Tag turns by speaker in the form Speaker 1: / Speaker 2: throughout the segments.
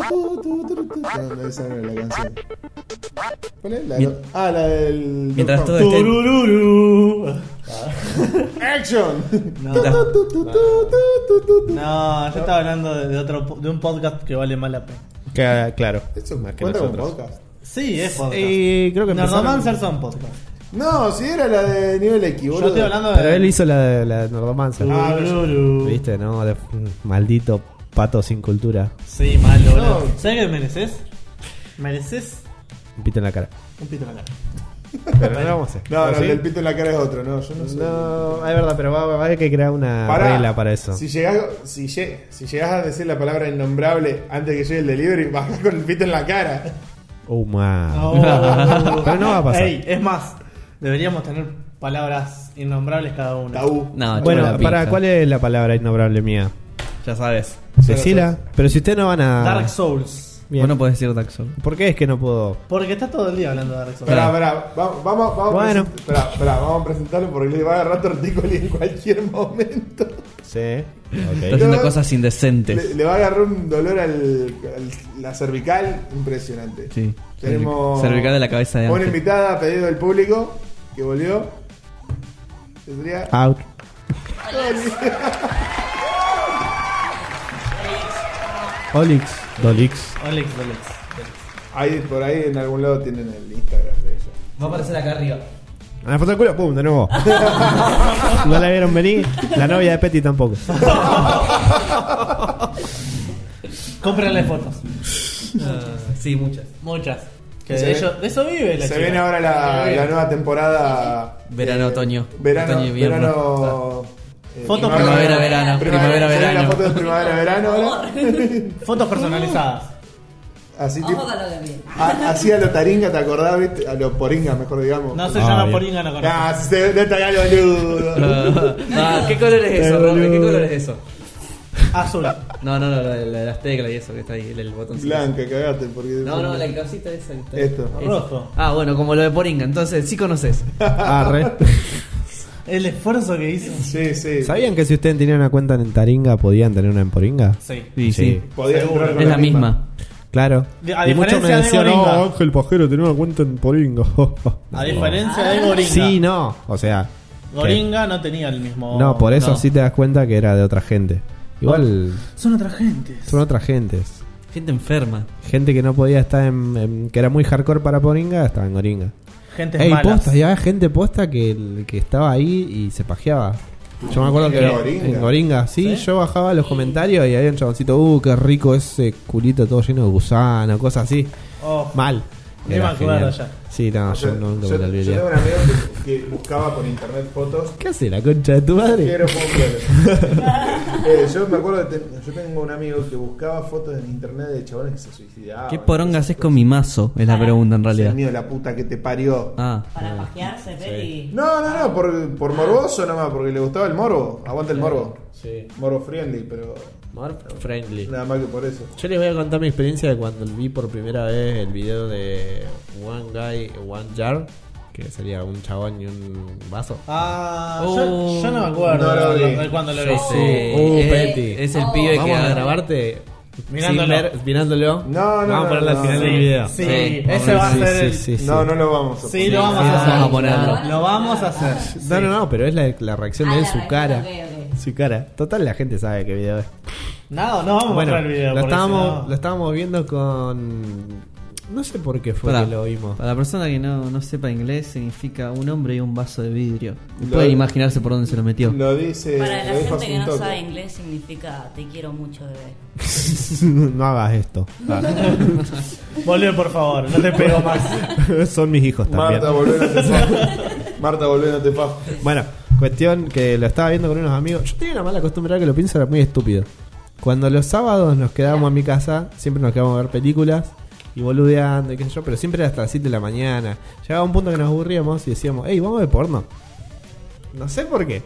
Speaker 1: No, no, esa no era la canción. ¿Cuál es? La de-
Speaker 2: Mien-
Speaker 1: ah, la del.
Speaker 2: Mientras todo
Speaker 3: este-
Speaker 2: esté-
Speaker 3: Turururu.
Speaker 1: ¡Action!
Speaker 3: No,
Speaker 2: Mientras-
Speaker 1: Tu, tu, tu, tu, tu, tu.
Speaker 3: no, yo estaba hablando de, de otro po- de un podcast que vale más la pena.
Speaker 4: Ca- Claro.
Speaker 1: Eso es más que
Speaker 4: ¿Cuenta como
Speaker 1: podcast.
Speaker 3: Sí, es podcast.
Speaker 4: Eh, creo que empezaron-
Speaker 3: Nerdomancer son podcast.
Speaker 1: No, si era la de nivel X,
Speaker 3: Yo
Speaker 1: boludo.
Speaker 3: estoy hablando de.
Speaker 4: Pero él hizo la de la de Nordomancer.
Speaker 1: Ah,
Speaker 3: Turururu.
Speaker 4: ¿Viste? No, de- maldito pato sin cultura.
Speaker 3: Sí, malo.
Speaker 1: No.
Speaker 3: boludo. ¿Sabes qué mereces? Mereces
Speaker 4: Un pito en la cara.
Speaker 3: un pito en la cara.
Speaker 4: Pero no lo vamos a hacer.
Speaker 1: No, no,
Speaker 4: ¿Ah, ¿Sí?
Speaker 1: el del pito en la cara es otro, no, yo no sé.
Speaker 4: No, es verdad, pero va, va a haber que crear una
Speaker 1: Pará,
Speaker 4: regla para eso.
Speaker 1: Si llegás, si, lle- si llegás a decir la palabra innombrable antes que llegue el delivery, bajás con el pito en la cara.
Speaker 4: Oh, man.
Speaker 3: No.
Speaker 4: Pero no va a pasar.
Speaker 3: Ah, Ey, es más, deberíamos tener palabras innombrables cada uno.
Speaker 1: Tabú.
Speaker 2: No, chupa
Speaker 4: bueno,
Speaker 2: la
Speaker 4: para,
Speaker 2: pija.
Speaker 4: ¿cuál es la palabra innombrable mía?
Speaker 2: Ya sabes.
Speaker 4: Cecilia. Pero si ustedes no van a.
Speaker 3: Dark Souls.
Speaker 4: Bien.
Speaker 2: Vos no podés decir Dark Souls.
Speaker 4: ¿Por qué es que no puedo?
Speaker 3: Porque estás todo el día hablando de Dark Souls.
Speaker 1: Pará, pará, vamos, vamos, vamos,
Speaker 4: Bueno.
Speaker 1: present- pará, pará, vamos a presentarlo porque le va a agarrar tortícoli en cualquier momento.
Speaker 4: Sí.
Speaker 2: Estás
Speaker 4: Ok.
Speaker 2: haciendo
Speaker 1: No.
Speaker 2: cosas indecentes.
Speaker 1: Le, le va a agarrar un dolor al, al- la cervical impresionante.
Speaker 2: Sí.
Speaker 1: Tenemos
Speaker 2: Cervical de la cabeza de
Speaker 1: una
Speaker 2: Ángel.
Speaker 1: invitada pedido del público que volvió. Que sería-
Speaker 4: Out. Olix. Dolix.
Speaker 3: Olex, Olex.
Speaker 1: Ahí por ahí en algún lado tienen el Instagram de ella.
Speaker 2: Va a aparecer acá arriba.
Speaker 4: Ah, Me faltó el culo, pum, de nuevo. no la vieron venir, la novia de Petty tampoco.
Speaker 3: Cómprenle fotos.
Speaker 2: sí, muchas.
Speaker 3: Muchas. Que
Speaker 1: Se
Speaker 3: de,
Speaker 1: ve-
Speaker 3: ello- de eso vive la
Speaker 1: Se
Speaker 3: chica.
Speaker 1: viene ahora la,
Speaker 3: Eh,
Speaker 1: la nueva temporada.
Speaker 2: Verano,
Speaker 1: eh,
Speaker 2: otoño.
Speaker 1: Verano,
Speaker 2: Otoño y invierno. Ah.
Speaker 1: verano. eh,
Speaker 3: Fotos
Speaker 2: primavera, verano, primavera,
Speaker 1: se ve
Speaker 2: verano.
Speaker 1: La foto de primavera, verano ahora.
Speaker 3: Fotos personalizadas.
Speaker 1: Así, tipo,
Speaker 5: Vamos a hablar bien.
Speaker 1: a- así a lo taringa, ¿te acordás? viste? A lo poringa, mejor digamos.
Speaker 3: No se
Speaker 4: Ah,
Speaker 3: llama
Speaker 4: bien.
Speaker 3: Poringa, no conozco.
Speaker 1: Ah, se no te hagas boludo.
Speaker 2: ah, ¿Qué color es eso, Rob? ¿Qué color es eso?
Speaker 3: Azul.
Speaker 2: No, no, no, la de la de las teclas y eso que está ahí, el, el botoncito.
Speaker 1: Blanca, cagate. Porque
Speaker 2: No, no, la cosita esa. que está ahí.
Speaker 1: Esto.
Speaker 2: Esa.
Speaker 3: Rojo.
Speaker 2: Ah, bueno, como lo de Poringa, entonces sí conoces.
Speaker 4: Ah, re.
Speaker 3: El esfuerzo que hizo.
Speaker 1: Sí, sí.
Speaker 4: ¿Sabían que si ustedes tenían una cuenta en Taringa, podían tener una en Poringa?
Speaker 3: Sí.
Speaker 2: Sí,
Speaker 4: sí.
Speaker 1: Podías
Speaker 3: Seguro.
Speaker 1: entrar con
Speaker 2: Es la misma.
Speaker 4: Claro.
Speaker 3: De- a diferencia de Poringa.
Speaker 4: Ángel Pajero tenía una cuenta en Poringa.
Speaker 3: A diferencia de Goringa.
Speaker 4: Sí, no. O sea. que-
Speaker 3: Goringa no tenía el mismo.
Speaker 4: No, por eso
Speaker 2: No.
Speaker 4: sí te das cuenta que era de otra gente. Igual
Speaker 3: Son otra gente.
Speaker 4: son otras gentes.
Speaker 2: Gente enferma.
Speaker 4: Gente que no podía estar en, en- que era muy hardcore para Poringa, estaba en Goringa.
Speaker 3: Gentes
Speaker 4: Ey,
Speaker 3: malas.
Speaker 4: posta, y había gente posta que, que estaba ahí y se pajeaba. Yo me acuerdo que
Speaker 1: ¿En
Speaker 4: era-
Speaker 1: Goringa?
Speaker 4: en Goringa, sí,
Speaker 3: ¿Sí?
Speaker 4: yo bajaba los comentarios y había un chaboncito, uh, qué rico ese culito todo lleno de gusano, cosas así.
Speaker 3: Oh.
Speaker 4: Mal.
Speaker 3: Ni
Speaker 4: Era
Speaker 3: me acuerdo
Speaker 4: genial.
Speaker 3: ya.
Speaker 4: Sí,
Speaker 2: Ah,
Speaker 4: no,
Speaker 1: Yo,
Speaker 4: yo, nunca
Speaker 1: yo-
Speaker 4: me lo
Speaker 1: yo
Speaker 4: olvidé.
Speaker 1: tengo un amigo que, que buscaba por internet fotos.
Speaker 4: ¿Qué hace la concha de tu madre?
Speaker 1: Quiero ponerlo. eh, yo me acuerdo que ten- yo tengo un amigo que buscaba fotos en internet de chabones que se suicidaban.
Speaker 2: ¿Qué poronga haces con mi mazo? Es la pregunta en realidad.
Speaker 1: Mío, la puta que te parió.
Speaker 2: Ah,
Speaker 5: Para pajearse, Peli.
Speaker 1: No, no, no, por, por morboso nomás, porque le gustaba el morbo. Aguanta el morbo.
Speaker 4: Sí.
Speaker 1: Morbo friendly, pero
Speaker 4: More friendly.
Speaker 1: nada más que por eso.
Speaker 4: Yo les voy a contar mi experiencia de cuando vi por primera vez el video de One Guy, One Jar, que sería un chabón y un vaso.
Speaker 3: Ah,
Speaker 2: Oh.
Speaker 3: yo, yo no me acuerdo
Speaker 1: No lo vi.
Speaker 3: de cuando lo
Speaker 2: Yo
Speaker 3: vi.
Speaker 2: sé.
Speaker 4: Uh,
Speaker 2: es,
Speaker 4: Petty.
Speaker 2: es el
Speaker 5: Oh.
Speaker 2: pibe que
Speaker 4: Vamos a
Speaker 2: agarra-
Speaker 4: grabarte
Speaker 3: Mirándolo.
Speaker 4: sin ver- mirándolo.
Speaker 1: No, no,
Speaker 4: Vamos
Speaker 1: no,
Speaker 4: a ponerlo
Speaker 1: no,
Speaker 4: al final
Speaker 1: no.
Speaker 4: del video.
Speaker 3: Sí,
Speaker 2: Sí,
Speaker 3: ese va a
Speaker 4: Sí,
Speaker 3: ser. el-
Speaker 4: sí,
Speaker 3: Sí,
Speaker 4: sí, sí.
Speaker 1: No, no lo vamos a poner.
Speaker 3: lo vamos a hacer.
Speaker 2: vamos a ponerlo.
Speaker 3: Lo vamos a hacer.
Speaker 4: No, no, no, pero es la, la reacción
Speaker 5: Ah,
Speaker 4: de él,
Speaker 5: la
Speaker 4: su
Speaker 5: reacción,
Speaker 4: cara.
Speaker 5: ok, ok.
Speaker 4: Su cara. Total, la gente sabe qué video es.
Speaker 3: No, no vamos a
Speaker 4: Bueno,
Speaker 3: mostrar el video.
Speaker 4: lo,
Speaker 3: porque
Speaker 4: estábamos,
Speaker 3: si no-
Speaker 4: lo estábamos viendo con. No sé por qué fue
Speaker 2: Pará.
Speaker 4: que lo vimos.
Speaker 2: Para la persona que no, no sepa inglés, significa un hombre y un vaso de vidrio.
Speaker 1: Lo-
Speaker 2: Pueden imaginarse por dónde se lo metió.
Speaker 1: Lo dice.
Speaker 5: Para la
Speaker 1: lo dijo
Speaker 5: gente
Speaker 1: hace
Speaker 5: que
Speaker 1: un
Speaker 5: no
Speaker 1: toque.
Speaker 5: sabe inglés significa te quiero mucho, bebé.
Speaker 4: no hagas esto.
Speaker 3: Volvé, por favor, no te pego más.
Speaker 4: Son mis hijos también.
Speaker 1: Marta, volvé, no te fajo. Marta, volvé, no te fajo.
Speaker 4: Bueno, cuestión que lo estaba viendo con unos amigos. Yo tenía una mala costumbre ahora que lo pienso, era muy estúpido. Cuando los sábados nos quedábamos en mi casa, siempre nos quedábamos a ver películas y boludeando y qué sé yo, pero siempre era hasta las 7 de la mañana. Llegaba un punto que nos aburríamos y decíamos, hey, vamos a ver porno. No sé por qué.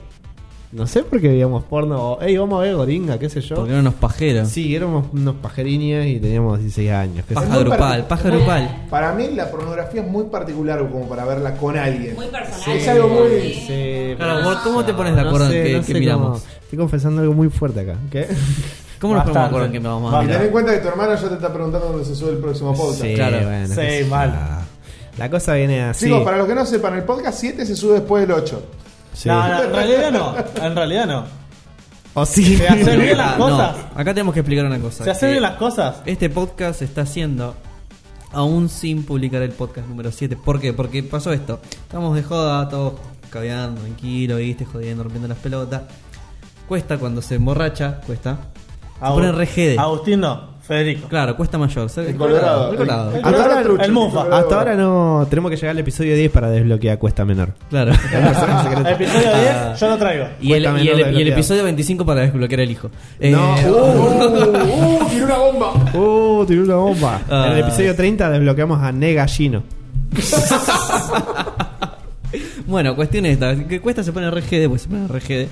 Speaker 4: No sé por qué veíamos porno o, hey, vamos a ver goringa, qué sé yo.
Speaker 2: Porque eran unos pajeros.
Speaker 4: Sí, éramos unos pajerines y teníamos 16 años. qué sé yo.
Speaker 2: Paja
Speaker 1: muy
Speaker 2: grupal,
Speaker 1: partic-
Speaker 2: paja grupal.
Speaker 1: Para mí la pornografía es muy particular como para verla con alguien.
Speaker 5: Muy personal.
Speaker 4: Sí,
Speaker 1: Es algo muy-
Speaker 5: Sí.
Speaker 4: sí,
Speaker 2: Claro,
Speaker 4: pero
Speaker 2: vos, ¿cómo te
Speaker 4: no,
Speaker 2: pones de acuerdo
Speaker 4: no
Speaker 2: en
Speaker 4: sé,
Speaker 2: qué-
Speaker 4: no
Speaker 2: qué
Speaker 4: sé cómo-
Speaker 2: miramos?
Speaker 4: Estoy confesando algo muy fuerte acá. ¿Qué?
Speaker 2: ¿Cómo nos ponemos de
Speaker 3: Bastante.
Speaker 2: acuerdo en que vamos a
Speaker 1: Y ten en
Speaker 2: mirar?
Speaker 1: cuenta que tu hermano ya te está preguntando dónde se sube el próximo podcast.
Speaker 2: claro.
Speaker 4: bueno,
Speaker 3: Sí,
Speaker 4: qué sé yo.
Speaker 3: mal.
Speaker 4: La cosa viene así.
Speaker 1: Chicos, para los que no sepan, el podcast 7 se sube después del 8.
Speaker 4: Sí.
Speaker 3: No, no, en realidad no. En realidad no.
Speaker 4: O sí.
Speaker 3: Te hace bien
Speaker 2: Ah,
Speaker 3: las
Speaker 2: no,
Speaker 3: cosas.
Speaker 2: acá tenemos que explicar una cosa.
Speaker 3: Se hacen
Speaker 2: que
Speaker 3: bien las cosas.
Speaker 2: Este podcast se está haciendo aún sin publicar el podcast número 7. ¿Por qué? Porque pasó esto. Estamos de joda, todos caveando, tranquilo, viste, jodiendo, rompiendo las pelotas. Cuesta cuando se emborracha, cuesta. Se
Speaker 3: Agu-
Speaker 2: pone regede.
Speaker 3: Agustín no, Federico.
Speaker 2: Claro, cuesta mayor. ser-
Speaker 1: El Colorado.
Speaker 2: El Colorado.
Speaker 1: El-
Speaker 4: Hasta ahora-
Speaker 1: trucho,
Speaker 3: el Mufa.
Speaker 1: Colorado.
Speaker 4: Hasta ahora no. Tenemos que llegar al episodio 10 para desbloquear Cuesta Menor.
Speaker 2: Claro.
Speaker 3: El episodio
Speaker 4: Ah.
Speaker 3: 10 yo lo traigo.
Speaker 2: Y
Speaker 4: Cuesta
Speaker 2: el, y el-
Speaker 4: menor
Speaker 2: y el
Speaker 4: desbloqueado.
Speaker 2: episodio 25 para desbloquear el hijo.
Speaker 4: No.
Speaker 2: Eh,
Speaker 1: ¡Uh! uh, tiró una bomba!
Speaker 4: ¡Oh, tiró una bomba!
Speaker 2: Ah.
Speaker 4: en el episodio 30 desbloqueamos a Negallino.
Speaker 2: Bueno, cuestión esta, que cuesta se pone RGD, pues se pone RGD.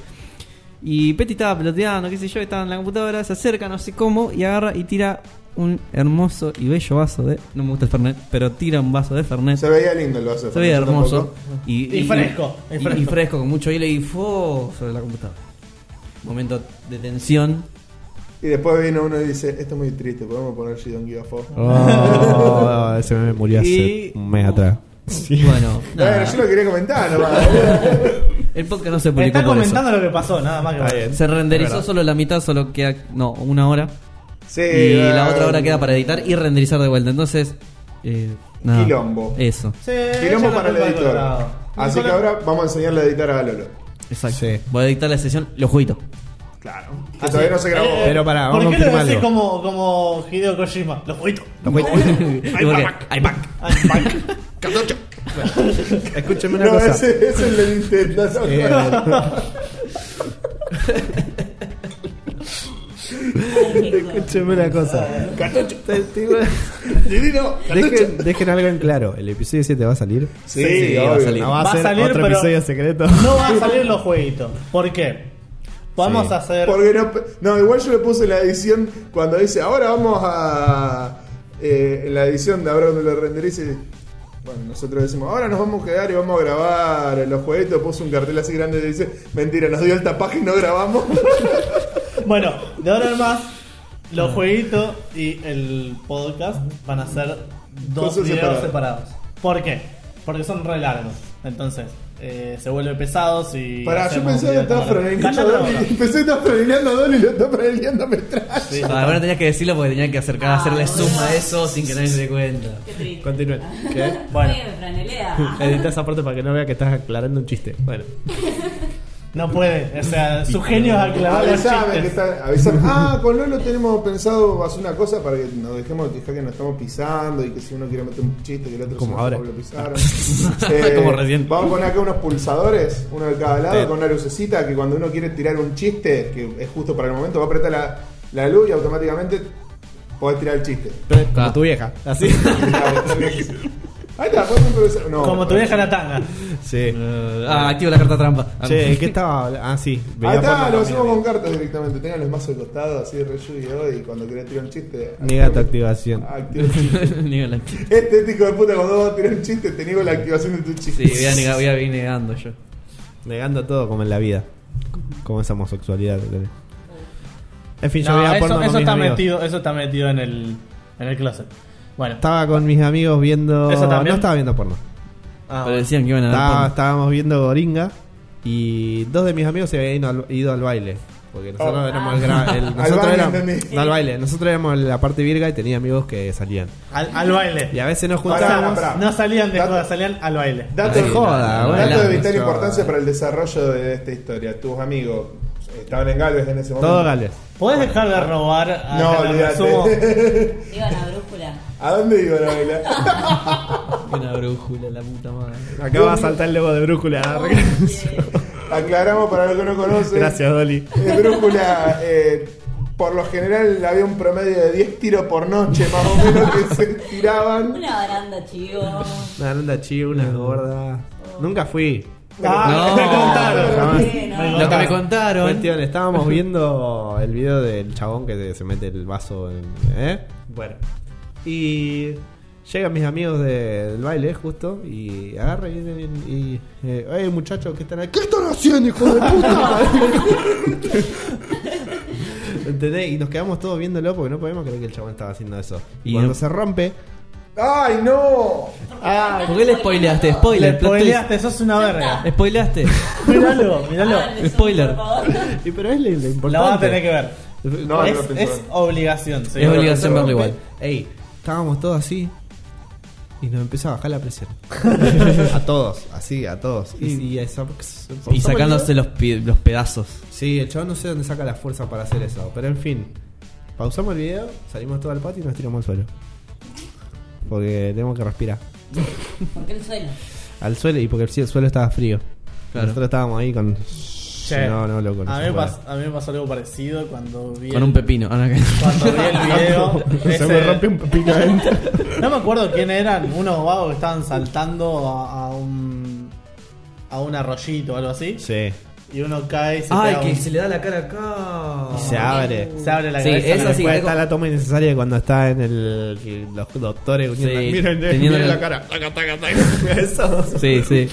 Speaker 2: Y Petty estaba peloteando, qué sé yo, estaba en la computadora, se acerca, no sé cómo, y agarra y tira un hermoso y bello vaso de. No me gusta el Fernet, pero tira un vaso de Fernet.
Speaker 1: Se veía lindo el vaso.
Speaker 2: Se veía
Speaker 1: Yo
Speaker 2: hermoso.
Speaker 1: tampoco.
Speaker 2: Y,
Speaker 3: Y fresco,
Speaker 2: Y,
Speaker 3: y
Speaker 2: y fresco.
Speaker 3: fresco.
Speaker 2: con mucho hielo y fo sobre la computadora. Momento de tensión.
Speaker 1: Y después vino uno y dice, esto es muy triste, podemos poner She Don't Give a Fuck.
Speaker 2: Ah.
Speaker 4: Oh, ese me murió hace
Speaker 2: Y-
Speaker 4: un mes atrás.
Speaker 2: Bueno, nada,
Speaker 1: Bueno, yo lo quería comentar nomás.
Speaker 2: el podcast no se
Speaker 3: Me
Speaker 2: publicó.
Speaker 3: está
Speaker 2: por eso.
Speaker 3: comentando lo que pasó, nada más que
Speaker 4: Está bien.
Speaker 2: Se
Speaker 4: Es
Speaker 2: renderizó
Speaker 4: verdad.
Speaker 2: solo la mitad, solo queda. No, una hora.
Speaker 1: Sí,
Speaker 2: y la
Speaker 1: eh,
Speaker 2: otra hora queda para editar y renderizar de vuelta. Entonces, eh, nada.
Speaker 1: Quilombo.
Speaker 2: Eso,
Speaker 3: Sí,
Speaker 1: Quilombo
Speaker 3: ella
Speaker 1: para el
Speaker 3: la culpa del
Speaker 1: editor.
Speaker 3: Colorado.
Speaker 1: Así
Speaker 3: Nicolás-
Speaker 1: que ahora vamos a enseñarle a editar a Lolo.
Speaker 2: exacto.
Speaker 4: Sí.
Speaker 2: Voy a editar la sesión Los Juitos.
Speaker 1: Claro. Que todavía no se grabó.
Speaker 3: Eh,
Speaker 4: Pero pará, vamos a
Speaker 3: ¿Por qué lo
Speaker 4: confirmar
Speaker 3: decís
Speaker 4: algo.
Speaker 3: como, como Hideo Kojima? Los jueguitos.
Speaker 4: Escúcheme una
Speaker 1: no,
Speaker 4: cosa. Eh,
Speaker 1: ese, ese es el de Nintendo. ¿no?
Speaker 4: Escúcheme una cosa. Te- te-
Speaker 1: Divino.
Speaker 4: Dejen, dejen algo en claro. El episodio 7 va a salir.
Speaker 1: Sí, va a salir.
Speaker 4: No va a,
Speaker 3: Va a
Speaker 4: ser
Speaker 3: salir,
Speaker 4: otro
Speaker 3: pero-
Speaker 4: episodio secreto.
Speaker 3: No van a salir los jueguitos. ¿Por qué? Vamos
Speaker 4: Sí.
Speaker 3: a hacer.
Speaker 1: Porque no, no, igual yo le puse en la edición cuando dice, ahora vamos a... eh, en la edición de ahora cuando lo renderice, bueno, nosotros decimos, ahora nos vamos a quedar y vamos a grabar los jueguitos. Puse un cartel así grande y dice, mentira, nos dio el tapaje y no grabamos.
Speaker 3: Bueno, de ahora en más, los jueguitos y el podcast van a ser dos
Speaker 1: Cosas
Speaker 3: videos
Speaker 1: separadas.
Speaker 3: separados. ¿Por qué? Porque son re largos. Entonces, eh, se vuelve pesados y.
Speaker 1: Pará, yo
Speaker 3: hacemos
Speaker 1: pensé que
Speaker 3: videos
Speaker 1: estaba
Speaker 3: separados.
Speaker 1: franeando a
Speaker 3: Cállate la
Speaker 1: Donny.
Speaker 3: boca.
Speaker 1: Pensé que estaba franeando a Donny y lo estaba franeando a metralla.
Speaker 3: Sí,
Speaker 2: Ah, bueno, tenías que decirlo porque tenía que acercar a hacerle
Speaker 5: Ah,
Speaker 2: zoom
Speaker 5: bueno.
Speaker 2: a eso sin que nadie se dé cuenta. Ah,
Speaker 5: Qué triste.
Speaker 4: Continúen. ¿Qué? Eh.
Speaker 3: Bueno.
Speaker 5: Oye, me franelea.
Speaker 4: Edita esa parte para que no vea que estás aclarando un chiste. Bueno.
Speaker 3: No puede. O sea, su genio es aclarar los
Speaker 1: Avisame Ah, que
Speaker 3: chistes.
Speaker 1: está- avisame. Ah, con Lolo tenemos pensado hacer una cosa para que nos dejemos de quejar que nos estamos pisando y que si uno quiere meter un chiste que el otro
Speaker 4: Como
Speaker 1: se
Speaker 4: ahora.
Speaker 1: lo pisaron. Eh,
Speaker 2: Como recién.
Speaker 1: Vamos a poner acá unos pulsadores, uno de cada lado,
Speaker 4: Sí.
Speaker 1: con una lucecita que cuando uno quiere tirar un chiste, que es justo para el momento, va a apretar la, la luz y automáticamente podés tirar el chiste.
Speaker 4: Como tu vieja. Ah. Así.
Speaker 1: Ahí está, podés improvisar. No, eh,
Speaker 3: Como tu vieja la tanga.
Speaker 4: sí.
Speaker 2: Eh, ah, activo la carta trampa.
Speaker 4: Che, ¿qué estaba hablando? Ah, sí.
Speaker 1: Ahí
Speaker 4: veía
Speaker 1: está,
Speaker 4: porno
Speaker 1: lo
Speaker 4: también.
Speaker 1: hacemos con cartas directamente. Tengan los mazos de costado, así de re yu-gi-oh, y cuando querés tirar un chiste.
Speaker 4: Nega tu
Speaker 1: activa-
Speaker 4: activación.
Speaker 1: activa el chiste.
Speaker 2: Niego la-
Speaker 1: Este ético de puta, cuando vas a tirar un chiste, te niego la activación de tu chiste.
Speaker 2: Sí, voy a, negar, voy a ir negando yo.
Speaker 4: Negando todo como en la vida. Como esa homosexualidad que tenés. En fin, yo
Speaker 3: No,
Speaker 4: veía porno
Speaker 3: eso,
Speaker 4: con
Speaker 3: eso
Speaker 4: mis
Speaker 3: está
Speaker 4: amigos.
Speaker 3: metido, eso está metido en el, en el closet. Bueno.
Speaker 4: Estaba con mis amigos viendo.
Speaker 3: ¿Eso también?
Speaker 4: No estaba viendo porno.
Speaker 3: Ah,
Speaker 2: Pero decían que iban a ver
Speaker 4: Estaba-
Speaker 2: porno.
Speaker 4: estábamos viendo Goringa y dos de mis amigos se habían ido al, ido al baile. Porque nosotros
Speaker 1: Oh.
Speaker 4: éramos el, gra- el- nosotros
Speaker 1: baile,
Speaker 4: éramos-
Speaker 1: entendí.
Speaker 4: no al baile, nosotros éramos la parte virga y tenía amigos que salían.
Speaker 3: al, al baile.
Speaker 4: Y a veces nos
Speaker 3: O sea,
Speaker 4: juntábamos.
Speaker 1: pará.
Speaker 3: no salían de
Speaker 1: Dato-
Speaker 3: joda, salían al baile.
Speaker 1: Dato,
Speaker 4: Ay, joda,
Speaker 1: dato
Speaker 4: bueno,
Speaker 1: de vital
Speaker 4: eso-
Speaker 1: importancia para el desarrollo de esta historia. Tus amigos estaban en Galvez en ese momento.
Speaker 4: Todos gales.
Speaker 3: ¿Podés dejar de robar a
Speaker 1: No,
Speaker 3: Canal Resumo?
Speaker 1: olvídate.
Speaker 5: Iban a brújula.
Speaker 1: ¿A dónde iban a bailar?
Speaker 2: Una brújula, la puta madre.
Speaker 4: Acá va a saltar el logo de
Speaker 1: Ah,
Speaker 4: brújula.
Speaker 1: Aclaramos para los que no conocen.
Speaker 4: Gracias, Dolly.
Speaker 1: Eh, brújula, eh, por lo general había un promedio de 10 tiros por noche, más o menos, que se tiraban.
Speaker 5: Una baranda, chivo.
Speaker 4: Una ronda chiva, una gorda. Nunca fui.
Speaker 3: Ah, me contaron.
Speaker 4: jamás.
Speaker 5: Sí, no.
Speaker 3: Me
Speaker 2: Lo que me
Speaker 3: contaron.
Speaker 2: contaron.
Speaker 4: Cuestión, estábamos viendo el video del chabón que se- se mete el vaso en. ¿eh? Bueno. Y llegan mis amigos de- del baile, justo, y agarra y vienen y. y, eh, "Ey, muchachos que están ahí! ¿Qué están haciendo, hijo de puta? ¿Entendés? Y nos quedamos todos viéndolo porque no podemos creer que el chabón estaba haciendo eso. Y
Speaker 2: Y
Speaker 4: cuando
Speaker 2: no-
Speaker 4: se rompe,
Speaker 1: ¡Ay, no!
Speaker 3: Ah,
Speaker 2: ¿Por qué le spoileaste? Spoiler,
Speaker 3: le
Speaker 2: plot
Speaker 3: spoileaste, sos una verga.
Speaker 2: twist. Spoileaste.
Speaker 3: Míralo, míralo.
Speaker 5: Dale,
Speaker 2: Spoiler.
Speaker 5: por favor.
Speaker 4: y, pero es lo, lo importante.
Speaker 3: La vas a tener que ver.
Speaker 1: No,
Speaker 3: es,
Speaker 1: no lo pienso
Speaker 3: es
Speaker 1: ver.
Speaker 3: obligación, sí.
Speaker 2: Es obligación verlo
Speaker 4: rompe.
Speaker 2: igual.
Speaker 4: Ey, estábamos todos así. Y nos empezó a bajar la presión. a todos, así, a todos. Y, y, esa-
Speaker 2: Y sacándose los, pi- los pedazos.
Speaker 4: Sí, el chaval no sé dónde saca la fuerza para hacer eso. Pero en fin, pausamos el video, salimos todo al patio y nos tiramos al suelo. Porque tenemos que respirar.
Speaker 5: ¿Por qué el suelo?
Speaker 4: Al suelo y porque el cielo- el suelo estaba frío.
Speaker 2: Claro.
Speaker 4: Nosotros estábamos ahí con.
Speaker 3: Che,
Speaker 4: No, no, loco. no
Speaker 3: a,
Speaker 4: se
Speaker 3: mí me
Speaker 4: puede.
Speaker 3: pas- a mí me pasó algo parecido cuando vi.
Speaker 2: Con
Speaker 3: el-
Speaker 2: un pepino. Ah, no, que-
Speaker 3: Cuando vi el video.
Speaker 4: Se
Speaker 3: ese-
Speaker 4: me rompe un pepino adentro.
Speaker 3: No me acuerdo quién eran, unos vagos que estaban saltando a, a un. a un arroyito o algo así.
Speaker 4: Sí.
Speaker 3: Y uno cae y se
Speaker 2: Ay,
Speaker 3: pega
Speaker 2: que
Speaker 3: un-
Speaker 2: se le da la cara acá.
Speaker 4: Y se abre.
Speaker 3: se abre la
Speaker 2: Sí,
Speaker 3: cabeza.
Speaker 2: esa
Speaker 3: no me
Speaker 4: Después
Speaker 2: sí.
Speaker 3: acuerdo.
Speaker 4: está la toma innecesaria de cuando está en el. que Los doctores. uniendo-
Speaker 2: Sí,
Speaker 4: miren, eh,
Speaker 2: teniendo
Speaker 4: miren
Speaker 2: la-
Speaker 4: la cara. Taca, taca, taca. Eso.
Speaker 2: Sí, sí.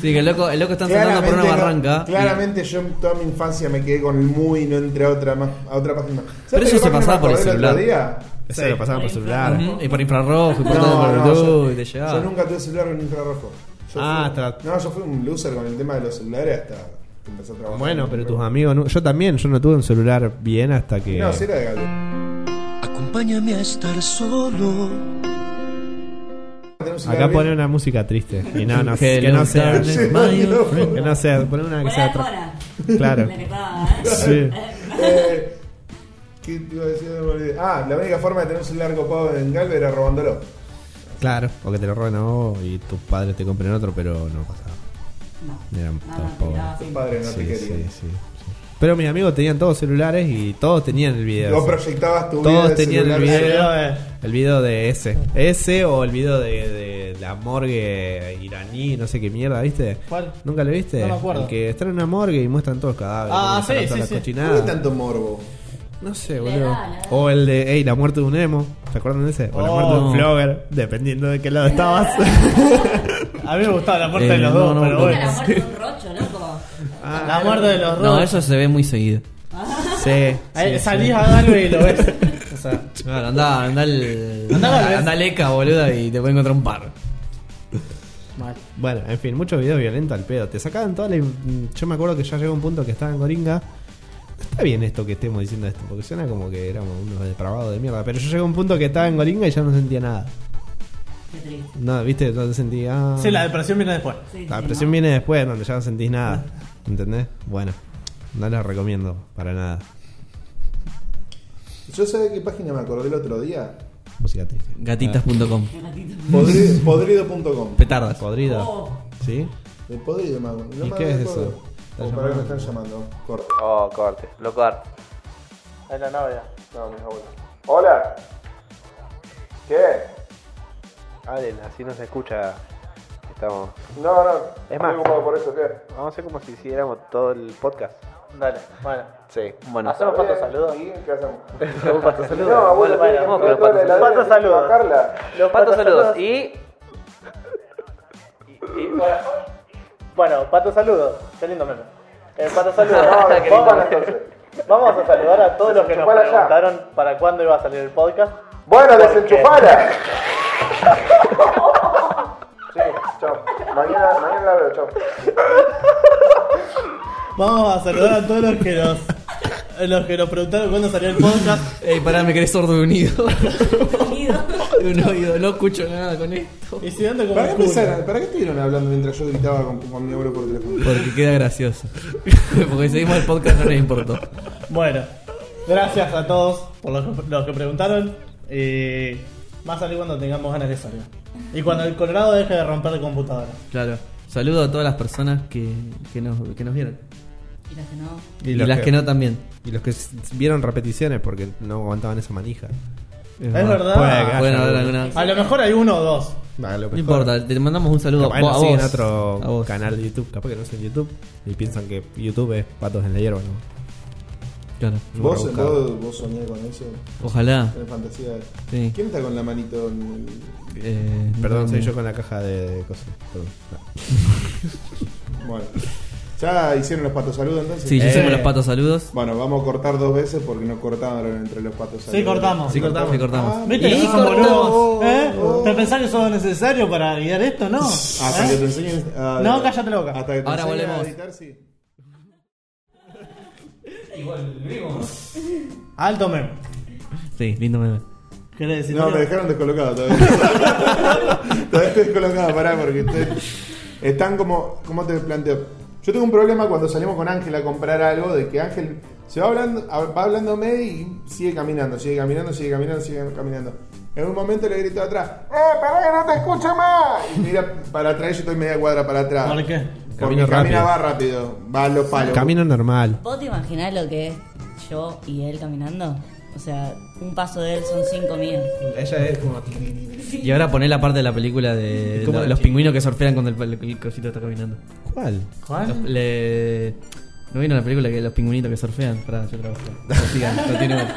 Speaker 2: Sí, que el loco, el loco está saltando por una
Speaker 1: no-
Speaker 2: barranca. y-
Speaker 1: claramente yo en toda mi infancia me quedé con el muy y no entré a otra, más, a otra página. ¿Sabes
Speaker 2: Pero
Speaker 1: de
Speaker 2: eso
Speaker 1: qué
Speaker 2: se
Speaker 1: página
Speaker 2: pasaba
Speaker 1: me
Speaker 2: por el
Speaker 1: acordé otro
Speaker 2: celular.
Speaker 1: día?
Speaker 4: Eso
Speaker 3: Sí.
Speaker 4: lo pasaban por celular.
Speaker 2: Ujú, y por infrarrojo, y por todo,
Speaker 1: No,
Speaker 2: por
Speaker 1: no,
Speaker 2: todo,
Speaker 1: yo,
Speaker 2: y te llegaba.
Speaker 1: yo nunca tuve celular con infrarrojo. Yo
Speaker 4: Ah,
Speaker 1: fui-
Speaker 4: hasta-
Speaker 1: No, yo fui un loser con el tema de los celulares hasta que empecé a trabajar.
Speaker 4: Bueno, pero tus amigos. no- Yo también, yo no tuve un celular bien hasta que.
Speaker 1: No, sí era de Gabriel.
Speaker 6: Acompáñame a estar solo.
Speaker 1: Tenía un celular
Speaker 4: Acá
Speaker 1: bien-
Speaker 4: pone una música triste. Y no, no, que
Speaker 2: Hello,
Speaker 4: no sea.
Speaker 2: darling,
Speaker 1: Sí,
Speaker 2: my
Speaker 1: no,
Speaker 2: friend.
Speaker 4: Que no sea. Pone una que
Speaker 5: Fuera
Speaker 4: sea.
Speaker 5: de
Speaker 4: tra-
Speaker 5: Mora.
Speaker 4: Claro.
Speaker 5: La que estaba, ¿eh?
Speaker 4: Sí.
Speaker 1: Eh, ¿Qué te iba a decir? Me olvidé. Ah, la única forma de tener un celular copado en Galve era robándolo.
Speaker 4: Claro. O que te lo roben a vos y tus padres te compren otro, pero no pasaba.
Speaker 5: No.
Speaker 4: Eran
Speaker 5: No,
Speaker 4: todos
Speaker 5: no,
Speaker 4: pobres.
Speaker 5: no,
Speaker 1: Tu
Speaker 5: sí.
Speaker 1: padre no te
Speaker 4: Sí, sí,
Speaker 1: quería.
Speaker 4: sí, sí. Pero mis amigos tenían todos celulares y todos tenían el video.
Speaker 1: Vos
Speaker 4: ese.
Speaker 1: proyectabas tu vida
Speaker 4: Todos
Speaker 1: de
Speaker 4: tenían
Speaker 1: celular.
Speaker 4: el video.
Speaker 3: Pero, eh,
Speaker 4: El video de ese. Ese o el video de, de la morgue iraní, no sé qué mierda, ¿viste?
Speaker 3: ¿Cuál?
Speaker 4: ¿Nunca lo viste?
Speaker 3: No me acuerdo.
Speaker 4: El que está en una morgue y muestran todos los cadáveres.
Speaker 3: Ah,
Speaker 4: muestran
Speaker 3: sí,
Speaker 4: todas
Speaker 3: sí,
Speaker 4: las
Speaker 3: sí.
Speaker 4: cochinadas.
Speaker 1: ¿Por qué tanto morbo?
Speaker 4: No sé,
Speaker 5: Le
Speaker 4: boludo.
Speaker 5: da, le da.
Speaker 4: O el de, hey, la muerte de un emo. ¿Se acuerdan de ese? O la
Speaker 3: Oh. Ah,
Speaker 4: muerte de un flogger, dependiendo de qué lado estabas.
Speaker 3: a mí me gustaba la muerte
Speaker 2: Eh,
Speaker 3: de los
Speaker 2: no,
Speaker 3: dos,
Speaker 2: no,
Speaker 3: pero
Speaker 2: no.
Speaker 5: Nunca la
Speaker 3: bueno.
Speaker 5: muerte de un rocho, loco.
Speaker 4: Ah,
Speaker 3: La muerte de los dos.
Speaker 2: No, eso se ve muy seguido.
Speaker 4: sí.
Speaker 3: Ahí salís a Galve y lo ves. O sea,
Speaker 2: Claro, andá, andá al.
Speaker 3: Andá a la vez.
Speaker 2: Andá al ECA, boluda, y te puede encontrar un par.
Speaker 3: mal.
Speaker 4: Bueno, en fin, muchos videos violentos al pedo. Te sacaban toda la. in- Yo me acuerdo que ya llegó un punto que estaba en Coringa. Está bien esto que estemos diciendo esto, porque suena como que éramos unos depravados de mierda. Pero yo llegué a un punto que estaba en Coringa y ya no sentía nada.
Speaker 5: Qué triste.
Speaker 4: No, viste, no sentía.
Speaker 3: Sí, la depresión viene después.
Speaker 5: Sí,
Speaker 4: La
Speaker 5: sí,
Speaker 4: depresión
Speaker 5: no.
Speaker 4: viene después, donde ya no sentís nada. ¿Entendés? Bueno, no la recomiendo para nada.
Speaker 1: Yo sabía qué página me acordé el otro día.
Speaker 4: Música triste.
Speaker 2: Gatitas.com.
Speaker 5: Un ratito.
Speaker 1: Podri- Podrido.com.
Speaker 2: Petardas.
Speaker 4: Podrida.
Speaker 5: Oh.
Speaker 4: ¿Sí?
Speaker 1: De podrido, mago. No
Speaker 4: ¿Y
Speaker 1: me
Speaker 4: qué es
Speaker 1: acuerdo.
Speaker 4: eso?
Speaker 1: O para que me están llamando. Corta.
Speaker 7: Oh, corte. Lo corte.
Speaker 1: Es la novia. No, mis abuelos. Hola. ¿Qué?
Speaker 7: Hablen, así no se escucha. Estamos.
Speaker 1: No, no.
Speaker 7: Es más.
Speaker 1: Estoy ocupado por eso, ¿qué?
Speaker 7: Vamos a hacer como si hiciéramos todo el podcast.
Speaker 8: Dale, bueno.
Speaker 7: Sí. Bueno.
Speaker 8: Hacemos pato saludos.
Speaker 1: ¿Y qué hacemos?
Speaker 7: Hacemos pato saludos.
Speaker 1: No, abuelo.
Speaker 8: Bueno, bueno,
Speaker 1: sí,
Speaker 8: vamos
Speaker 1: no,
Speaker 8: con los
Speaker 1: toda la
Speaker 8: patos.
Speaker 1: heladera,
Speaker 8: Patos saludos.
Speaker 1: bajarla.
Speaker 8: Los
Speaker 7: Pato
Speaker 8: patos
Speaker 7: saludos.
Speaker 8: saludos.
Speaker 7: Y.
Speaker 8: Bueno, pato saludos. Qué lindo meme. Eh, pato saludos.
Speaker 1: No,
Speaker 8: Qué
Speaker 1: pongan
Speaker 8: lindo meme.
Speaker 1: entonces.
Speaker 8: Vamos a saludar a todos los que nos
Speaker 1: Chupala ya.
Speaker 8: preguntaron para cuándo iba a salir el podcast.
Speaker 1: Bueno,
Speaker 8: Porque-
Speaker 1: desenchufala. Sí, chao. Mañana, mañana la veo, chao.
Speaker 3: Vamos a saludar a todos los que nos. Los que nos preguntaron cuándo salió el podcast.
Speaker 2: Ey, pará, me quedé sordo de un oído.
Speaker 5: Unido.
Speaker 2: De un oído, no escucho nada con esto.
Speaker 3: Y si dónde como
Speaker 1: ¿Para qué,
Speaker 3: el culo.
Speaker 1: empezaron- ¿Para qué estuvieron hablando mientras yo gritaba con, con mi abuelo por teléfono?
Speaker 2: Porque queda gracioso. Porque seguimos el podcast, no les importó.
Speaker 3: Bueno, gracias a todos por los que, los que preguntaron. Eh, más salir cuando tengamos ganas de salir. Y cuando el Colorado deje de romper computadoras.
Speaker 2: Claro. Saludo a todas las personas que, que, nos, que nos vieron.
Speaker 5: Y las que no.
Speaker 2: Y, las que no también.
Speaker 4: Y los que s- vieron repeticiones porque no aguantaban esa manija.
Speaker 3: Es
Speaker 4: Ah. Puede
Speaker 3: verdad.
Speaker 2: Pueden
Speaker 4: haya
Speaker 2: haber
Speaker 4: alguno.
Speaker 5: alguna-
Speaker 3: A lo mejor hay uno o dos.
Speaker 4: Vale, lo
Speaker 2: No
Speaker 4: Ah, mejor.
Speaker 2: importa, te mandamos un saludo
Speaker 4: Capaz
Speaker 2: a
Speaker 4: nos
Speaker 2: vos.
Speaker 4: siguen
Speaker 2: a
Speaker 4: otro
Speaker 2: vos.
Speaker 4: canal de YouTube. Capaz que no es en YouTube. Y piensan que YouTube es patos en la hierba, ¿no?
Speaker 2: Claro.
Speaker 1: ¿Vos,
Speaker 4: Rebuscado.
Speaker 1: vos, vos soñás con eso?
Speaker 2: Ojalá.
Speaker 1: ¿Tenés fantasías?
Speaker 2: Sí.
Speaker 1: ¿Quién está con la manito en el-
Speaker 2: Eh,
Speaker 4: Perdón,
Speaker 2: no,
Speaker 4: soy
Speaker 2: no.
Speaker 4: yo con la caja de, de cosas. Perdón.
Speaker 1: Bueno. ¿Ya hicieron los patos saludos entonces?
Speaker 2: Sí, yo
Speaker 3: Eh.
Speaker 2: hicimos los patos saludos.
Speaker 1: Bueno, vamos a cortar dos veces porque no cortaron entre los patos saludos.
Speaker 3: Sí, cortamos.
Speaker 2: Sí, cortamos. Sí, cortamos. Oh,
Speaker 1: Ah,
Speaker 3: ¿Viste?
Speaker 2: Y
Speaker 3: que somos
Speaker 2: cortamos.
Speaker 3: boludos, ¿eh?
Speaker 1: Oh.
Speaker 3: ¿Te pensás que eso es necesario para guiar esto? No.
Speaker 1: Hasta
Speaker 3: ¿Eh?
Speaker 1: que te enseñen. a-
Speaker 3: No, cállate la boca.
Speaker 1: Hasta que te
Speaker 2: Ahora
Speaker 1: enseñen
Speaker 2: volvemos.
Speaker 1: a editar, sí.
Speaker 3: Alto meme.
Speaker 2: Sí, lindo meme.
Speaker 3: ¿Querés decir
Speaker 1: No,
Speaker 3: algo?
Speaker 1: me dejaron descolocado todavía. todavía estoy descolocado, pará, porque estoy- están como. ¿Cómo te planteo? Yo tengo un problema cuando salimos con Ángel a comprar algo de que Ángel se va hablando, a- va hablándome y sigue caminando, sigue caminando, sigue caminando, sigue caminando. En un momento le grito atrás, ¡eh, pará que no te escucho más! Y mira para atrás, yo estoy media cuadra para atrás.
Speaker 3: ¿Por qué?
Speaker 1: Porque
Speaker 4: Camino
Speaker 1: camina
Speaker 4: rápido.
Speaker 1: va rápido, va a los palos.
Speaker 4: Camino normal.
Speaker 5: ¿Vos te imaginás lo que es yo y él caminando? O sea, un paso de él son cinco míos.
Speaker 4: Ella es como.
Speaker 2: Y ahora poné la parte de la película de
Speaker 4: ¿Cómo
Speaker 2: lo-
Speaker 4: la
Speaker 2: los
Speaker 4: chi-
Speaker 2: pingüinos que surfean cuando el, el- el cosito está caminando.
Speaker 4: ¿Cuál?
Speaker 2: Los-
Speaker 3: ¿Cuál?
Speaker 2: le- ¿No vieron la película que los pingüinitos que surfean? Pará, yo trabajo. Sigan, continúen.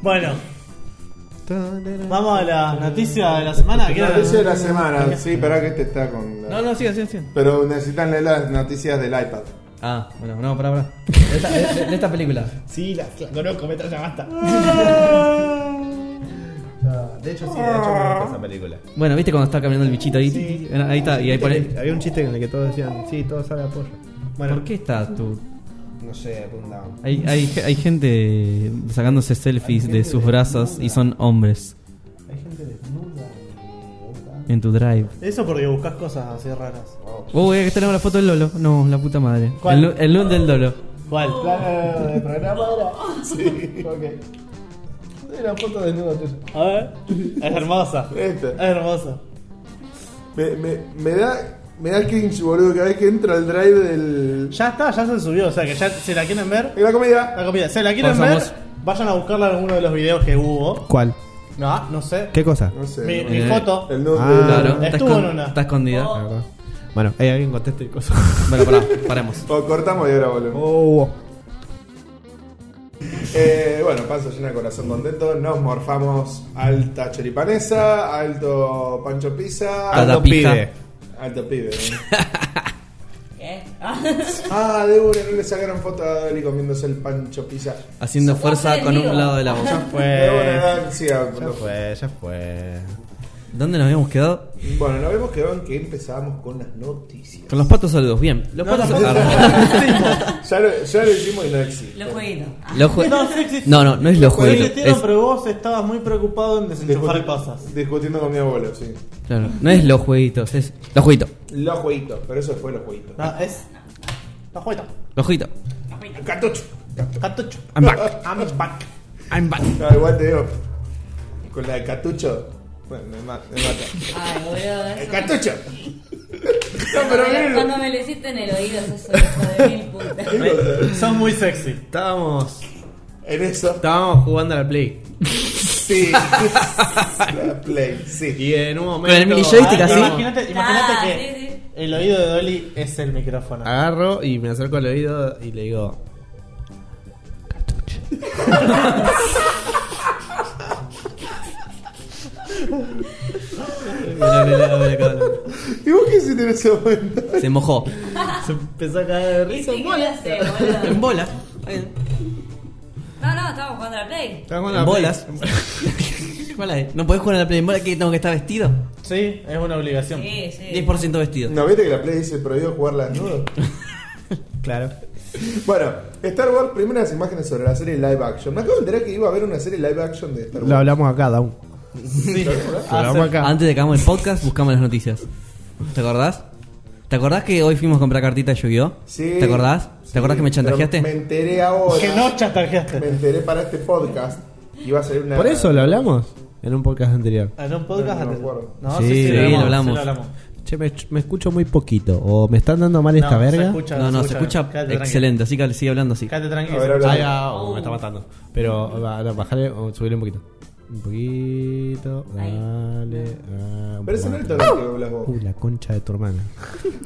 Speaker 3: Bueno, vamos a la noticia de la semana. que era-
Speaker 1: Noticia de la semana, sí, pará que este está con. la-
Speaker 2: No, no, sigan, sigan, sigan.
Speaker 1: Pero necesitan leer las noticias del iPad.
Speaker 2: Ah, bueno, no, pará, pará. De esta, de- de esta película.
Speaker 4: Sí, la, conozco, me ya basta. Ah. de hecho, sí, de hecho, conozco esa película.
Speaker 2: Bueno, ¿viste cuando está caminando el bichito ahí? Bueno, ahí
Speaker 4: Ah,
Speaker 2: está, y ahí pone...
Speaker 4: Había un chiste en el que todos decían, sí, todo sabe a pollo. Bueno,
Speaker 2: ¿Por qué está tú?
Speaker 4: No sé, apuntaban.
Speaker 2: Hay, hay, hay gente sacándose selfies de sus brazos y son hombres
Speaker 4: Hay gente desnuda. y-
Speaker 2: en tu drive.
Speaker 3: Eso porque buscas cosas así raras.
Speaker 2: Oh, eh, que tenemos la foto del Lolo. No, la puta madre.
Speaker 3: ¿Cuál?
Speaker 2: El, nu- el nude del Lolo.
Speaker 3: ¿Cuál?
Speaker 4: El programa era. Sí. Ok. Era foto desnuda tuya.
Speaker 3: A ver. Es hermosa.
Speaker 1: Este.
Speaker 3: Es hermosa.
Speaker 1: Me, me, me da. Me da cringe, boludo, cada vez que entro al drive del.
Speaker 3: Ya está, ya se subió. O sea que ya, si la quieren ver,
Speaker 1: de la comida.
Speaker 3: la comida. Si la quieren
Speaker 2: Pasamos.
Speaker 3: ver, vayan a buscarla en alguno de los videos que hubo.
Speaker 4: ¿Cuál?
Speaker 3: No, no sé.
Speaker 4: ¿Qué cosa?
Speaker 1: No sé.
Speaker 3: Mi,
Speaker 1: no-
Speaker 3: mi
Speaker 2: Eh,
Speaker 3: foto.
Speaker 1: El nude
Speaker 4: Ah,
Speaker 1: del-
Speaker 2: Claro, está,
Speaker 3: Estuvo
Speaker 2: escon-
Speaker 3: en una.
Speaker 2: está escondida.
Speaker 4: La verdad. Bueno, hay alguien contesta y cosa.
Speaker 2: Bueno, pará, paremos.
Speaker 1: O Oh, cortamos y ahora volvemos.
Speaker 4: Oh.
Speaker 1: Eh, bueno, paso llena de corazón contento. Nos morfamos alta choripanesa, alto pancho pizza,
Speaker 2: Alta
Speaker 4: Alto
Speaker 2: pija.
Speaker 4: pibe.
Speaker 1: alto pibe. ¿no?
Speaker 5: ¿Qué? Ah,
Speaker 1: ah, de una, no le sacaron foto a Dolly comiéndose el pancho pizza.
Speaker 2: Haciendo
Speaker 5: Su
Speaker 2: fuerza
Speaker 5: voz
Speaker 2: con
Speaker 5: enemigo.
Speaker 2: un lado de la boca.
Speaker 1: De
Speaker 4: Fue.
Speaker 1: una, sí, ah, a-
Speaker 4: Ya fue, ya fue.
Speaker 2: ¿Dónde nos habíamos quedado?
Speaker 1: Bueno, nos vemos que van que empezamos con las noticias.
Speaker 2: Con los patos saludos, bien. Los patos saludos.
Speaker 1: Ya lo, ya lo hicimos y no existe.
Speaker 5: Los jueguitos. Ah,
Speaker 2: Los jue-
Speaker 3: No, sí existe.
Speaker 2: No, no, no es los jueguitos.
Speaker 3: Existieron,
Speaker 2: es-
Speaker 3: pero vos estabas muy preocupado en desenchufar
Speaker 1: Discuti-
Speaker 3: cosas.
Speaker 1: Discutiendo con mi abuelo, sí.
Speaker 2: claro, no es los jueguitos, es los jueguitos.
Speaker 1: Los jueguitos, pero eso fue los jueguitos.
Speaker 3: No, es. La juega.
Speaker 2: Los jueguitos.
Speaker 1: Cartucho.
Speaker 3: Cartucho.
Speaker 2: I'm back.
Speaker 3: I'm back.
Speaker 2: I'm back.
Speaker 1: No, igual te digo. Con la de cartucho. Bueno, me mata. Me mata.
Speaker 5: Ay, boludo.
Speaker 1: ¡El
Speaker 5: eso-
Speaker 1: cartucho! No,
Speaker 5: Cuando
Speaker 1: pero
Speaker 5: me lo- Cuando
Speaker 1: miren.
Speaker 5: me lo hiciste en el oído, eso es hijo de mil putas.
Speaker 3: Son muy sexy.
Speaker 4: Estábamos.
Speaker 1: En eso.
Speaker 4: Estábamos jugando a la Play.
Speaker 1: Sí. La play, sí.
Speaker 4: Y en un
Speaker 2: el
Speaker 4: momento.
Speaker 2: mini joystick
Speaker 4: agarro-
Speaker 2: así.
Speaker 3: Imagínate, imagínate
Speaker 5: Ah, sí,
Speaker 3: que
Speaker 5: sí.
Speaker 3: el oído de Dolly es el micrófono.
Speaker 4: Agarro y me acerco al oído y le digo.
Speaker 2: Mirá, mirá, mirá, mirá, mirá.
Speaker 1: ¿Y vos qué hiciste en ese momento?
Speaker 2: Se mojó.
Speaker 3: Se empezó a caer de
Speaker 5: Y
Speaker 3: risa.
Speaker 5: sí que lo hace, boludo.
Speaker 2: En bola.
Speaker 5: No, no, estábamos jugando a la Play.
Speaker 2: En bolas. ¿Cuál es? ¿No podés jugar a la play en bola? que tengo que estar vestido?
Speaker 3: Sí, es una obligación.
Speaker 5: Sí, sí.
Speaker 2: 10% vestido.
Speaker 1: ¿No viste que la play dice prohibido jugarla desnudo?
Speaker 4: Claro.
Speaker 1: Bueno, Star Wars, primeras imágenes sobre la serie live action. Me acabo de enterar que iba a haber una serie live action de Star Wars.
Speaker 4: Lo hablamos acá, Down.
Speaker 3: Sí.
Speaker 4: Lo hablamos acá.
Speaker 2: Antes de que hagamos el podcast, buscamos las noticias. ¿Te acordás? ¿Te acordás que hoy fuimos a comprar cartitas de Yu-Gi-Oh?
Speaker 1: Sí.
Speaker 2: ¿Te acordás? ¿Te
Speaker 1: Sí,
Speaker 2: acordás que me
Speaker 1: pero
Speaker 2: chantajeaste?
Speaker 1: Me enteré ahora.
Speaker 3: Que no chantajeaste.
Speaker 1: Me enteré para este podcast. que Iba a ser una.
Speaker 4: Por eso lo hablamos en un podcast anterior.
Speaker 3: En un podcast
Speaker 1: No, no me
Speaker 3: anterior.
Speaker 1: acuerdo.
Speaker 3: Ah, No,
Speaker 4: Sí,
Speaker 3: sí, sí,
Speaker 4: sí,
Speaker 2: lo
Speaker 3: lo hablamos.
Speaker 2: hablamos.
Speaker 3: sí, lo hablamos.
Speaker 4: Che, me, me escucho muy poquito. O me están dando mal
Speaker 3: No,
Speaker 4: esta
Speaker 3: se
Speaker 4: verga.
Speaker 3: escucha,
Speaker 2: no, no, se
Speaker 3: escucha.
Speaker 2: escucha
Speaker 3: Quédate
Speaker 2: excelente, así que sigue hablando así.
Speaker 3: Quédate
Speaker 1: A ver,
Speaker 3: tranquilo.
Speaker 1: habla.
Speaker 4: Ay, ah, oh, me está matando. Pero ahora bajale o subile un poquito. Un poquito.
Speaker 5: Ahí.
Speaker 4: Dale. ah, un
Speaker 1: Pero es
Speaker 4: poco
Speaker 1: en
Speaker 4: más.
Speaker 1: alto lo que hablas vos.
Speaker 4: Uh, la concha de tu hermana.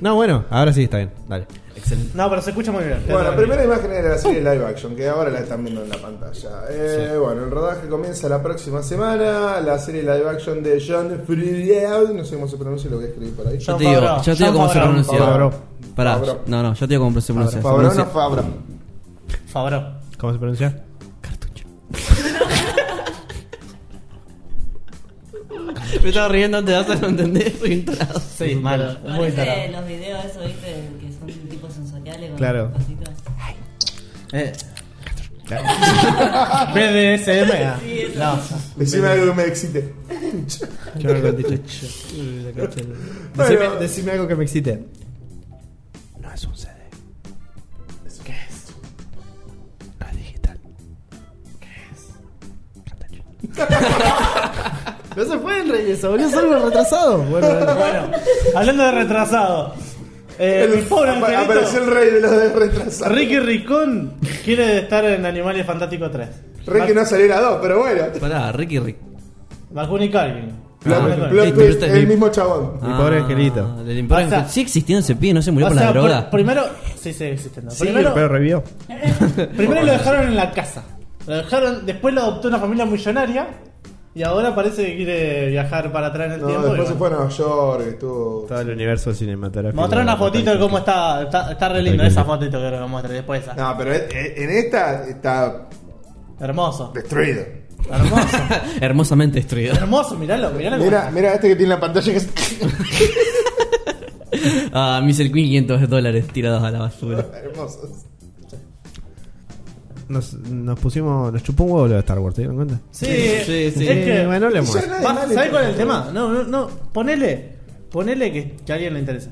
Speaker 4: No, bueno, ahora sí está bien. Dale.
Speaker 2: Excelente.
Speaker 3: No, pero se escucha muy bien. quédate
Speaker 1: Bueno, la
Speaker 3: tranquilo.
Speaker 1: primera imagen era la serie live action, que ahora la están viendo en la pantalla. Eh, Bueno, el rodaje comienza la próxima semana. La serie live action de John Favreau, no sé cómo se pronuncia lo que escribí por ahí.
Speaker 2: Yo
Speaker 3: John
Speaker 2: te digo,
Speaker 3: Favreau.
Speaker 2: yo te digo
Speaker 3: John
Speaker 2: cómo se
Speaker 3: Favreau.
Speaker 2: pronuncia.
Speaker 1: Favreau.
Speaker 2: Pará,
Speaker 1: Favreau.
Speaker 2: no, no, yo te digo cómo se pronuncia. se
Speaker 1: Favreau no
Speaker 2: pronuncia-
Speaker 1: Favreau.
Speaker 3: Favreau.
Speaker 4: ¿Cómo se pronuncia?
Speaker 2: Me estaba riendo antes de hacer, no entendés, soy un tarado.
Speaker 3: Sí, mal. Muy
Speaker 5: Parece
Speaker 3: tarado.
Speaker 5: los videos esos, viste, que son tipos sensoriales. con
Speaker 4: Claro.
Speaker 5: cositas.
Speaker 3: Eh. BDSM. No.
Speaker 1: Decime algo que me excite.
Speaker 4: Decime,
Speaker 1: Bueno.
Speaker 4: decime algo que me excite.
Speaker 2: Ah,
Speaker 4: No es un CD. ¿Qué es? No es digital. ¿Qué es? No se pueden reír eso, boludo. Son los retrasados. Bueno, dale.
Speaker 3: Bueno, hablando de retrasado. Eh, mi pobre
Speaker 1: apa-
Speaker 3: angelito,
Speaker 1: apareció el rey de los de retrasados.
Speaker 3: Ricky Ricón quiere estar en Animales Fantásticos 3.
Speaker 1: Rey que no saliera dos, pero bueno.
Speaker 2: Pará, Ricky Rick. Ah,
Speaker 3: Bakuni y Calvin.
Speaker 1: Plot-
Speaker 3: Bakuni y
Speaker 1: plot
Speaker 2: listo,
Speaker 1: twist,
Speaker 2: listo,
Speaker 1: el
Speaker 2: listo.
Speaker 1: mismo chabón.
Speaker 4: Mi pobre angelito.
Speaker 2: Ah, Del imperio
Speaker 3: O sea-
Speaker 2: Angel- sigue existiendo ese pibe, no se murió
Speaker 3: O
Speaker 2: por
Speaker 3: sea,
Speaker 2: la droga.
Speaker 3: por- primero. Sí, sí, existen.
Speaker 4: Sí,
Speaker 3: primero,
Speaker 4: pero revivió.
Speaker 3: primero lo dejaron en la casa. Lo dejaron. Después lo adoptó una familia millonaria. Y ahora parece que quiere viajar para atrás en el
Speaker 1: No,
Speaker 3: Ah, tiempo. y
Speaker 1: después se
Speaker 3: bueno.
Speaker 1: fue a Nueva York, estuvo.
Speaker 4: Todo el universo cinematográfico.
Speaker 3: Mostrar una fotito de cómo está. Está, está re lindo
Speaker 4: Está
Speaker 3: esa
Speaker 4: lindo.
Speaker 3: fotito que lo muestre después esa.
Speaker 1: No, pero en- en esta está
Speaker 3: Hermoso.
Speaker 1: destruido.
Speaker 3: Hermoso.
Speaker 2: Hermosamente destruido.
Speaker 3: Hermoso, miralo, miralo.
Speaker 1: Mira, mira este que tiene la pantalla que es.
Speaker 2: Ah, mis 1500 dólares tirados a la basura.
Speaker 1: Hermoso.
Speaker 4: Nos, nos pusimos. Nos chupó un huevo lo de Star Wars, ¿te dieron cuenta?
Speaker 3: Sí,
Speaker 2: Sí, sí.
Speaker 3: Es que,
Speaker 4: Eh, bueno, hablemos.
Speaker 1: Ya nadie
Speaker 3: Va,
Speaker 1: más le
Speaker 3: ¿Sabes cuál es el
Speaker 1: importa.
Speaker 3: tema? No, no, no. Ponele. Ponele que, que a alguien le interesa.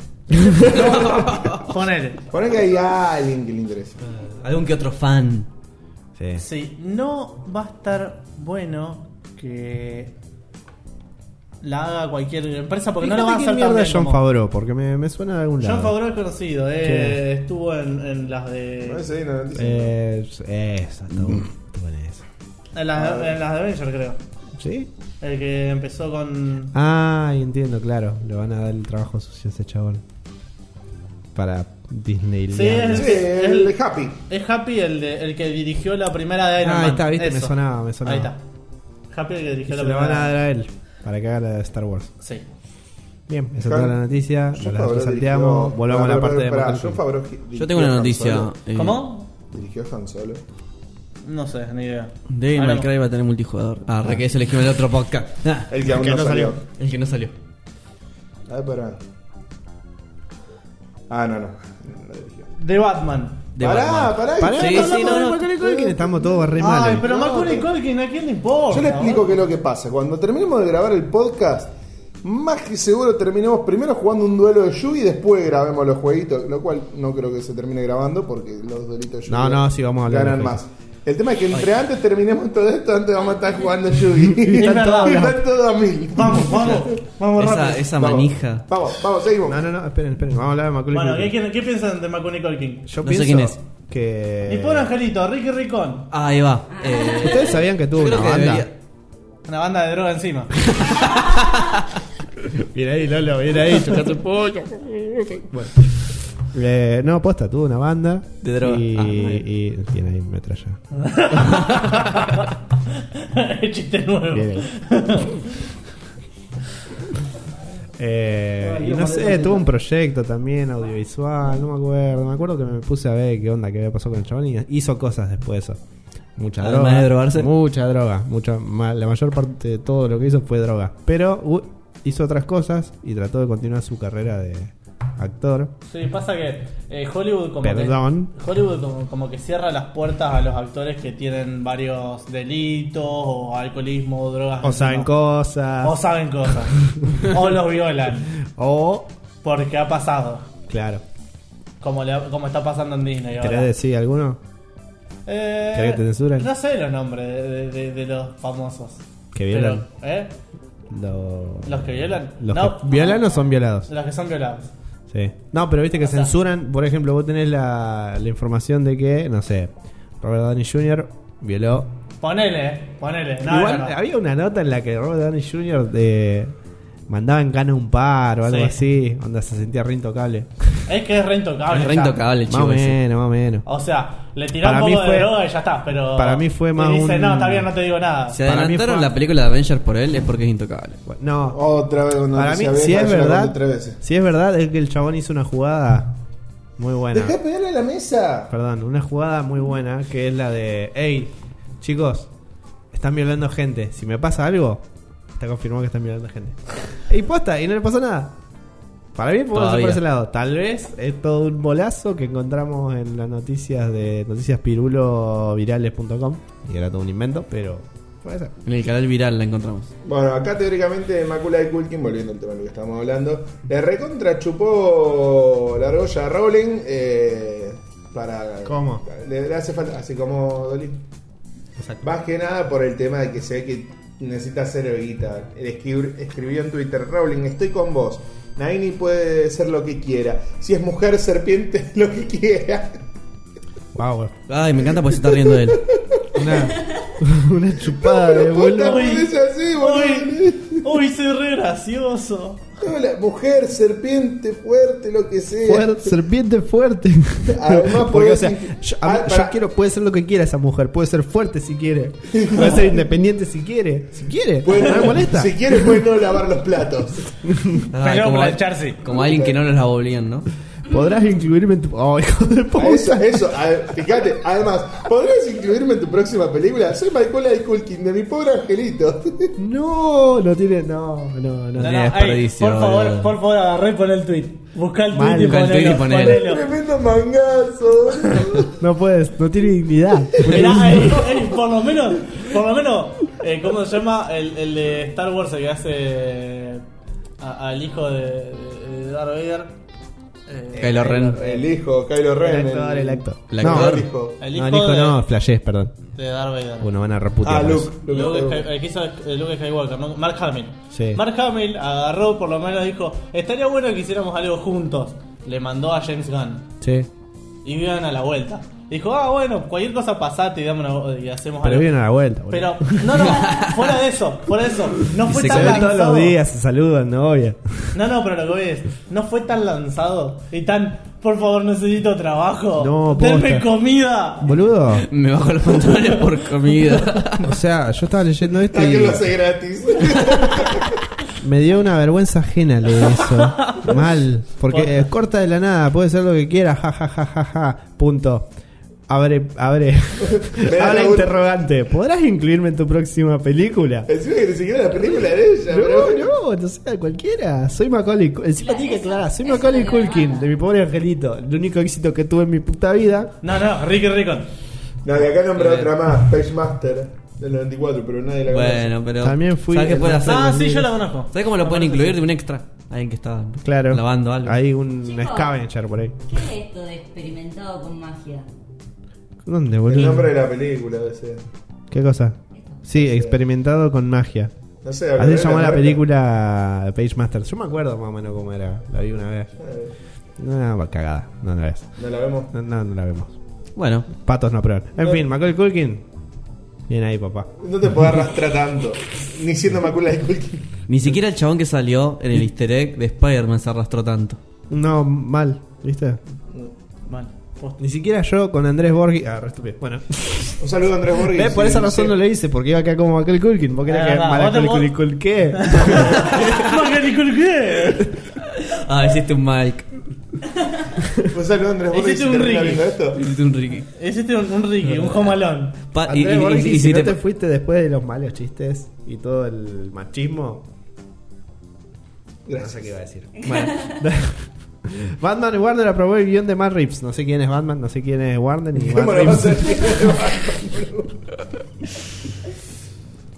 Speaker 3: ponele.
Speaker 1: Ponen que hay alguien que le interese.
Speaker 2: Ah, Algún que otro fan.
Speaker 4: Sí.
Speaker 3: Sí, no va a estar bueno que la haga cualquier empresa porque no la va a
Speaker 4: Fíjate
Speaker 3: hacer
Speaker 4: qué
Speaker 3: tan
Speaker 4: mierda
Speaker 3: bien
Speaker 4: es John
Speaker 3: como-
Speaker 4: Favreau, porque me, me suena de algún lado.
Speaker 3: John Favreau es conocido, eh,
Speaker 4: ¿Qué?
Speaker 3: estuvo en, en las de.
Speaker 1: No sé, no, no sé.
Speaker 4: Eh, esa, tú,
Speaker 3: Mm.
Speaker 4: tú en esa.
Speaker 3: En las, en las de Avenger, creo.
Speaker 4: ¿Sí?
Speaker 3: El que empezó con.
Speaker 4: Ah, entiendo, claro. Le van a dar el trabajo sucio a ese chabón. Para Disney.
Speaker 3: Sí, es-
Speaker 1: Sí, el Happy.
Speaker 3: Es Happy el, de- el que dirigió la primera de Iron Man.
Speaker 4: Ah, ahí está, viste, me
Speaker 3: Eso.
Speaker 4: sonaba, me sonaba.
Speaker 3: Ahí está. Happy el que
Speaker 4: Y
Speaker 3: dirigió
Speaker 4: se
Speaker 3: la
Speaker 4: lo
Speaker 3: primera.
Speaker 4: van a dar a él. Para que haga la de Star Wars.
Speaker 3: Sí.
Speaker 4: Bien, esa es
Speaker 1: John-
Speaker 4: toda la noticia.
Speaker 1: John
Speaker 4: La
Speaker 1: Favreau
Speaker 4: salteamos.
Speaker 1: dirigió-
Speaker 4: Volvamos a
Speaker 1: Pará,
Speaker 4: la parte de
Speaker 1: pará,
Speaker 4: Mortal
Speaker 1: John
Speaker 4: Kombat.
Speaker 1: Favreau gi-
Speaker 2: Yo tengo una
Speaker 1: dirigió Han
Speaker 2: noticia. eh,
Speaker 1: Solo.
Speaker 3: ¿Cómo?
Speaker 1: Dirigió Han Solo.
Speaker 3: No sé, ni idea.
Speaker 1: Ah,
Speaker 2: Devil May
Speaker 3: Hablamos.
Speaker 2: Cry va a tener multijugador. Ah, re que eso elegimos en el otro podcast. Ah,
Speaker 1: El que aún no salió.
Speaker 2: el que no salió.
Speaker 1: Ah, pará. Ah, no, no. No lo dirigió.
Speaker 3: The Batman.
Speaker 2: De
Speaker 1: Pará,
Speaker 2: Batman.
Speaker 1: pará.
Speaker 4: Pará,
Speaker 2: Sí,
Speaker 4: estamos
Speaker 2: sí,
Speaker 4: hablando
Speaker 2: no,
Speaker 4: de
Speaker 2: no.
Speaker 4: Macaulay Culkin, Estamos todos re mal.
Speaker 3: Ay,
Speaker 4: hoy.
Speaker 3: pero
Speaker 1: No,
Speaker 3: Macaulay
Speaker 1: pero-
Speaker 3: Culkin, ¿a quién le importa?
Speaker 1: Yo le explico
Speaker 3: boludo?
Speaker 1: qué es lo que pasa. Cuando terminemos de grabar el podcast, más que seguro terminemos primero jugando un duelo de Yu y después grabemos los jueguitos, lo cual no creo que se termine grabando porque los duelitos de Yu
Speaker 4: No, no, sí, vamos a hablar
Speaker 1: ganan
Speaker 4: de los
Speaker 1: más. El tema es que entre antes terminemos todo esto, antes vamos a estar jugando Yugi.
Speaker 3: Es verdad,
Speaker 1: Están todos a mil.
Speaker 3: Vamos, vamos, vamos
Speaker 2: Esa,
Speaker 3: rápido.
Speaker 2: esa
Speaker 1: Vamos.
Speaker 2: manija.
Speaker 1: Vamos, vamos, seguimos.
Speaker 4: No, no, no, esperen, esperen. Vamos a hablar de Macaulay
Speaker 3: Bueno, ¿qué,
Speaker 4: Culkin.
Speaker 3: qué, qué piensan de Macaulay Culkin?
Speaker 4: Yo
Speaker 2: No sé
Speaker 4: pienso
Speaker 2: quién es.
Speaker 4: que.
Speaker 3: Mi pobre angelito, Ricky Ricón.
Speaker 2: Ah, ahí va. Eh,
Speaker 4: ¿Ustedes sabían que tuvo
Speaker 2: creo
Speaker 4: una
Speaker 2: que
Speaker 4: banda?
Speaker 2: debería-
Speaker 3: Una banda de droga encima.
Speaker 4: Bien ahí, Lolo, bien ahí, chocaste un pollo. Bueno. Eh, no, posta, tuvo una banda.
Speaker 2: De droga.
Speaker 4: Y,
Speaker 2: Ah, ahí.
Speaker 4: y tiene ahí metralla.
Speaker 3: Chiste nuevo.
Speaker 4: Bien ahí. Eh, y no sé, tuvo un proyecto también audiovisual, no me acuerdo. Me acuerdo que me puse a ver qué onda, qué había pasado con el chabón y hizo cosas después de eso. Mucha
Speaker 2: Además
Speaker 4: droga.
Speaker 2: de drogarse.
Speaker 4: Mucha droga. Mucha, ma- la mayor parte de todo lo que hizo fue droga. Pero u- hizo otras cosas y trató de continuar su carrera de actor.
Speaker 3: Sí, pasa que eh, Hollywood como
Speaker 4: Perdón.
Speaker 3: que Hollywood como, como que cierra las puertas a los actores que tienen varios delitos o alcoholismo, o drogas.
Speaker 4: O saben
Speaker 3: encima.
Speaker 4: cosas.
Speaker 3: O saben cosas. o los violan.
Speaker 4: O,
Speaker 3: Porque ha pasado.
Speaker 4: claro.
Speaker 3: Como, le ha- como está pasando en Disney ahora.
Speaker 4: ¿Querés decir alguno?
Speaker 3: Eh,
Speaker 4: ¿Querés que te censuren?
Speaker 3: No sé los nombres de, de- de- de los famosos.
Speaker 4: Que violan.
Speaker 3: Pero, ¿eh?
Speaker 4: lo-
Speaker 3: Los que violan.
Speaker 4: los
Speaker 3: no,
Speaker 4: que violan o son violados.
Speaker 3: Los que son violados.
Speaker 4: Sí. No, pero viste que
Speaker 3: O sea-
Speaker 4: censuran, por ejemplo, vos tenés la, la información de que, no sé, Robert Downey Jr. violó.
Speaker 3: Ponele, eh, ponele. No,
Speaker 4: Igual
Speaker 3: no, no.
Speaker 4: había una nota en la que Robert Downey Jr. de- mandaba en cana un par o algo
Speaker 3: Sí.
Speaker 4: así, donde se sentía re intocable.
Speaker 3: Es que es re intocable.
Speaker 2: Es re
Speaker 3: ya.
Speaker 2: intocable,
Speaker 4: Más o
Speaker 2: chico. ese.
Speaker 4: menos, más o menos.
Speaker 3: O sea, le tiró
Speaker 4: Para
Speaker 3: un poco
Speaker 4: mí
Speaker 3: de
Speaker 4: fue-
Speaker 3: droga y ya está, pero.
Speaker 4: para mí fue más
Speaker 3: Y dice,
Speaker 4: un-
Speaker 3: no, está bien, no te digo nada.
Speaker 2: Si
Speaker 4: Para mí
Speaker 2: adelantaron
Speaker 4: fue-
Speaker 2: la película de Avengers por él es porque es intocable.
Speaker 4: Bueno, No,
Speaker 1: Otra vez una
Speaker 4: para mí,
Speaker 1: noticia
Speaker 4: si
Speaker 1: vieja,
Speaker 4: es
Speaker 1: yo la conté
Speaker 4: verdad,
Speaker 1: tres veces.
Speaker 4: si es verdad, es que el chabón hizo una jugada muy buena.
Speaker 1: Dejá de pegarle a la mesa.
Speaker 4: Perdón, una jugada muy buena que es la de, hey, chicos, están violando gente. Si me pasa algo, está confirmado que están violando gente. Y posta, y no le pasó nada. Para mí, por
Speaker 2: Todavía.
Speaker 4: por ese lado. Tal vez es todo un bolazo que encontramos en las noticias de noticiaspirulovirales.com. Y era todo un invento, pero puede ser.
Speaker 2: En el canal viral la encontramos.
Speaker 1: Bueno, acá teóricamente Maculay Culkin, volviendo al tema de lo que estábamos hablando, le recontra chupó la argolla a Rowling eh, para...
Speaker 4: ¿Cómo?
Speaker 1: Le, le hace falta, así como Dolly. Más que nada por el tema de que se ve que necesita hacer guita. Él escri- escribió en Twitter, Rowling, estoy con vos. Naini puede ser lo que quiera. Si es mujer, serpiente, lo que quiera.
Speaker 4: Power.
Speaker 2: Ay, me encanta porque se está riendo de él.
Speaker 4: Una, una chupada de
Speaker 1: Puta,
Speaker 4: boludo.
Speaker 1: ¿por qué es así, boludo?
Speaker 3: Uy, uy, soy re gracioso.
Speaker 1: Hola, mujer, serpiente, fuerte, lo que sea.
Speaker 4: Fuerte, serpiente fuerte.
Speaker 1: Además,
Speaker 4: Porque, o
Speaker 1: podés
Speaker 4: sea,
Speaker 1: inclu-
Speaker 4: yo,
Speaker 1: Ah,
Speaker 4: yo
Speaker 1: pará.
Speaker 4: quiero, puede ser lo que quiera esa mujer, puede ser fuerte si quiere, puede ser independiente si quiere, si quiere,
Speaker 1: Puede-
Speaker 4: no me molesta.
Speaker 1: Si quiere, puede no lavar los platos.
Speaker 2: Ay,
Speaker 3: Pero
Speaker 2: como,
Speaker 3: plancharse.
Speaker 2: como alguien que no los la obligan, ¿no?
Speaker 4: Podrás incluirme en tu. Oh, hijo de puta.
Speaker 1: Eso, eso, a- fíjate, además, ¿podrías incluirme en tu próxima película? Soy Michael Culkin, de mi pobre angelito.
Speaker 4: No, no tiene. No, no, no.
Speaker 3: No,
Speaker 2: tiene
Speaker 3: no, ey,
Speaker 2: desperdicio,
Speaker 3: por favor,
Speaker 2: boludo.
Speaker 3: por favor, agarré y poné el tweet. Buscá el
Speaker 4: Mal,
Speaker 3: tweet y
Speaker 4: buscá
Speaker 2: el tweet
Speaker 3: ponelo.
Speaker 2: y ponelo.
Speaker 3: ponelo.
Speaker 1: Tremendo mangazo.
Speaker 4: No puedes, no tiene dignidad.
Speaker 3: Mirá, ey, ey, por lo menos, por lo menos, eh, ¿cómo se llama? El, el de Star Wars, el que hace a- al hijo de, de- de Darth Vader. Eh,
Speaker 2: Kylo Ren.
Speaker 1: El hijo, Kylo Ren.
Speaker 4: El actor, el actor.
Speaker 2: El
Speaker 4: No,
Speaker 2: actor.
Speaker 1: El hijo.
Speaker 3: El
Speaker 4: no,
Speaker 3: hijo,
Speaker 4: Nico,
Speaker 3: de,
Speaker 4: no, flashés, perdón.
Speaker 3: de Darth Vader.
Speaker 4: Uno van a reputar.
Speaker 1: Ah,
Speaker 4: por
Speaker 1: Luke.
Speaker 4: eso.
Speaker 1: Luke
Speaker 3: Luke, Sky-
Speaker 1: Skywalker.
Speaker 3: el que hizo eh, Luke Skywalker, ¿no? Mark Hamill.
Speaker 4: Sí.
Speaker 3: Mark Hamill agarró, por lo menos dijo, estaría bueno que hiciéramos algo juntos. Le mandó a James Gunn
Speaker 4: Sí.
Speaker 1: Ah,
Speaker 3: y vivan a la vuelta. Dijo, ah, bueno, cualquier cosa pasate y, dame una- y hacemos
Speaker 4: Pero
Speaker 3: algo.
Speaker 4: vienen a la vuelta, boludo.
Speaker 3: Pero, no, no, fuera de eso, fuera de eso. No
Speaker 2: Y
Speaker 3: fue
Speaker 4: Se
Speaker 2: se
Speaker 3: tan
Speaker 4: ven
Speaker 3: lanzado.
Speaker 4: todos los días, se saludan, no obvia.
Speaker 3: No, no, pero lo que ves, no fue tan lanzado y tan, por favor, necesito trabajo.
Speaker 4: No,
Speaker 3: Denme
Speaker 4: posta.
Speaker 3: comida.
Speaker 4: Boludo.
Speaker 2: Me bajo los pantalones por comida.
Speaker 4: O sea, yo estaba leyendo esto
Speaker 1: Ah,
Speaker 4: y.
Speaker 1: que lo hace gratis.
Speaker 4: Me dio una vergüenza ajena lo de eso. Mal. Porque eh, corta de la nada, puede ser lo que quiera, ja ja ja ja ja. Punto. Abre, abre.
Speaker 1: Me da
Speaker 4: abre
Speaker 1: laburo.
Speaker 4: interrogante. ¿Podrás incluirme en tu próxima película?
Speaker 1: Encima que ni siquiera la película de ella,
Speaker 4: No,
Speaker 1: bro.
Speaker 4: no, no sea cualquiera. Soy Macaulay. Cul- Encima tiene que aclarar. Soy Macaulay Culkin, de mi pobre angelito. El único éxito que tuve en mi puta vida.
Speaker 3: No, no, Ricky Ricon.
Speaker 1: No, de acá nombra otra más, Page Master, del 94, pero nadie la conoce.
Speaker 2: Bueno, pero.
Speaker 4: También fui
Speaker 2: ¿Sabes qué
Speaker 4: el
Speaker 2: puede hacer? Pues
Speaker 4: doctor
Speaker 3: Ah, sí, yo la conozco.
Speaker 2: ¿Sabes cómo lo pueden incluir de un extra? Alguien que está
Speaker 4: Claro.
Speaker 2: lavando algo.
Speaker 4: Hay un
Speaker 5: Chicos.
Speaker 4: scavenger por ahí.
Speaker 5: ¿Qué es esto de experimentado con magia?
Speaker 4: ¿Dónde,
Speaker 1: El
Speaker 4: boludo?
Speaker 1: nombre de la película, o sea.
Speaker 4: ¿Qué cosa? Sí,
Speaker 2: eh,
Speaker 4: experimentado con magia.
Speaker 1: No sé,
Speaker 4: Así
Speaker 1: hablaré
Speaker 4: se llamó
Speaker 1: de
Speaker 4: la
Speaker 1: marca.
Speaker 4: película Page Master. Yo me acuerdo más o menos cómo era. La vi una vez.
Speaker 1: Eh,
Speaker 4: No, va, cagada. No la ves.
Speaker 1: No la vemos.
Speaker 4: No, no, no la vemos.
Speaker 2: Bueno,
Speaker 4: Patos no prueban. En
Speaker 1: No.
Speaker 4: fin, Macaulay Culkin. Bien ahí, papá.
Speaker 1: No te puedo arrastrar tanto. Ni siendo Maculay Culkin.
Speaker 2: ni siquiera el chabón que salió en el easter egg de Spider-Man se arrastró tanto.
Speaker 4: No, mal. ¿Viste?
Speaker 3: Bueno, posta.
Speaker 4: Ni siquiera yo con Andrés Borges. Ah, re estúpido. Bueno.
Speaker 1: Un saludo a Andrés Borges.
Speaker 4: Eh, por
Speaker 1: Sí,
Speaker 4: esa razón
Speaker 1: sí.
Speaker 4: no le hice, porque iba acá como Macaulay Culkin. Porque
Speaker 3: Ah,
Speaker 4: era que
Speaker 3: verdad.
Speaker 4: Macaulay
Speaker 3: Vos te-
Speaker 4: Culkin, ¿qué?
Speaker 3: Macaulay Culkin.
Speaker 2: Ah, hiciste un Mike.
Speaker 1: Un saludo a Andrés Borges.
Speaker 3: Hiciste un
Speaker 1: si termina
Speaker 3: Ricky.
Speaker 1: viendo esto.
Speaker 2: Hiciste un Ricky.
Speaker 3: Hiciste un, un Ricky, un jomalón.
Speaker 2: Pa- y-
Speaker 4: Andrés
Speaker 2: y- y-
Speaker 4: Borges,
Speaker 2: y
Speaker 4: si
Speaker 2: si
Speaker 4: no
Speaker 2: te-
Speaker 4: te fuiste después de los malos chistes y todo el machismo, No
Speaker 1: Gracias.
Speaker 4: sé qué iba a decir. Batman y Warner aprobó el guión de Matt Reeves. No sé quién es Batman, no sé quién es Warner ni Matt
Speaker 1: Bueno, va a
Speaker 4: Reeves.
Speaker 1: ser-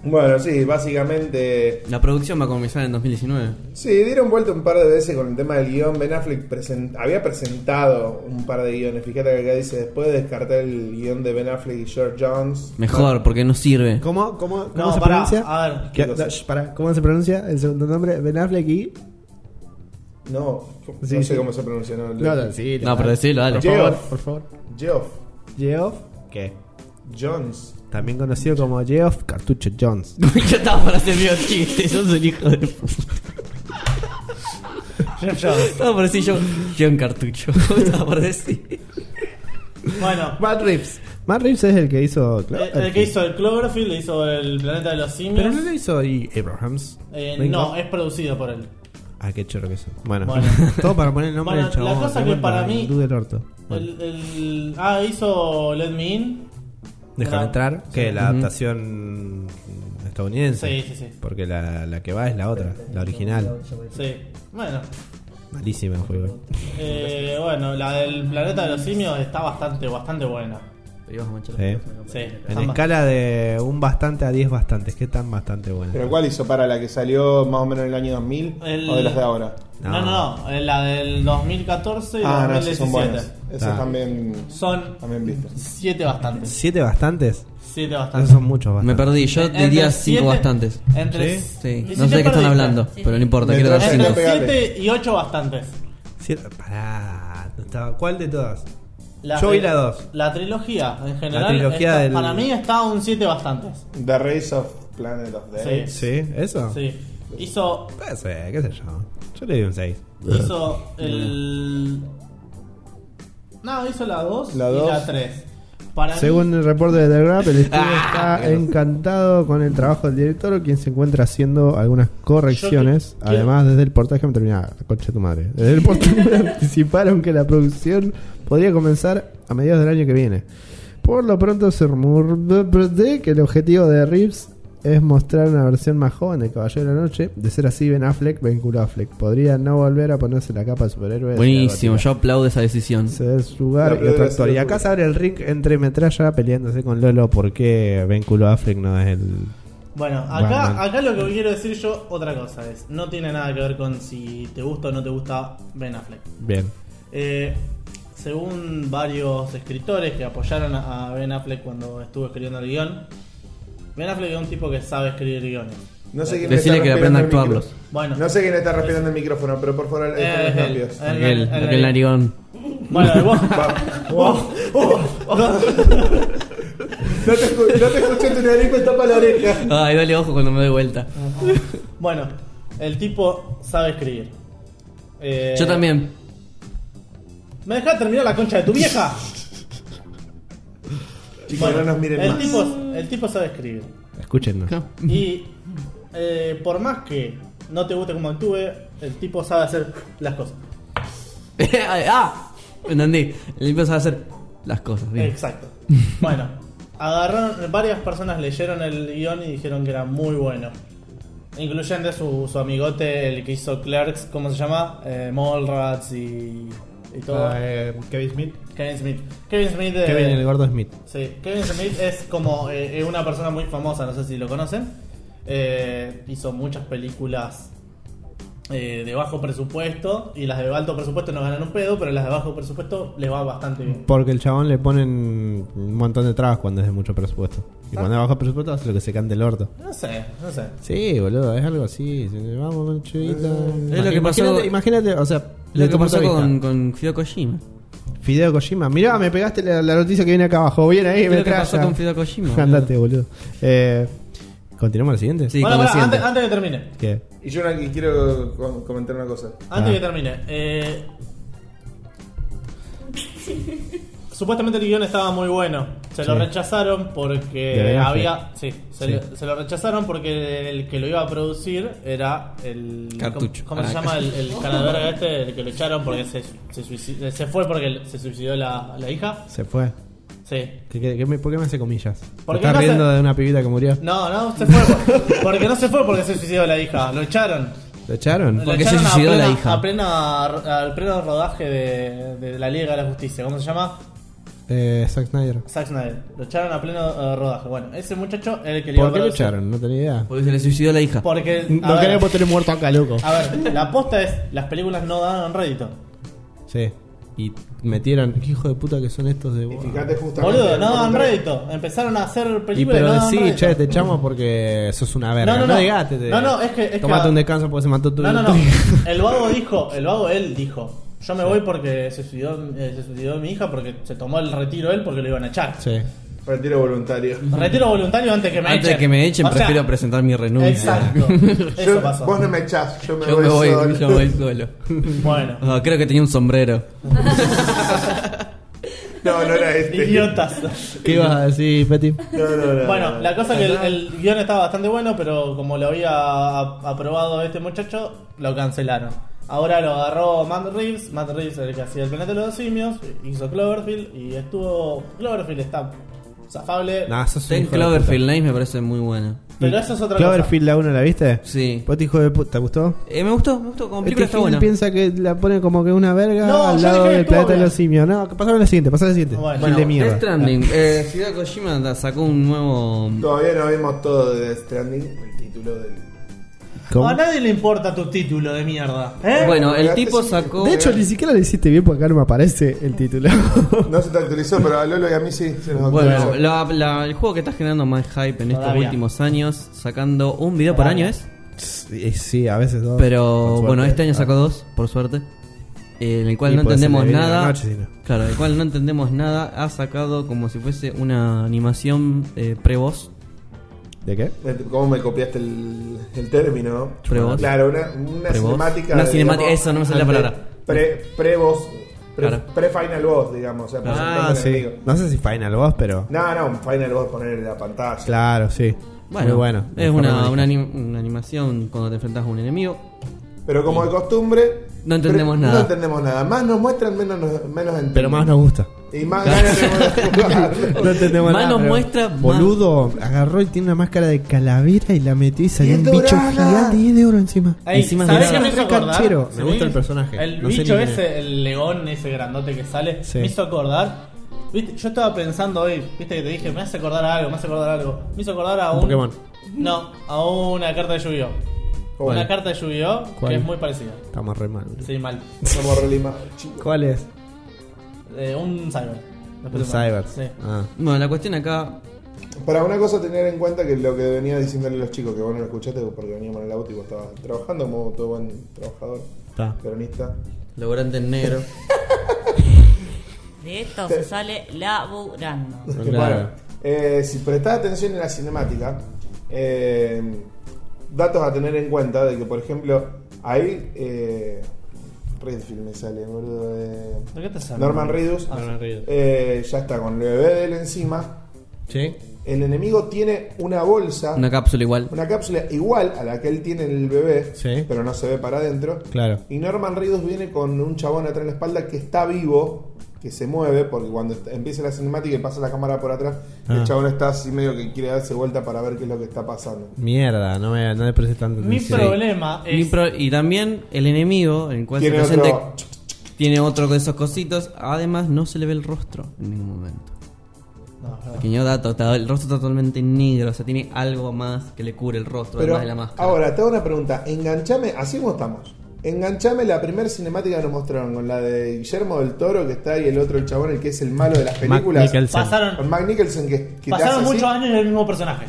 Speaker 1: Bueno, sí, básicamente.
Speaker 2: La producción va a comenzar en 2019.
Speaker 1: Sí, dieron vuelta un par de veces con el tema del guión. Ben Affleck presen- había presentado un par de guiones. Fíjate que acá dice: después de descartar el guión de Ben Affleck y George Jones.
Speaker 4: Ah.
Speaker 2: Mejor, porque no sirve.
Speaker 4: ¿Cómo, cómo, cómo
Speaker 3: No,
Speaker 4: se
Speaker 3: pará, Ah,
Speaker 4: pronuncia?
Speaker 3: a ver,
Speaker 4: ¿Qué-
Speaker 1: ¿qué cosa?
Speaker 4: no, sh, pará, ¿Cómo se pronuncia el segundo nombre? Ben Affleck y.
Speaker 1: No,
Speaker 4: Sí,
Speaker 1: no
Speaker 4: sí.
Speaker 1: sé cómo se pronuncia. No,
Speaker 4: No, no, sí,
Speaker 2: No, pero decilo, dale.
Speaker 4: Por favor,
Speaker 1: Geoff.
Speaker 4: por favor.
Speaker 1: Geoff
Speaker 4: Geoff. ¿Qué?
Speaker 1: Jones.
Speaker 4: También conocido como Geoff Cartucho Jones.
Speaker 2: Yo estaba para hacer mío chiste, sos un hijo de puta.
Speaker 3: Jeff Jones.
Speaker 2: Estaba para decir yo, yo en cartucho. estaba para decir.
Speaker 3: Bueno,
Speaker 4: Matt Reeves. Matt Reeves es el que hizo.
Speaker 3: el,
Speaker 4: Cloverfield.
Speaker 3: Eh, el que hizo el Cloverfield, le hizo el Planeta de los Simios.
Speaker 4: Pero no lo hizo y Abrahams.
Speaker 3: Eh,
Speaker 4: Lincoln.
Speaker 3: no, es producido por él.
Speaker 4: Ah, qué chorro que eso. Bueno,
Speaker 3: Bueno.
Speaker 4: todo para poner el nombre
Speaker 3: Bueno,
Speaker 4: del chabón.
Speaker 3: la cosa
Speaker 4: de
Speaker 3: que
Speaker 4: vuelta,
Speaker 3: para
Speaker 4: el
Speaker 3: mí-
Speaker 4: dude del orto. Bueno,
Speaker 3: El, el- ah, hizo Let Me In.
Speaker 4: Déjame
Speaker 3: no.
Speaker 4: entrar, que la
Speaker 2: Ujú.
Speaker 4: adaptación estadounidense.
Speaker 3: Sí, sí, sí.
Speaker 4: Porque la, la que va es la otra, la original.
Speaker 3: Sí. Bueno,
Speaker 4: Malísima el juego.
Speaker 3: eh, bueno, la del Planeta de los Simios está bastante, bastante buena.
Speaker 4: Sí.
Speaker 3: Sí.
Speaker 4: En
Speaker 3: está más-
Speaker 4: escala de un bastante a 10 bastantes. ¿Qué tan bastante buena?
Speaker 1: ¿Pero cuál hizo para la que salió más o menos en el año 2000
Speaker 3: El-
Speaker 1: o de las de ahora?
Speaker 4: No.
Speaker 3: No, no, no. eh, La del 2014 y
Speaker 1: Ah, no,
Speaker 3: 2017.
Speaker 1: esas son buenas. Esas
Speaker 4: Ah.
Speaker 1: también,
Speaker 3: son
Speaker 1: también vistas.
Speaker 3: siete bastantes.
Speaker 4: ¿Siete bastantes?
Speaker 3: Siete
Speaker 4: Esos
Speaker 3: bastantes.
Speaker 4: son muchos
Speaker 2: Me
Speaker 4: bastantes.
Speaker 2: perdí, yo
Speaker 3: Entre
Speaker 2: diría
Speaker 3: Eh, siete-
Speaker 2: cinco bastantes.
Speaker 3: Entre,
Speaker 2: Sí,
Speaker 3: y
Speaker 2: no
Speaker 3: si te
Speaker 2: sé de qué están
Speaker 3: perdiste,
Speaker 2: hablando,
Speaker 5: Sí,
Speaker 2: pero no
Speaker 5: sí.
Speaker 2: importa, quiero dar
Speaker 1: Mientras
Speaker 2: cinco.
Speaker 1: tanto,
Speaker 3: Entre
Speaker 1: Pegale.
Speaker 3: 7 y 8 bastantes.
Speaker 4: Siete- Pará. no estaba- ¿Cuál de todas?
Speaker 3: La-
Speaker 4: Yo vi la dos.
Speaker 3: La trilogía en general.
Speaker 4: trilogía
Speaker 3: está-
Speaker 4: del-
Speaker 3: Para mí está un 7 bastantes.
Speaker 1: The Race of Planet of the
Speaker 3: Sí.
Speaker 1: Apes.
Speaker 4: ¿Sí? ¿Eso?
Speaker 3: Sí. Hizo.
Speaker 4: Puede ser, qué sé yo. Yo le di un 6.
Speaker 3: Hizo el. No, hizo la 2
Speaker 1: La
Speaker 3: y
Speaker 1: dos.
Speaker 3: la 3. Para mí-
Speaker 4: Según el reporte de The Graph, el estudio está encantado con el trabajo del director, quien se encuentra haciendo algunas correcciones.
Speaker 3: Yo que-
Speaker 4: Además, desde el portaje me terminaba, concha de tu madre. Desde el portaje anticiparon que la producción podría comenzar a mediados del año que viene. Por lo pronto se rumoró que el objetivo de Reeves es mostrar una versión más joven de Caballero de la Noche. De ser así, Ben Affleck, Ben Affleck, podría no volver a ponerse la capa de superhéroe. de
Speaker 2: Buenísimo,
Speaker 4: Batman
Speaker 2: yo aplaudo esa decisión.
Speaker 4: se da su lugar
Speaker 1: La
Speaker 4: y otro
Speaker 1: primera
Speaker 4: actor.
Speaker 1: vez
Speaker 4: Y
Speaker 1: que
Speaker 4: acá
Speaker 1: lo
Speaker 4: se abre el ring entre metralla peleándose con Lolo porque Ben Culo Affleck no es el.
Speaker 3: Bueno, acá,
Speaker 4: Batman.
Speaker 3: acá lo que quiero decir yo, otra cosa es. No tiene nada que ver con si te gusta o no te gusta Ben Affleck.
Speaker 4: Bien.
Speaker 3: Eh, según varios escritores que apoyaron a a Ben Affleck cuando estuvo escribiendo el guión, Ben Affleck es un tipo que sabe escribir guiones.
Speaker 1: No sé quién
Speaker 2: Decile
Speaker 1: está
Speaker 2: que aprenda
Speaker 1: respirando
Speaker 2: a
Speaker 1: el
Speaker 2: actuarlos.
Speaker 1: micro-
Speaker 3: Bueno.
Speaker 1: No sé quién está respirando el micrófono, pero por favor,
Speaker 3: Eh, es
Speaker 1: dejen los
Speaker 3: él,
Speaker 1: cambios.
Speaker 3: él.
Speaker 2: Aquel,
Speaker 3: el-
Speaker 2: aquel narigón.
Speaker 3: Bueno, y vos- vos-
Speaker 1: No te, escu- no te escuché tu nariz, me tapa la oreja.
Speaker 2: Ay, dale ojo cuando me doy vuelta.
Speaker 3: bueno, el tipo sabe escribir. Eh,
Speaker 2: Yo también.
Speaker 3: ¿Me dejas terminar la concha de tu vieja?
Speaker 1: Chicos, no nos miren
Speaker 3: el
Speaker 1: más.
Speaker 3: tipo, el tipo sabe escribir.
Speaker 4: Escúchenlo.
Speaker 3: Y eh, por más que no te guste como actúe, el tipo sabe hacer las cosas.
Speaker 2: ah, entendí. Le empiezas a hacer las cosas. Bien.
Speaker 3: Exacto. Bueno, agarraron, varias personas leyeron el guión y dijeron que era muy bueno. Incluyendo su, su amigote, el que hizo Clerks, ¿cómo se llama? Eh, Mallrats y, y todo.
Speaker 2: eh,
Speaker 4: Kevin Smith.
Speaker 3: Kevin Smith. Kevin Smith eh,
Speaker 4: Ah, eh. Kevin el gordo Smith.
Speaker 3: Sí, Kevin Smith es como eh, eh, una persona muy famosa, no sé si lo conocen. Eh, hizo muchas películas eh, de bajo presupuesto y las de alto presupuesto no ganan un pedo, pero las de bajo presupuesto les va bastante bien.
Speaker 4: Porque el chabón le ponen un montón de trabas cuando es de mucho presupuesto. Y cuando es bajo presupuesto hace lo que se cante el orto.
Speaker 3: No sé, no sé.
Speaker 4: Sí, boludo, es algo así. se- Vamos, chivita.
Speaker 2: Es lo que pasó-
Speaker 4: Imagínate, imagínate, o sea,
Speaker 2: Lo
Speaker 4: desde
Speaker 2: que
Speaker 4: tu
Speaker 2: pasó
Speaker 4: punto de
Speaker 2: con,
Speaker 4: vista.
Speaker 2: con Fideo Kojima.
Speaker 4: Fideo Kojima. Mirá, me pegaste la, la noticia que viene acá abajo. Bien ahí,
Speaker 2: Es
Speaker 4: me
Speaker 2: lo que pasó
Speaker 4: tralla.
Speaker 2: con Fideo Kojima. boludo.
Speaker 4: Andate, boludo. Eh, ¿Continuamos al siguiente?
Speaker 2: Sí,
Speaker 3: Pará,
Speaker 2: con
Speaker 3: pará,
Speaker 2: la siguiente.
Speaker 3: antes, antes que termine,
Speaker 4: ¿Qué?
Speaker 1: Y yo no- y quiero com- comentar una cosa.
Speaker 3: antes
Speaker 4: Ah.
Speaker 3: que termine. eh, supuestamente el guión estaba muy bueno. Se lo
Speaker 4: Sí.
Speaker 3: rechazaron
Speaker 4: De
Speaker 3: porque
Speaker 4: Ben Affleck.
Speaker 3: había. Sí, se,
Speaker 4: Sí.
Speaker 3: Lo, se lo rechazaron porque el que lo iba a producir era el.
Speaker 2: Cartucho.
Speaker 3: ¿Cómo, cómo se
Speaker 2: Ah,
Speaker 3: llama? El, el calaverga este, el que lo echaron porque se, se, suicid- se fue porque se suicidó la, la hija.
Speaker 4: Se fue.
Speaker 3: Sí.
Speaker 4: ¿Qué- qué- qué me- ¿Por qué me hace comillas?
Speaker 3: ¿Por
Speaker 4: ¿Te
Speaker 3: qué
Speaker 4: ¿Estás
Speaker 3: no
Speaker 4: riendo
Speaker 3: hace-
Speaker 4: de una pibita que murió?
Speaker 3: No, no, se fue. por- Porque no se fue porque se suicidó la hija. Lo echaron.
Speaker 4: ¿Lo echaron?
Speaker 2: Porque
Speaker 3: Lo echaron
Speaker 2: se suicidó
Speaker 3: a plena-
Speaker 2: la hija.
Speaker 3: A plena, al pleno rodaje de, de la Liga de la Justicia. ¿Cómo se llama?
Speaker 4: Eh, Zack Snyder.
Speaker 3: Zack Snyder. Lo echaron a pleno eh, rodaje. Bueno, ese muchacho era el que le iba
Speaker 4: ¿Por
Speaker 3: a
Speaker 4: qué lo
Speaker 3: parar-
Speaker 4: echaron? No tenía idea.
Speaker 2: Porque se le suicidó la hija.
Speaker 3: Porque. a
Speaker 4: No
Speaker 3: ver, Ah.
Speaker 4: queremos tener muerto acá, loco.
Speaker 3: A ver, la aposta es: las películas no dan rédito.
Speaker 4: Sí. Y metieron. ¿Qué hijo de puta que son estos de
Speaker 1: Y fíjate justamente.
Speaker 3: Boludo, no
Speaker 1: el
Speaker 3: dan
Speaker 1: contrario.
Speaker 3: rédito. Empezaron a hacer
Speaker 4: Y
Speaker 3: películas. no
Speaker 4: pero
Speaker 3: dan
Speaker 4: sí,
Speaker 3: rédito.
Speaker 2: este
Speaker 4: che, te echamos porque sos una verga.
Speaker 3: No,
Speaker 4: No,
Speaker 3: no, no.
Speaker 4: digas, te- te-
Speaker 3: No, no, es que- es que-
Speaker 4: Tomate un descanso porque se mató tu
Speaker 3: No, no,
Speaker 4: tu
Speaker 3: no.
Speaker 4: hija.
Speaker 3: El vago dijo, el vago él dijo, yo me voy porque se suicidó, eh, se suicidó mi hija porque se tomó el retiro él porque lo iban a echar.
Speaker 4: Sí.
Speaker 1: Retiro voluntario.
Speaker 3: Retiro voluntario antes que me
Speaker 2: Antes
Speaker 3: echen.
Speaker 2: de que me echen,
Speaker 3: O sea,
Speaker 2: prefiero presentar mi renuncia.
Speaker 3: Exacto.
Speaker 1: Yo-
Speaker 3: Eso pasó.
Speaker 1: Vos no me echás, yo me
Speaker 2: Yo
Speaker 1: voy
Speaker 2: me voy,
Speaker 1: solo.
Speaker 2: yo me voy solo.
Speaker 3: Bueno,
Speaker 2: Ah, creo que tenía un sombrero.
Speaker 1: No, no era este.
Speaker 3: idiotas.
Speaker 4: ¿Qué ibas a decir, Peti?
Speaker 1: No, no, no.
Speaker 3: Bueno, la cosa es que el, el guión estaba bastante bueno, pero como lo había a- aprobado este muchacho, lo cancelaron. Ahora lo agarró Matt Reeves, Matt Reeves el que hacía el planeta de los simios, hizo Cloverfield y estuvo... Cloverfield está zafable.
Speaker 4: Nah, sos un
Speaker 2: Ten
Speaker 4: hijo de
Speaker 2: Cloverfield Lane me parece muy bueno.
Speaker 3: Pero eso es
Speaker 4: puta.
Speaker 3: otra
Speaker 4: Cloverfield la 1, ¿la viste?
Speaker 2: Sí.
Speaker 4: Poti, hijo de puta, ¿te gustó?
Speaker 2: Eh, me gustó, me gustó. Como película
Speaker 4: Este
Speaker 2: está
Speaker 4: Gil
Speaker 2: buena.
Speaker 4: piensa Pues, que la pone como que una verga
Speaker 3: No,
Speaker 4: al
Speaker 3: yo
Speaker 4: lado
Speaker 3: dije que
Speaker 4: del
Speaker 3: estuvo
Speaker 4: planeta de
Speaker 3: bien.
Speaker 4: los simios. No, pasame la siguiente, pasame la siguiente.
Speaker 3: Bueno.
Speaker 4: Gil de mierda.
Speaker 2: Death Stranding. Eh, Hideo Kojima da- sacó un nuevo.
Speaker 1: Todavía no vimos todo de Death Stranding, el título del.
Speaker 4: ¿Cómo?
Speaker 2: Ah,
Speaker 3: A nadie le importa tu título de mierda. ¿eh?
Speaker 2: Bueno, el
Speaker 1: Pegaste
Speaker 2: tipo
Speaker 1: sin-
Speaker 2: sacó.
Speaker 4: De hecho, ni siquiera lo hiciste bien porque acá no me aparece el título.
Speaker 1: No se te actualizó, pero a Lolo y a mí sí se nos
Speaker 2: Bueno,
Speaker 1: actualizó.
Speaker 2: la- la- el juego que está generando más hype en estos
Speaker 3: Todavía.
Speaker 2: últimos años, sacando un video por
Speaker 3: Todavía.
Speaker 2: año es.
Speaker 4: sí, sí, a veces dos. Con
Speaker 2: Pero
Speaker 4: suerte.
Speaker 2: bueno, este año sacó
Speaker 4: Ah.
Speaker 2: dos, por suerte. eh, En el cual
Speaker 4: Y
Speaker 2: no
Speaker 4: puede ser
Speaker 2: entendemos
Speaker 4: de bien a la
Speaker 2: nada.
Speaker 4: noche, si no.
Speaker 2: Claro, el cual no entendemos nada. Ha sacado como si fuese una animación eh, pre-voz.
Speaker 4: ¿De qué?
Speaker 1: ¿Cómo me copiaste el, el término?
Speaker 2: Pre-voz.
Speaker 1: Claro, una, una
Speaker 2: Pre-boss.
Speaker 1: cinemática.
Speaker 2: Una
Speaker 1: de,
Speaker 2: cinemática, eso, no me sale la
Speaker 1: ante-
Speaker 2: palabra.
Speaker 1: Pre, pre-boss. Pre,
Speaker 2: Claro.
Speaker 1: Pre-final boss, digamos. O sea, presentando
Speaker 4: Ah,
Speaker 1: al
Speaker 4: sí.
Speaker 1: enemigo.
Speaker 4: No sé si Final Boss, pero.
Speaker 1: No, no, un final boss poner en la pantalla.
Speaker 4: Claro, sí.
Speaker 2: Bueno,
Speaker 4: Muy bueno.
Speaker 2: es
Speaker 4: Mejor
Speaker 2: una,
Speaker 4: no
Speaker 2: una
Speaker 4: dije.
Speaker 2: anim- una animación cuando te enfrentas a un enemigo.
Speaker 1: Pero como de costumbre.
Speaker 2: No entendemos
Speaker 1: pre-
Speaker 2: nada.
Speaker 1: No entendemos nada. Más nos muestran, menos, nos- menos entendemos.
Speaker 4: Pero más nos gusta.
Speaker 1: Y más ganas tenemos de jugarlo.
Speaker 4: No entendemos
Speaker 2: Más
Speaker 4: nada,
Speaker 2: nos
Speaker 4: pero-
Speaker 2: muestra, más-
Speaker 4: Boludo, agarró y tiene una máscara de calavera y la metió y salió
Speaker 1: ¡Y
Speaker 4: un
Speaker 1: es
Speaker 4: bicho
Speaker 1: dorada!
Speaker 4: gigante y es de oro encima.
Speaker 3: Ey,
Speaker 4: encima
Speaker 3: ¿sabés
Speaker 4: dorada.
Speaker 3: qué me hizo
Speaker 4: Re
Speaker 3: acordar?
Speaker 4: canchero. Me
Speaker 3: ¿Sí?
Speaker 4: gusta el personaje.
Speaker 3: El
Speaker 4: No sé
Speaker 3: bicho
Speaker 4: ni quién es.
Speaker 3: ese, el león ese grandote que sale,
Speaker 4: Sí.
Speaker 3: me hizo acordar. Viste, yo estaba pensando hoy, viste que te dije, me hace acordar a algo, me hace acordar a algo. Me hizo acordar a
Speaker 4: Un
Speaker 3: un.
Speaker 4: Pokémon.
Speaker 3: No, a una carta de Yu-Gi-Oh!
Speaker 4: ¿Cuál?
Speaker 3: Una carta de Yu-Gi-Oh!
Speaker 4: ¿Cuál?
Speaker 3: que es muy parecida.
Speaker 4: Estamos re mal. boludo.
Speaker 3: Sí, mal.
Speaker 1: Somos relima, chicos.
Speaker 4: ¿Cuál es?
Speaker 3: Eh, un cyber.
Speaker 4: Un Cyber.
Speaker 3: Sí.
Speaker 4: Ah.
Speaker 2: Bueno, la cuestión acá.
Speaker 1: Para una cosa tener en cuenta que lo que venía diciéndole a los chicos, que vos no lo escuchaste porque veníamos en el auto y vos estabas trabajando como todo buen trabajador,
Speaker 4: Está.
Speaker 1: peronista.
Speaker 2: Logrante en negro.
Speaker 5: De esto se sale laburando.
Speaker 4: Claro.
Speaker 1: Bueno, eh, si prestás atención en la cinemática, eh, datos a tener en cuenta de que, por ejemplo, ahí eh, Redfield me sale, boludo. eh,
Speaker 3: ¿De qué te sale? Ah,
Speaker 1: Norman Reedus.
Speaker 4: Norman Reedus.
Speaker 1: Eh, ya está con el bebé de él encima.
Speaker 4: Sí.
Speaker 1: El enemigo tiene una bolsa.
Speaker 2: Una cápsula igual.
Speaker 1: Una cápsula igual a la que él tiene en el bebé,
Speaker 4: Sí.
Speaker 1: pero no se ve para adentro.
Speaker 4: Claro.
Speaker 1: Y Norman Reedus viene con un chabón atrás en la espalda que está vivo, que se mueve, porque cuando est- empieza la cinemática y pasa la cámara por atrás,
Speaker 4: Ah.
Speaker 1: el chabón está así medio que quiere darse vuelta para ver qué es lo que está pasando.
Speaker 4: Mierda, no, me, no le presté tanta
Speaker 3: Mi
Speaker 4: atención.
Speaker 3: problema
Speaker 2: Y,
Speaker 3: es.
Speaker 2: pro- y también el enemigo, en el cual se
Speaker 1: Tiene
Speaker 2: presenta-
Speaker 1: otro-
Speaker 2: tiene otro de esos cositos. Además, no se le ve el rostro en ningún momento.
Speaker 3: No, no.
Speaker 2: Pequeño dato, está- el rostro está totalmente negro, o sea, tiene algo más que le cubre el rostro,
Speaker 1: Pero
Speaker 2: además de la máscara.
Speaker 1: ahora, te hago una pregunta. Enganchame, así como estamos. Enganchame la primera cinemática que nos mostraron con la de Guillermo del Toro, que está ahí el otro, el chabón, el que es el malo de las
Speaker 4: Mac
Speaker 1: películas.
Speaker 4: Nicholson.
Speaker 1: Con
Speaker 3: Pasaron,
Speaker 1: Mac Nicholson, que, que te
Speaker 3: pasaron
Speaker 1: hace así.
Speaker 3: muchos años del mismo personaje.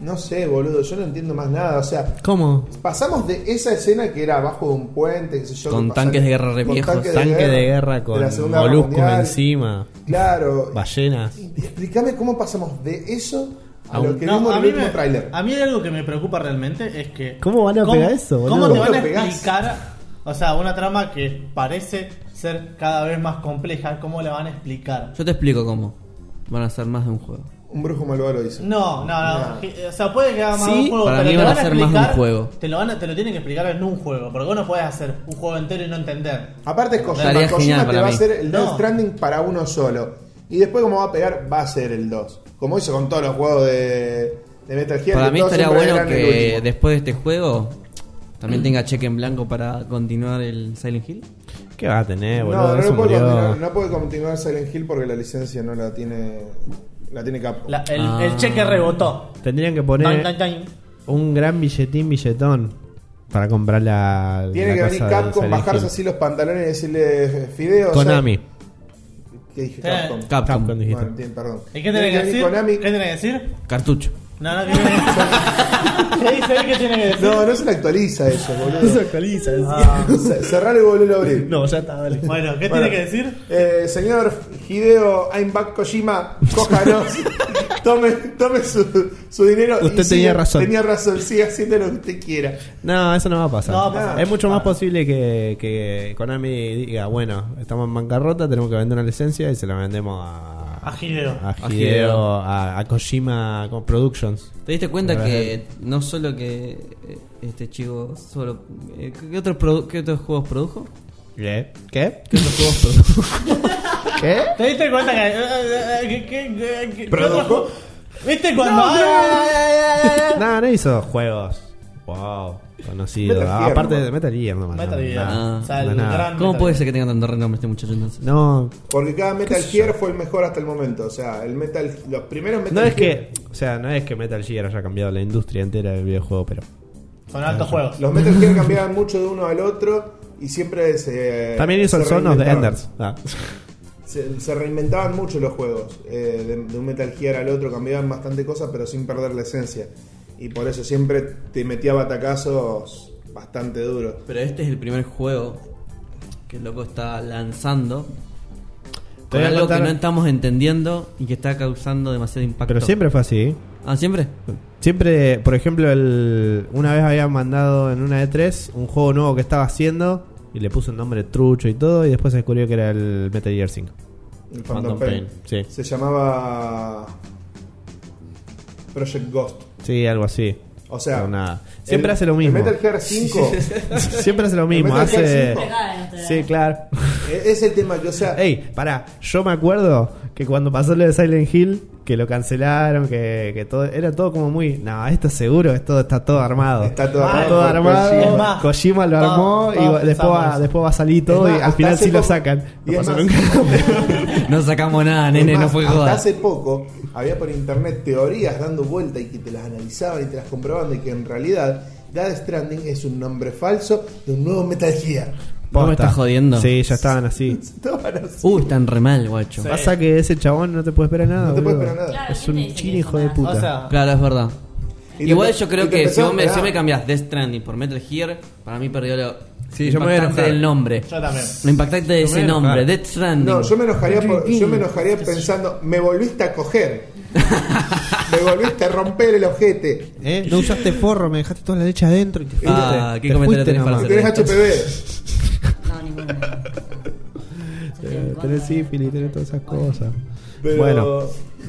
Speaker 1: No sé, boludo, yo no entiendo más nada. O sea,
Speaker 4: ¿Cómo?
Speaker 1: pasamos de esa escena que era abajo de un puente, qué sé yo,
Speaker 2: Con
Speaker 1: que pasaba-
Speaker 2: tanques de guerra re
Speaker 1: con
Speaker 2: viejos,
Speaker 4: Tanque de guerra
Speaker 1: de la
Speaker 4: con
Speaker 1: Segunda Guerra
Speaker 4: moluscos
Speaker 1: Mundial.
Speaker 4: encima,
Speaker 1: Claro.
Speaker 4: ballenas.
Speaker 1: Y Explícame cómo pasamos de eso a,
Speaker 4: A
Speaker 1: lo
Speaker 4: un-
Speaker 1: que
Speaker 3: No,
Speaker 1: vimos
Speaker 3: a,
Speaker 1: en
Speaker 3: mí
Speaker 1: el último
Speaker 3: me,
Speaker 1: tráiler.
Speaker 3: a mí algo que me preocupa realmente es que.
Speaker 4: ¿Cómo van a pegar eso, boludo?
Speaker 3: ¿Cómo te
Speaker 1: ¿Cómo
Speaker 3: van a
Speaker 1: lo pegás?
Speaker 3: explicar? O sea, una trama que parece ser cada vez más compleja, ¿cómo la van a explicar?
Speaker 2: Yo te explico cómo. Van a ser más de un juego.
Speaker 1: Un brujo malvado lo hizo.
Speaker 3: No, no, no.
Speaker 1: No.
Speaker 3: que- O sea, puede que haga más
Speaker 2: Sí,
Speaker 3: de un juego,
Speaker 2: para
Speaker 3: pero
Speaker 2: mí
Speaker 3: te
Speaker 2: van a
Speaker 3: van a
Speaker 2: ser más de un
Speaker 3: explicar-
Speaker 2: juego.
Speaker 3: Te lo, van a- te lo tienen que explicar en un juego, porque vos no podés hacer un juego entero y no entender.
Speaker 1: Aparte es Kojima.
Speaker 2: Estaría
Speaker 1: Kojima
Speaker 2: genial
Speaker 1: te
Speaker 2: para
Speaker 1: va a
Speaker 2: mí.
Speaker 1: hacer el Death
Speaker 3: No.
Speaker 1: Stranding para uno solo. Y después como va a pegar, va a ser el 2. Como hizo con todos los juegos de, de Metal Gear.
Speaker 2: Para
Speaker 1: que
Speaker 2: mí
Speaker 1: todos
Speaker 2: estaría
Speaker 1: siempre
Speaker 2: bueno
Speaker 1: eran el
Speaker 2: que
Speaker 1: último.
Speaker 2: después de este juego también tenga cheque en blanco para continuar el Silent Hill.
Speaker 4: ¿Qué va a tener, Eh, boludo?
Speaker 1: no, no,
Speaker 4: Eso
Speaker 1: lo puede
Speaker 4: murió.
Speaker 1: continuar, no puede continuar Silent Hill porque la licencia no la tiene. La tiene Capcom.
Speaker 3: La- el,
Speaker 2: Ah.
Speaker 3: el cheque rebotó.
Speaker 4: Tendrían que
Speaker 3: Tan,
Speaker 4: poner
Speaker 3: tan, tan.
Speaker 4: un gran billetín, billetón para comprar la.
Speaker 1: tiene
Speaker 4: la
Speaker 1: que venir
Speaker 4: cosa del
Speaker 1: Capcom,
Speaker 4: Silent
Speaker 1: bajarse
Speaker 4: Hill.
Speaker 1: así los pantalones y decirle Fideo.
Speaker 4: Konami.
Speaker 1: ya- ¿Qué dije?
Speaker 3: Eh,
Speaker 1: Capcom.
Speaker 2: Capcom.
Speaker 4: Capcom dijiste.
Speaker 1: Bueno, tiene- perdón.
Speaker 3: ¿Y qué tiene que
Speaker 1: venir
Speaker 3: decir?
Speaker 1: Konami.
Speaker 3: ¿Qué tiene que decir?
Speaker 2: Cartucho.
Speaker 3: No, no, ¿qué tiene que decir? ¿Qué dice él que tiene que decir? Ah,
Speaker 1: No, no se le actualiza eso, boludo.
Speaker 4: actualiza.
Speaker 1: Ce- Cerralo y volvelo a abrir.
Speaker 4: No, ya está, dale.
Speaker 3: Bueno, ¿qué
Speaker 1: Bueno.
Speaker 3: tiene que decir?
Speaker 1: Eh, señor Hideo Aimbak Kojima, cójanos. tome tome su, su dinero. y
Speaker 4: Usted
Speaker 1: siga-
Speaker 4: tenía razón.
Speaker 1: Tenía razón, siga haciendo lo que usted quiera.
Speaker 4: No, eso no va a pasar.
Speaker 3: No va a pasar. Ah.
Speaker 4: Es mucho más posible que, que Konami diga, bueno, estamos en bancarrota, tenemos que vender una licencia y se la vendemos a...
Speaker 3: A Hideo.
Speaker 4: A
Speaker 2: A
Speaker 4: Hideo,
Speaker 2: Hideo.
Speaker 4: a, a Kojima Productions.
Speaker 2: ¿Te diste cuenta
Speaker 4: La
Speaker 2: que no solo que eh, este chico solo eh, ¿qué otros produ- qué otros juegos produjo?
Speaker 4: ¿Qué? ¿Qué?
Speaker 2: ¿Qué otros juegos produjo?
Speaker 4: ¿Qué?
Speaker 3: ¿Te diste cuenta que.? eh, eh, que- que- que- que-
Speaker 1: ¿Produjo?
Speaker 3: que otro- ¿Viste cuando.?
Speaker 4: No,
Speaker 3: Ah,
Speaker 4: No, no hizo juegos. Wow, conocido.
Speaker 1: Metal Gear,
Speaker 4: Aparte
Speaker 1: nomás.
Speaker 4: de Metal Gear, nomás.
Speaker 3: Metal
Speaker 4: no,
Speaker 3: Gear.
Speaker 4: no,
Speaker 3: O sea, el
Speaker 4: no, nada.
Speaker 3: gran-
Speaker 2: ¿Cómo puede ser que tenga tanto renombre este muchacho entonces?
Speaker 4: No,
Speaker 1: Porque cada Metal Gear fue el mejor hasta el momento. O sea, el Metal, los primeros Metal
Speaker 4: no es
Speaker 1: Gear-
Speaker 4: que... O sea, no es que Metal Gear haya cambiado la industria entera del videojuego, pero...
Speaker 3: Son altos juegos.
Speaker 1: Los Metal Gear cambiaban mucho de uno al otro y siempre
Speaker 3: Eh,
Speaker 1: se.
Speaker 4: También hizo
Speaker 1: se
Speaker 4: el Son of the
Speaker 1: reinventaban.
Speaker 4: Enders. Ah.
Speaker 1: Se, se reinventaban mucho los juegos. eh, de, de un Metal Gear al otro cambiaban bastante cosas, pero sin perder la esencia. Y por eso siempre te metía batacazos bastante duros.
Speaker 2: Pero este es el primer juego que el loco está lanzando
Speaker 4: Te
Speaker 2: con
Speaker 4: voy a
Speaker 2: algo
Speaker 4: contar-
Speaker 2: que no estamos entendiendo y que está causando demasiado impacto.
Speaker 4: Pero siempre fue así.
Speaker 2: Ah, siempre.
Speaker 4: Siempre, por ejemplo, el, una vez habían mandado en una E3 un juego nuevo que estaba haciendo y le puso el nombre trucho y todo y después se descubrió que era el Metal Gear 5.
Speaker 1: El
Speaker 4: Phantom
Speaker 1: Phantom
Speaker 4: Pain,
Speaker 1: Pain.
Speaker 4: sí.
Speaker 1: Se llamaba. Project Ghost.
Speaker 4: Sí, algo así.
Speaker 1: O sea,
Speaker 4: Pero nada. Siempre
Speaker 1: el-
Speaker 4: hace lo mismo.
Speaker 1: El Metal Gear 5
Speaker 4: Siempre hace lo mismo.
Speaker 1: Metal Gear
Speaker 4: Hace...
Speaker 1: 5.
Speaker 4: Sí, claro.
Speaker 1: e- es el tema que, o sea,
Speaker 4: Ey, pará. Yo me acuerdo que cuando pasó lo de Silent Hill, que lo cancelaron, que, que todo era todo como muy... No, esto seguro, esto está todo armado.
Speaker 1: Está todo
Speaker 4: Está
Speaker 1: armado
Speaker 4: todo
Speaker 1: por Kojima.
Speaker 4: armado.
Speaker 3: Es más,
Speaker 4: Kojima lo armó
Speaker 3: todos-
Speaker 4: y
Speaker 3: todos
Speaker 4: después va,
Speaker 3: pensamos.
Speaker 4: después va a salir todo
Speaker 1: Es más,
Speaker 4: y al
Speaker 1: hasta
Speaker 4: final
Speaker 1: hace
Speaker 4: sí lo
Speaker 1: poco-
Speaker 4: sacan.
Speaker 1: y
Speaker 4: No
Speaker 1: es
Speaker 4: pasó
Speaker 1: más-
Speaker 4: nunca.
Speaker 2: No sacamos nada,
Speaker 1: Es
Speaker 2: nene, no
Speaker 1: más,
Speaker 2: fue
Speaker 1: hasta
Speaker 2: joda.
Speaker 1: hace poco había por internet teorías dando vuelta y que te las analizaban y te las comprobaban de que en realidad Dead Stranding es un nombre falso de un nuevo Metal Gear.
Speaker 2: No me
Speaker 4: Posta.
Speaker 2: estás jodiendo.
Speaker 4: Sí, ya estaban así.
Speaker 1: Estaban así.
Speaker 2: Uh, están re mal, guacho.
Speaker 3: Sí.
Speaker 4: Pasa que ese chabón no te puede esperar nada.
Speaker 1: No te
Speaker 4: boludo.
Speaker 1: puede esperar nada.
Speaker 4: Es un chin hijo de puta.
Speaker 3: O sea,
Speaker 2: Claro, es verdad.
Speaker 1: Y te
Speaker 2: Igual
Speaker 1: empe-
Speaker 2: yo
Speaker 1: y
Speaker 2: creo
Speaker 1: te
Speaker 2: que si
Speaker 1: empezó a
Speaker 2: vos me, si
Speaker 1: pegar.
Speaker 2: me cambias Death Stranding por Metal Gear, para mí perdió lo
Speaker 4: Sí, yo me voy a
Speaker 2: impactante
Speaker 4: enojar.
Speaker 2: del nombre.
Speaker 3: yo también.
Speaker 2: Lo impactante de ese nombre, Death Stranding.
Speaker 1: No, yo me enojaría, por- yo me enojaría pensando, me volviste a coger. me volviste a romper el ojete.
Speaker 4: ¿Eh? No usaste forro, me dejaste toda la leche adentro y te fuiste.
Speaker 2: Ah, ¿qué
Speaker 4: Te
Speaker 2: comentario
Speaker 4: fuiste
Speaker 2: tenés para
Speaker 4: nomás.
Speaker 2: hacer?
Speaker 1: Tenés HPV.
Speaker 5: No, ninguno.
Speaker 4: Eh, Tenés sífilis, tenés todas esas cosas.
Speaker 1: Pero-
Speaker 4: Bueno,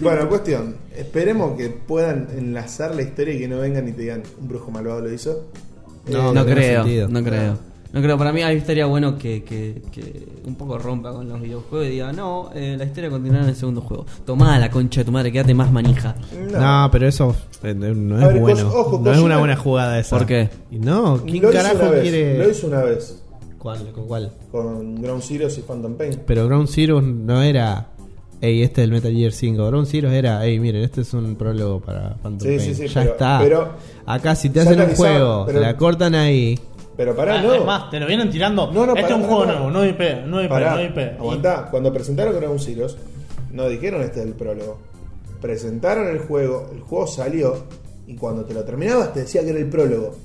Speaker 1: Bueno, cuestión. Esperemos que puedan enlazar la historia y que no vengan y te digan, un brujo malvado lo hizo.
Speaker 4: No,
Speaker 2: No,
Speaker 4: no tiene
Speaker 2: creo,
Speaker 4: sentido.
Speaker 2: no creo. No creo, para mí ahí estaría bueno que, que- que un poco rompa con los videojuegos y diga, no, eh, la historia continuará en el segundo juego. Tomá la concha de tu madre, quédate más manija.
Speaker 4: no. pero eso eh, no es
Speaker 1: A ver,
Speaker 4: bueno.
Speaker 1: Koj- ojo,
Speaker 4: no es
Speaker 1: Kojima-
Speaker 4: una buena jugada esa.
Speaker 2: ¿Por qué?
Speaker 4: Y No, ¿quién
Speaker 1: Lo hizo
Speaker 4: carajo
Speaker 1: una vez,
Speaker 4: quiere.?
Speaker 1: Lo hizo una vez
Speaker 4: ¿Cuál? ¿Con cuál?
Speaker 1: con Ground Zeroes y Phantom Pain.
Speaker 4: Pero Ground Zero no era. Ey, este es el Metal Gear 5. Ground Zero era. Ey, miren, este es un prólogo para Phantom
Speaker 1: Sí,
Speaker 4: Pain".
Speaker 1: sí, sí,
Speaker 4: ya
Speaker 1: pero-
Speaker 4: está.
Speaker 1: pero-
Speaker 4: Acá, si te
Speaker 1: Ya
Speaker 4: hacen
Speaker 1: te
Speaker 4: un
Speaker 1: avisaban,
Speaker 4: juego,
Speaker 1: pero-
Speaker 4: la cortan ahí.
Speaker 1: Pero pará,
Speaker 3: Ah,
Speaker 1: no.
Speaker 3: Es más, te lo vienen tirando.
Speaker 1: No, no,
Speaker 3: este
Speaker 1: pará,
Speaker 3: es un
Speaker 1: pará,
Speaker 3: juego
Speaker 1: pará.
Speaker 3: nuevo, no IP, no IP,
Speaker 1: Pará,
Speaker 3: no IP. Y-
Speaker 1: aguantá. Cuando presentaron Ground Zeroes, no dijeron este es el prólogo. Presentaron el juego, el juego salió y cuando te lo terminabas te decía que era el prólogo.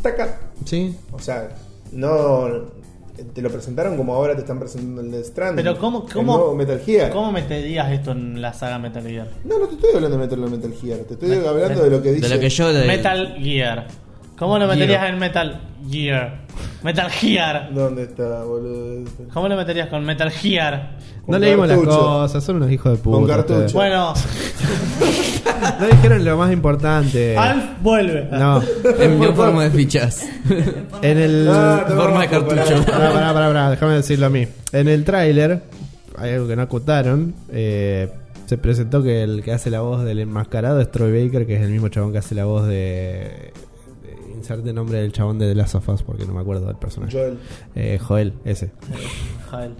Speaker 1: Taca.
Speaker 4: ¿Sí?
Speaker 1: O sea, no. Te lo presentaron como ahora te están presentando el de Stranding.
Speaker 3: Pero ¿cómo,
Speaker 1: el
Speaker 3: cómo,
Speaker 1: nuevo Metal Gear.
Speaker 3: ¿cómo meterías esto en la saga Metal Gear?
Speaker 1: No, no te estoy hablando de meterlo en Metal Gear. Te estoy
Speaker 3: Me-
Speaker 1: hablando
Speaker 3: me-
Speaker 1: de lo que dice.
Speaker 2: De lo que yo... De,
Speaker 3: Metal Gear. ¿Cómo lo meterías en Metal Gear? Metal Gear.
Speaker 1: ¿Dónde está, boludo?
Speaker 3: ¿Cómo lo meterías con Metal Gear?
Speaker 4: No
Speaker 1: Con
Speaker 4: leímos las
Speaker 1: cartucho.
Speaker 4: cosas, son unos hijos de puta.
Speaker 1: Con cartucho.
Speaker 4: ustedes.
Speaker 3: Bueno,
Speaker 4: No dijeron lo más importante.
Speaker 1: Ah,
Speaker 3: Alf vuelve.
Speaker 4: No.
Speaker 2: Envió forma de fichas.
Speaker 4: En el.
Speaker 1: Ah, no,
Speaker 2: forma de cartucho.
Speaker 4: Pará, pará, pará, pará, déjame decirlo a mí. En el tráiler, hay algo que no acotaron, eh, se presentó que el que hace la voz del enmascarado es Troy Baker, que es el mismo chabón que hace la voz de, de inserte el nombre del chabón de The Last of Us porque no me acuerdo del personaje.
Speaker 1: Joel.
Speaker 4: Eh, Joel, ese.
Speaker 3: Jael.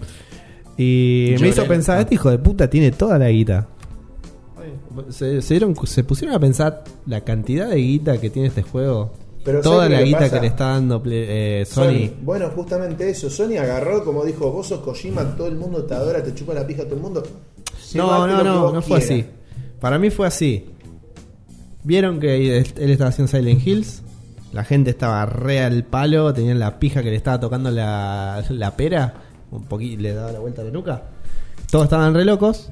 Speaker 4: Y me
Speaker 3: Joel.
Speaker 4: hizo pensar, este hijo de puta tiene toda la guita. Se, se dieron, cu- se pusieron a pensar la cantidad de guita que tiene este juego.
Speaker 1: Pero
Speaker 4: toda
Speaker 1: ¿sabes lo
Speaker 4: la
Speaker 1: que
Speaker 4: guita
Speaker 1: pasa?
Speaker 4: que le está dando Play- eh, Sony.
Speaker 1: Bueno, justamente eso. Sony agarró, como dijo, vos sos Kojima, todo el mundo te adora, te chupa la pija todo el mundo.
Speaker 4: No,
Speaker 1: Llévate
Speaker 4: no,
Speaker 1: lo que
Speaker 4: no,
Speaker 1: vos
Speaker 4: no fue así.
Speaker 1: quieras.
Speaker 4: Para mí fue así. Vieron que él él estaba haciendo Silent Hills. La gente estaba re al palo, tenían la pija que le estaba tocando la, la pera. Un poquito le daba la vuelta de nuca. Todos estaban re locos.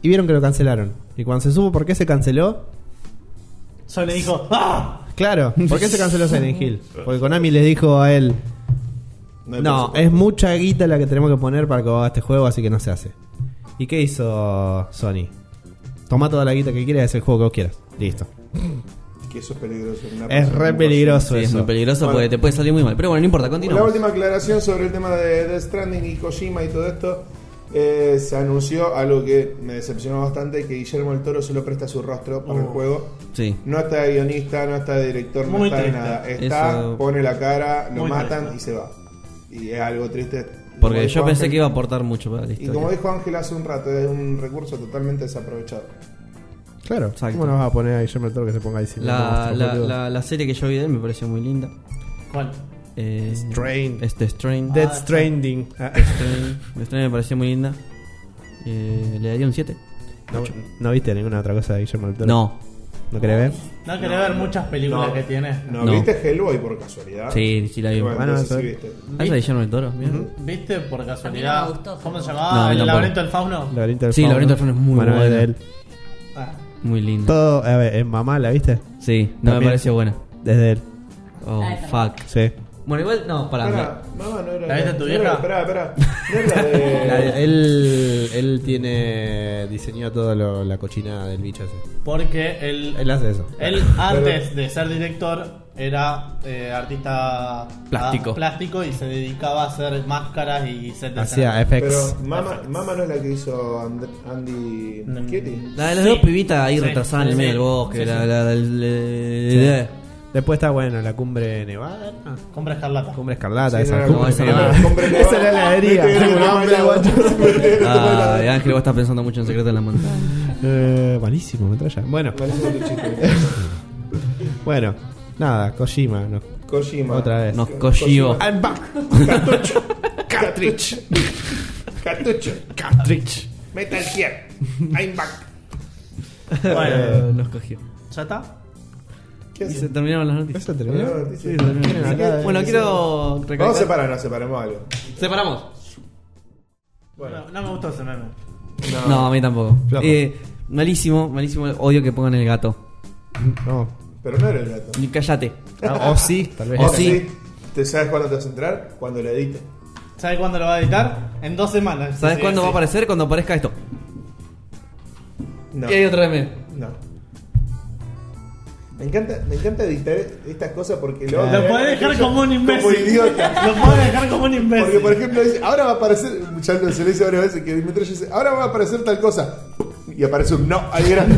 Speaker 4: Y vieron que lo cancelaron. Y cuando se supo por qué se canceló,
Speaker 3: Sony dijo, ¡ah!
Speaker 4: claro, ¿por qué se canceló Silent Hill? Porque Konami le dijo a él:
Speaker 1: hay
Speaker 4: No, es mucha guita la que tenemos que poner para que haga este juego, así que no se hace. ¿Y qué hizo Sony? Toma toda la guita que quieras, es el juego que vos quieras. Listo.
Speaker 1: Que eso es peligroso. una
Speaker 4: Es
Speaker 1: persona
Speaker 4: re
Speaker 1: muy
Speaker 4: peligroso
Speaker 2: Sí, es
Speaker 4: eso.
Speaker 2: muy peligroso
Speaker 1: Bueno.
Speaker 2: porque te puede salir muy mal. Pero bueno, no importa,
Speaker 1: La
Speaker 2: continuamos.
Speaker 1: última aclaración sobre el tema de Death Stranding y Kojima y todo esto. eh, se anunció algo que me decepcionó bastante, que Guillermo del Toro solo presta su rostro
Speaker 3: Uh,
Speaker 1: para el juego.
Speaker 2: Sí.
Speaker 1: No está de guionista, no está de director, no
Speaker 3: Muy
Speaker 1: está de
Speaker 3: triste.
Speaker 1: nada. Está,
Speaker 2: Eso-
Speaker 1: pone la cara, lo
Speaker 3: Muy
Speaker 1: matan
Speaker 3: triste.
Speaker 1: y se va. Y es algo triste. Como
Speaker 2: Porque
Speaker 1: dijo
Speaker 2: yo pensé
Speaker 1: Ángel-
Speaker 2: que iba a aportar mucho para la
Speaker 1: Y como
Speaker 2: historia.
Speaker 1: dijo Ángel hace un rato, es un recurso totalmente desaprovechado.
Speaker 4: Claro,
Speaker 2: Exacto.
Speaker 4: ¿cómo nos vas a poner a Guillermo del Toro que se ponga a decir
Speaker 2: La, la, la, la serie que yo vi de él me pareció muy linda.
Speaker 3: ¿Cuál?
Speaker 2: Eh,
Speaker 4: Strain.
Speaker 2: Este Strain.
Speaker 4: Death
Speaker 3: Ah,
Speaker 4: Stranding. Ah,
Speaker 2: Strain. Strain Este, me pareció muy linda. Eh, Le daría un 7.
Speaker 4: no, no viste ninguna otra cosa de Guillermo del Toro?
Speaker 2: No.
Speaker 4: ¿No querés ver?
Speaker 3: No quería ver muchas películas que tiene.
Speaker 1: No,
Speaker 2: No.
Speaker 1: ¿Viste Hellboy por
Speaker 9: Ah.
Speaker 1: casualidad?
Speaker 2: Sí, sí la vi.
Speaker 1: Bueno,
Speaker 4: Bueno,
Speaker 1: entonces
Speaker 4: eso-
Speaker 1: sí viste.
Speaker 2: Ah, esa de Guillermo del Toro. mira.
Speaker 3: ¿Viste por
Speaker 5: A
Speaker 3: casualidad?
Speaker 5: mí no me gustó.
Speaker 3: ¿Cómo se
Speaker 2: No, a
Speaker 3: llamaba?
Speaker 2: mí
Speaker 3: ¿El
Speaker 2: tampoco.
Speaker 3: laberinto del fauno?
Speaker 4: Laberinto del
Speaker 2: Sí,
Speaker 4: Fauno.
Speaker 2: Laberinto del Fauno es muy
Speaker 4: es
Speaker 2: buena.
Speaker 4: de él.
Speaker 3: Ah,
Speaker 2: Muy linda.
Speaker 4: Todo, a ver, en mamá la viste.
Speaker 2: Sí, no me
Speaker 4: También.
Speaker 2: pareció buena.
Speaker 4: Desde él.
Speaker 2: Oh,
Speaker 5: Ah, está.
Speaker 2: fuck.
Speaker 4: Sí.
Speaker 2: Bueno, igual, no, pará.
Speaker 1: Pará, Ah, mamá, no era
Speaker 3: ¿La viste a tu
Speaker 1: no era-
Speaker 3: vieja?
Speaker 1: Pará, pará. No era la de-
Speaker 4: él, él tiene diseñó toda la cochina del bicho ese.
Speaker 3: Porque el,
Speaker 4: Él hace eso.
Speaker 3: Él antes de ser director era eh, artista
Speaker 2: Plástico.
Speaker 3: ah, plástico y se dedicaba a hacer máscaras y set de
Speaker 4: Hacía
Speaker 3: escenario.
Speaker 4: FX.
Speaker 1: Pero Mama, Mama no es la que hizo And- Andy
Speaker 3: Mm.
Speaker 1: Muschietti.
Speaker 2: La de las
Speaker 3: Sí.
Speaker 2: dos pibitas ahí
Speaker 3: Sí,
Speaker 2: retrasadas en el
Speaker 3: sí,
Speaker 2: medio
Speaker 3: sí.
Speaker 2: del bosque.
Speaker 3: Sí,
Speaker 2: la,
Speaker 3: sí.
Speaker 2: la del- le-
Speaker 4: Sí.
Speaker 2: le-
Speaker 4: Después está bueno, la cumbre nevada. ¿no?
Speaker 2: eh.
Speaker 3: Compra escarlata.
Speaker 4: Cumbre escarlata,
Speaker 1: Sí,
Speaker 4: esa.
Speaker 1: no, no,
Speaker 4: Cumbre
Speaker 2: no, esa no.
Speaker 4: Nevada.
Speaker 1: Cumbre Nevada.
Speaker 4: Esa es la heladería.
Speaker 1: Viste que no me la guacho, siempre tiene que tomar la-
Speaker 2: Ay, Ángel, vos estás pensando mucho en secreto en la montaña.
Speaker 4: Eh, malísimo, metralla. Bueno,
Speaker 1: Malísimo tu chiste.
Speaker 4: bueno, nada, Kojima. No.
Speaker 1: Kojima.
Speaker 4: Otra vez.
Speaker 2: Nos cogió.
Speaker 4: I'm back.
Speaker 1: Cartucho. Cartucho. Cartucho.
Speaker 4: Cartridge.
Speaker 1: Metal Gear. I'm back.
Speaker 3: Bueno,
Speaker 2: Eh, Nos cogió.
Speaker 3: ¿ya está?
Speaker 1: ¿Qué
Speaker 2: Y
Speaker 1: hace?
Speaker 2: se terminaron las noticias.
Speaker 4: ¿Eso terminó?
Speaker 1: Sí,
Speaker 4: Sí,
Speaker 1: terminó.
Speaker 4: ¿quieren hablar de-
Speaker 2: Bueno, quiero
Speaker 1: Vamos a
Speaker 2: recalcar.
Speaker 1: separarnos, separemos algo.
Speaker 2: Separamos.
Speaker 3: Bueno, no me gustó ese meme.
Speaker 2: No, a mí tampoco.
Speaker 4: Flojo.
Speaker 2: Eh, malísimo, malísimo. Odio que pongan el gato.
Speaker 4: No.
Speaker 1: Pero no era el gato.
Speaker 2: Y Cállate.
Speaker 4: Ah, o sí, tal vez.
Speaker 2: O
Speaker 1: Ahora
Speaker 2: Oh, sí.
Speaker 1: ¿Te sabes cuándo te vas a entrar? Cuando lo edite.
Speaker 3: ¿Sabes cuándo lo va a editar? En dos semanas.
Speaker 2: ¿Sabes
Speaker 3: Sí,
Speaker 2: cuándo
Speaker 3: sí.
Speaker 2: va a aparecer? Cuando aparezca esto.
Speaker 1: No.
Speaker 2: Y hay otra vez.
Speaker 1: No. Me encanta, me encanta editar estas cosas porque
Speaker 4: Lo
Speaker 1: hago-
Speaker 3: Lo podés dejar como un imbécil.
Speaker 1: Eh, Como idiota.
Speaker 3: Lo podés dejar como un imbécil.
Speaker 1: Porque, por ejemplo, dice, ahora va a aparecer, ya lo se lo dice varias veces, que Dimitri dice, ahora va a aparecer tal cosa. Y aparece un no ahí grande.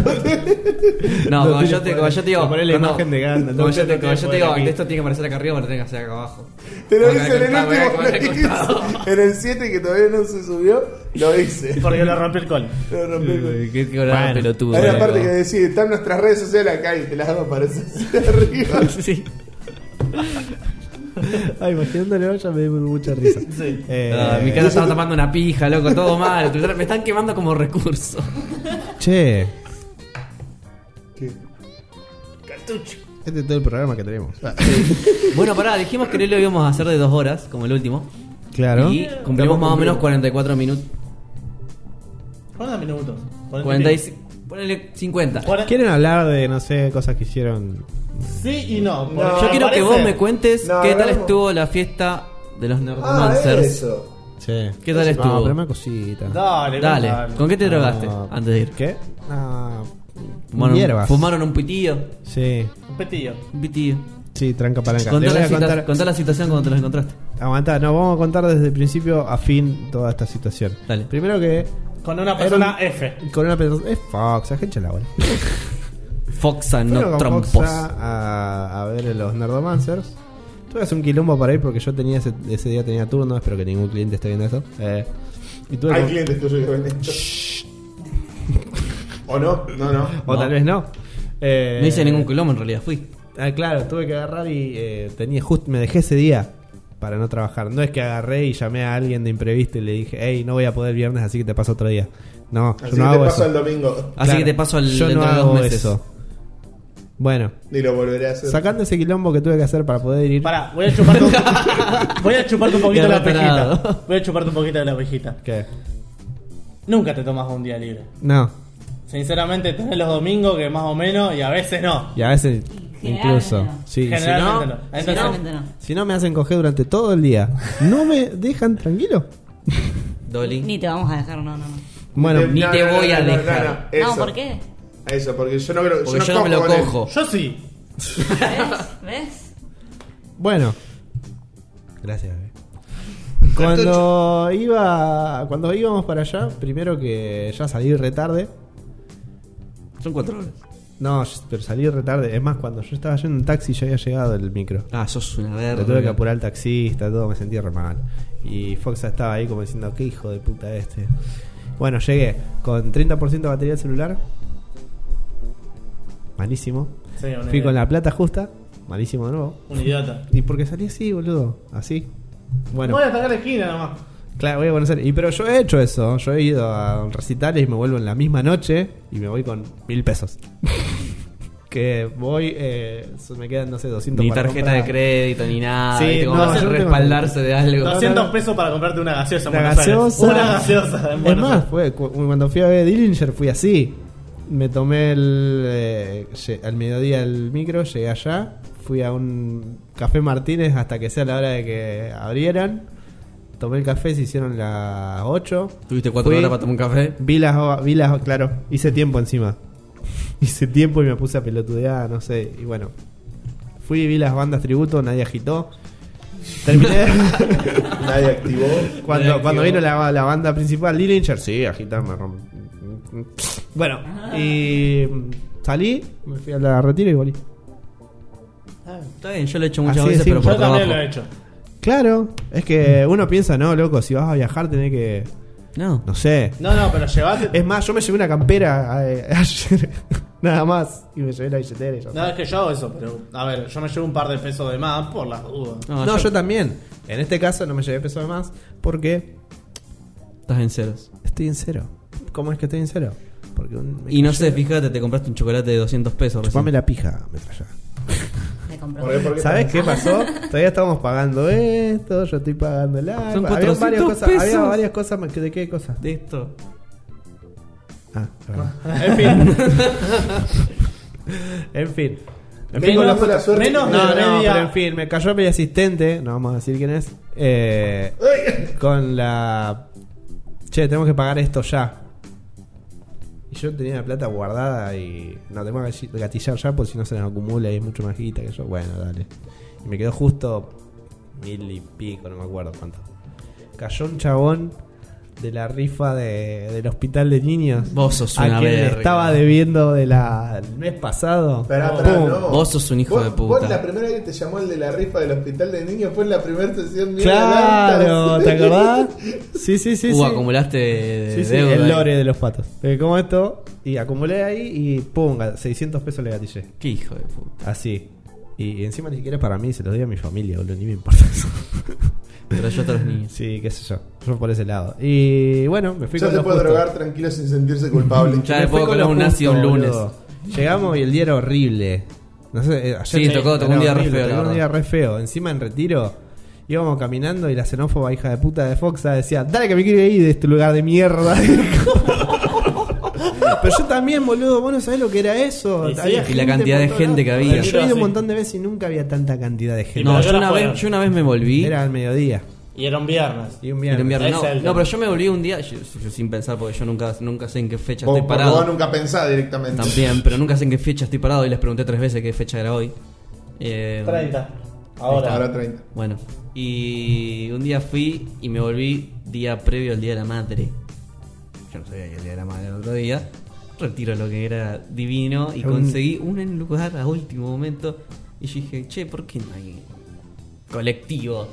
Speaker 2: No,
Speaker 4: No
Speaker 2: como,
Speaker 4: tiene
Speaker 2: yo te,
Speaker 4: poder.
Speaker 2: como yo te digo.
Speaker 4: Le pones la
Speaker 2: cuando-
Speaker 4: imagen de Gandalf.
Speaker 2: Como
Speaker 4: No
Speaker 2: yo te,
Speaker 4: tiene
Speaker 2: como yo te
Speaker 4: poder
Speaker 2: digo,
Speaker 4: aquí.
Speaker 2: esto tiene que aparecer acá arriba, pero lo tenés que hacer acá abajo.
Speaker 1: Te lo
Speaker 2: Porque
Speaker 1: dice en el
Speaker 2: acá está,
Speaker 1: último,
Speaker 2: acá
Speaker 1: lo
Speaker 2: está acostado.
Speaker 1: dice. en el 7 que todavía no se subió, lo dice.
Speaker 3: Porque lo rompió el col.
Speaker 1: Lo rompí.
Speaker 2: Uy, Qué qué bravo,
Speaker 4: Bueno.
Speaker 2: pelotudo. eh.
Speaker 1: Hay una
Speaker 2: boludo.
Speaker 1: parte que decía, están nuestras redes sociales acá y te las hago aparecer hacia arriba.
Speaker 2: Sí.
Speaker 4: Ay, imaginándolo ya me dio mucha risa.
Speaker 3: Sí.
Speaker 4: Eh,
Speaker 2: Ah, mi casa estaba tomando una pija, loco, todo mal. Me están quemando como recurso.
Speaker 4: Che,
Speaker 1: ¿Qué?
Speaker 4: este es todo el programa que tenemos.
Speaker 2: Bueno, pará, dijimos que no lo íbamos a hacer de dos horas, como el último.
Speaker 4: Claro.
Speaker 2: Y cumplimos más o menos 44 minutos.
Speaker 3: ¿Cuántos minutos?
Speaker 2: 45. Ponele 50.
Speaker 3: Cuarenta-
Speaker 4: ¿Quieren hablar de, no sé, cosas que hicieron?
Speaker 3: Sí y no. porque
Speaker 1: No,
Speaker 2: Yo
Speaker 3: me
Speaker 2: quiero que
Speaker 3: parece-
Speaker 2: vos me cuentes
Speaker 1: No,
Speaker 2: qué tal
Speaker 1: hagamos-
Speaker 2: estuvo la fiesta de los
Speaker 1: Ah,
Speaker 2: Nerdmancers.
Speaker 1: eso.
Speaker 4: Che.
Speaker 2: ¿Qué tal estuvo?
Speaker 4: No, pero una cosita.
Speaker 3: Dale,
Speaker 2: Dale, ¿con qué te drogaste
Speaker 4: Ah,
Speaker 2: antes de ir?
Speaker 4: ¿Qué? Ah,
Speaker 2: Fumaron,
Speaker 4: hierbas.
Speaker 2: fumaron un pitillo.
Speaker 4: Sí,
Speaker 3: Un petillo.
Speaker 2: Un pitillo.
Speaker 4: sí, tranca palanca.
Speaker 2: Contá
Speaker 4: Les voy
Speaker 2: la,
Speaker 4: a
Speaker 2: cita-
Speaker 4: contar-
Speaker 2: contá la situación cuando te los encontraste.
Speaker 4: Aguantá, no, vamos a contar desde el principio a fin toda esta situación.
Speaker 2: Dale.
Speaker 4: Primero que
Speaker 3: Con una persona
Speaker 4: Era
Speaker 3: F.
Speaker 4: con una persona... Es Fox, agencha la bola.
Speaker 2: Foxa, no
Speaker 4: Fueron con
Speaker 2: trompos.
Speaker 4: Foxa a, a ver los Nerdomancers. Tuve que hacer un quilombo para ir porque yo tenía ese, ese día tenía turno, espero que ningún cliente esté viendo eso. Eh, y tuve
Speaker 1: Hay
Speaker 4: que-
Speaker 1: clientes tuyos que venden esto. ¿O no? No, no.
Speaker 4: o tal vez no. Eh,
Speaker 2: No hice ningún quilombo, en realidad fui.
Speaker 4: Ah, claro, tuve que agarrar y eh, tenía justo me dejé ese día para no trabajar. No es que agarré y llamé a alguien de imprevisto y le dije, hey, no voy a poder viernes, así que te paso otro día. No, yo no
Speaker 1: Así que te
Speaker 4: hago
Speaker 1: paso
Speaker 4: eso.
Speaker 1: el domingo
Speaker 2: Así
Speaker 4: Claro,
Speaker 2: que te paso al
Speaker 4: yo no
Speaker 2: dentro de
Speaker 4: hago
Speaker 2: dos meses.
Speaker 4: eso. Bueno,
Speaker 1: y lo volveré a hacer.
Speaker 4: sacando ese quilombo que tuve que hacer para poder ir.
Speaker 3: Pará, voy a chuparte un, voy a chuparte un poquito de
Speaker 2: Qué
Speaker 3: la
Speaker 2: retarado.
Speaker 3: pejita. Voy a chuparte un poquito de la pejita.
Speaker 4: ¿Qué?
Speaker 3: Nunca te tomas un día libre.
Speaker 4: No.
Speaker 3: Sinceramente, tenés los domingos que más o menos y a veces no.
Speaker 4: Y a veces incluso.
Speaker 5: no.
Speaker 4: Sí, si no,
Speaker 3: Generalmente no. Entonces,
Speaker 5: Sinceramente no.
Speaker 4: si no me hacen coger durante todo el día, no me dejan tranquilo.
Speaker 2: Dolly.
Speaker 5: Ni te vamos a dejar, no, no, no.
Speaker 4: Bueno,
Speaker 1: No,
Speaker 2: ni
Speaker 1: no,
Speaker 2: te
Speaker 1: no,
Speaker 2: voy
Speaker 1: no,
Speaker 2: a
Speaker 1: no, no,
Speaker 2: dejar.
Speaker 1: no, eso.
Speaker 5: No, ¿por qué?
Speaker 1: Eso, porque yo no creo.
Speaker 2: Porque yo no me lo
Speaker 1: con él.
Speaker 2: cojo.
Speaker 3: Yo sí.
Speaker 5: ¿Ves? ¿Ves?
Speaker 4: bueno. Gracias. bebé. Cuando iba, cuando íbamos para allá, primero que ya salí retarde.
Speaker 2: Son cuatro horas.
Speaker 4: No, yo- pero salí retarde. Es más, cuando yo estaba yendo en taxi ya había llegado el micro.
Speaker 2: Ah, sos una
Speaker 4: Le
Speaker 2: verga.
Speaker 4: tuve que apurar al taxista, todo, me sentí re mal. Y Foxa estaba ahí como diciendo, qué hijo de puta este. Bueno, llegué con 30% de batería del celular. Malísimo.
Speaker 3: Sí, un
Speaker 4: Fui
Speaker 3: idiota.
Speaker 4: con la plata justa. Malísimo de nuevo.
Speaker 3: Un idiota.
Speaker 4: Y porque salí así, boludo. Así. Bueno,
Speaker 3: Voy a atacar la esquina nomás.
Speaker 4: claro, voy a conocer. Y pero yo he hecho eso. Yo he ido a recitales y me vuelvo en la misma noche y me voy con mil pesos. que voy, eh, me quedan, no sé, 200
Speaker 2: Ni
Speaker 4: para
Speaker 2: tarjeta
Speaker 4: comprar.
Speaker 2: de crédito, ni nada.
Speaker 4: Sí,
Speaker 2: ¿viste? Como
Speaker 4: no,
Speaker 2: para
Speaker 4: yo tengo-
Speaker 2: respaldarse de algo.
Speaker 4: no,
Speaker 3: 200
Speaker 4: no.
Speaker 3: pesos para comprarte una gaseosa. en
Speaker 4: Una
Speaker 3: Buenos Aires.
Speaker 4: gaseosa.
Speaker 3: Una gaseosa. en
Speaker 4: Es
Speaker 3: Buenos
Speaker 4: más,
Speaker 3: Aires.
Speaker 4: fue, cu- cuando fui a ver Dillinger fui así. Me tomé el, eh, lle- al mediodía el micro, llegué allá, fui a un café Martínez hasta que sea la hora de que abrieran. Tomé el café, se hicieron las 8.
Speaker 2: Tuviste cuatro
Speaker 4: Fui,
Speaker 2: horas para tomar un café.
Speaker 4: Vi las, o- vi las, claro, hice tiempo encima. Hice tiempo y me puse a pelotudear, no sé, y bueno. Fui y vi las bandas tributo, nadie agitó. Terminé.
Speaker 1: Nadie activó.
Speaker 4: Cuando, cuando vino la, la banda principal, Dillinger, sí, agitarme. Bueno, y mm, salí, me fui a la retiro y volví.
Speaker 1: Ah.
Speaker 2: Está bien, yo lo he hecho muchas
Speaker 4: Así de
Speaker 2: veces, pero
Speaker 4: simple.
Speaker 2: por
Speaker 3: Yo
Speaker 2: trabajo.
Speaker 3: también lo he hecho.
Speaker 4: Claro, es que
Speaker 1: Mm.
Speaker 4: uno piensa, no, loco, si vas a viajar tenés que.
Speaker 2: No.
Speaker 4: No sé.
Speaker 3: No, no, pero llevate.
Speaker 4: Es más, yo me llevé una campera eh, ayer, nada más, y me llevé la billetera y ya
Speaker 3: No, es que yo hago eso, pero a ver, yo me llevo un par de pesos de más por las dudas.
Speaker 4: No, yo... también. En este caso no me llevé peso de más porque
Speaker 2: Estás en ceros.
Speaker 4: estoy en cero. ¿Cómo es que estoy en cero? Porque un-
Speaker 2: Y no sé, fíjate, te compraste un chocolate de 200 pesos recién.
Speaker 4: Chupame la pija, me trayó.
Speaker 5: Me compró.
Speaker 1: ¿Por qué? ¿Por qué?
Speaker 4: ¿Sabes qué pasó? Todavía estamos pagando esto, yo estoy pagando el iPad.
Speaker 2: Son
Speaker 4: Había
Speaker 2: 400
Speaker 4: varias cosas,
Speaker 2: pesos.
Speaker 4: había varias cosas más- ¿De qué cosas?
Speaker 2: De esto.
Speaker 4: Ah, perdón.
Speaker 3: En fin,
Speaker 4: En fin. En fin,
Speaker 3: menos,
Speaker 4: con
Speaker 1: la mala suerte.
Speaker 3: menos
Speaker 4: los-
Speaker 3: de
Speaker 4: no, no,
Speaker 3: media.
Speaker 4: pero en fin, me cayó mi asistente, no vamos a decir quién es, eh,
Speaker 1: ¡Ay!
Speaker 4: con la... Che, tenemos que pagar esto ya. Y yo tenía la plata guardada y... No, tengo que gati- gatillar ya porque si no se nos acumula y es mucho más guita que yo. Bueno, dale. Y me quedó justo mil y pico, no me acuerdo cuánto. Cayó un chabón de la rifa de- del hospital de niños.
Speaker 2: Vos sos
Speaker 4: a
Speaker 2: una
Speaker 4: quien le
Speaker 2: verga.
Speaker 4: estaba debiendo de la, el mes pasado.
Speaker 1: Pará, pará,
Speaker 4: Pum.
Speaker 1: no.
Speaker 2: Vos sos un hijo
Speaker 1: Vos-
Speaker 2: de puta.
Speaker 1: Vos la primera vez que te llamó el de la rifa del hospital de niños fue en la primera sesión mía.
Speaker 4: Claro, ¿te acordás? Sí, sí, sí.
Speaker 2: Uh,
Speaker 4: sí.
Speaker 2: acumulaste de-
Speaker 4: Sí, sí,
Speaker 2: deuda
Speaker 4: el
Speaker 2: ahí.
Speaker 4: lore de los patos. Eh, como esto, y acumulé ahí y pum, a- 600 pesos le gatillé.
Speaker 2: Qué hijo de puta.
Speaker 4: Así. Y, y encima ni siquiera es para mí, se los doy a mi familia, boludo, ni me importa eso.
Speaker 2: Pero yo a los niños.
Speaker 4: sí, qué sé yo. Yo por ese lado. Y bueno, me fui
Speaker 1: Ya
Speaker 4: con
Speaker 1: se
Speaker 4: los
Speaker 1: puede
Speaker 4: justos.
Speaker 1: drogar tranquilo sin sentirse culpable.
Speaker 2: Ya
Speaker 4: Me
Speaker 2: le
Speaker 4: fui
Speaker 2: puedo
Speaker 4: con
Speaker 2: colar
Speaker 4: lo
Speaker 2: un
Speaker 4: justo,
Speaker 2: nazi un lunes.
Speaker 4: boludo. Llegamos y el día era horrible. No sé, eh, ayer
Speaker 2: Sí, tocó- tocó
Speaker 4: era
Speaker 2: un día re
Speaker 4: horrible,
Speaker 2: feo, la
Speaker 4: tocó un
Speaker 2: verdad.
Speaker 4: día re feo. Encima en retiro íbamos caminando y la xenófoba hija de puta de Foxa decía, dale que me quiero ir de este lugar de mierda. Pero yo también, boludo, vos no sabés lo que era eso.
Speaker 3: Y sí,
Speaker 4: Había
Speaker 3: y la
Speaker 4: gente
Speaker 2: cantidad
Speaker 4: por
Speaker 2: de
Speaker 4: todos
Speaker 2: gente que
Speaker 4: lados.
Speaker 2: había.
Speaker 4: Yo he ido un
Speaker 3: Sí.
Speaker 4: montón de veces y nunca había tanta cantidad de gente.
Speaker 3: pero
Speaker 2: No,
Speaker 3: yo
Speaker 2: yo
Speaker 3: la
Speaker 2: una,
Speaker 3: fuera.
Speaker 2: vez, yo una vez me volví.
Speaker 4: Era al mediodía.
Speaker 3: Y era un viernes.
Speaker 4: Y un
Speaker 2: y
Speaker 4: viernes.
Speaker 2: era un viernes.
Speaker 3: Ese es
Speaker 2: No,
Speaker 3: el
Speaker 2: no,
Speaker 3: tema.
Speaker 2: pero yo me volví un día, yo- yo sin pensar, porque yo nunca, nunca sé en qué fecha
Speaker 1: Vos,
Speaker 2: estoy
Speaker 1: porque vos
Speaker 2: parado.
Speaker 1: nunca pensás directamente.
Speaker 2: También, pero nunca sé en qué fecha estoy parado y les pregunté tres veces qué fecha era hoy. Eh,
Speaker 3: 30.
Speaker 1: Ahora,
Speaker 3: Ahora.
Speaker 1: 30.
Speaker 2: Bueno, y un día fui y me volví día previo al Día de la Madre. Yo no sabía que el Día de la Madre era el otro día. retiro lo que era divino y
Speaker 4: Un-
Speaker 2: conseguí una en un lugar a último momento. Y yo dije, che, ¿por qué no hay colectivo?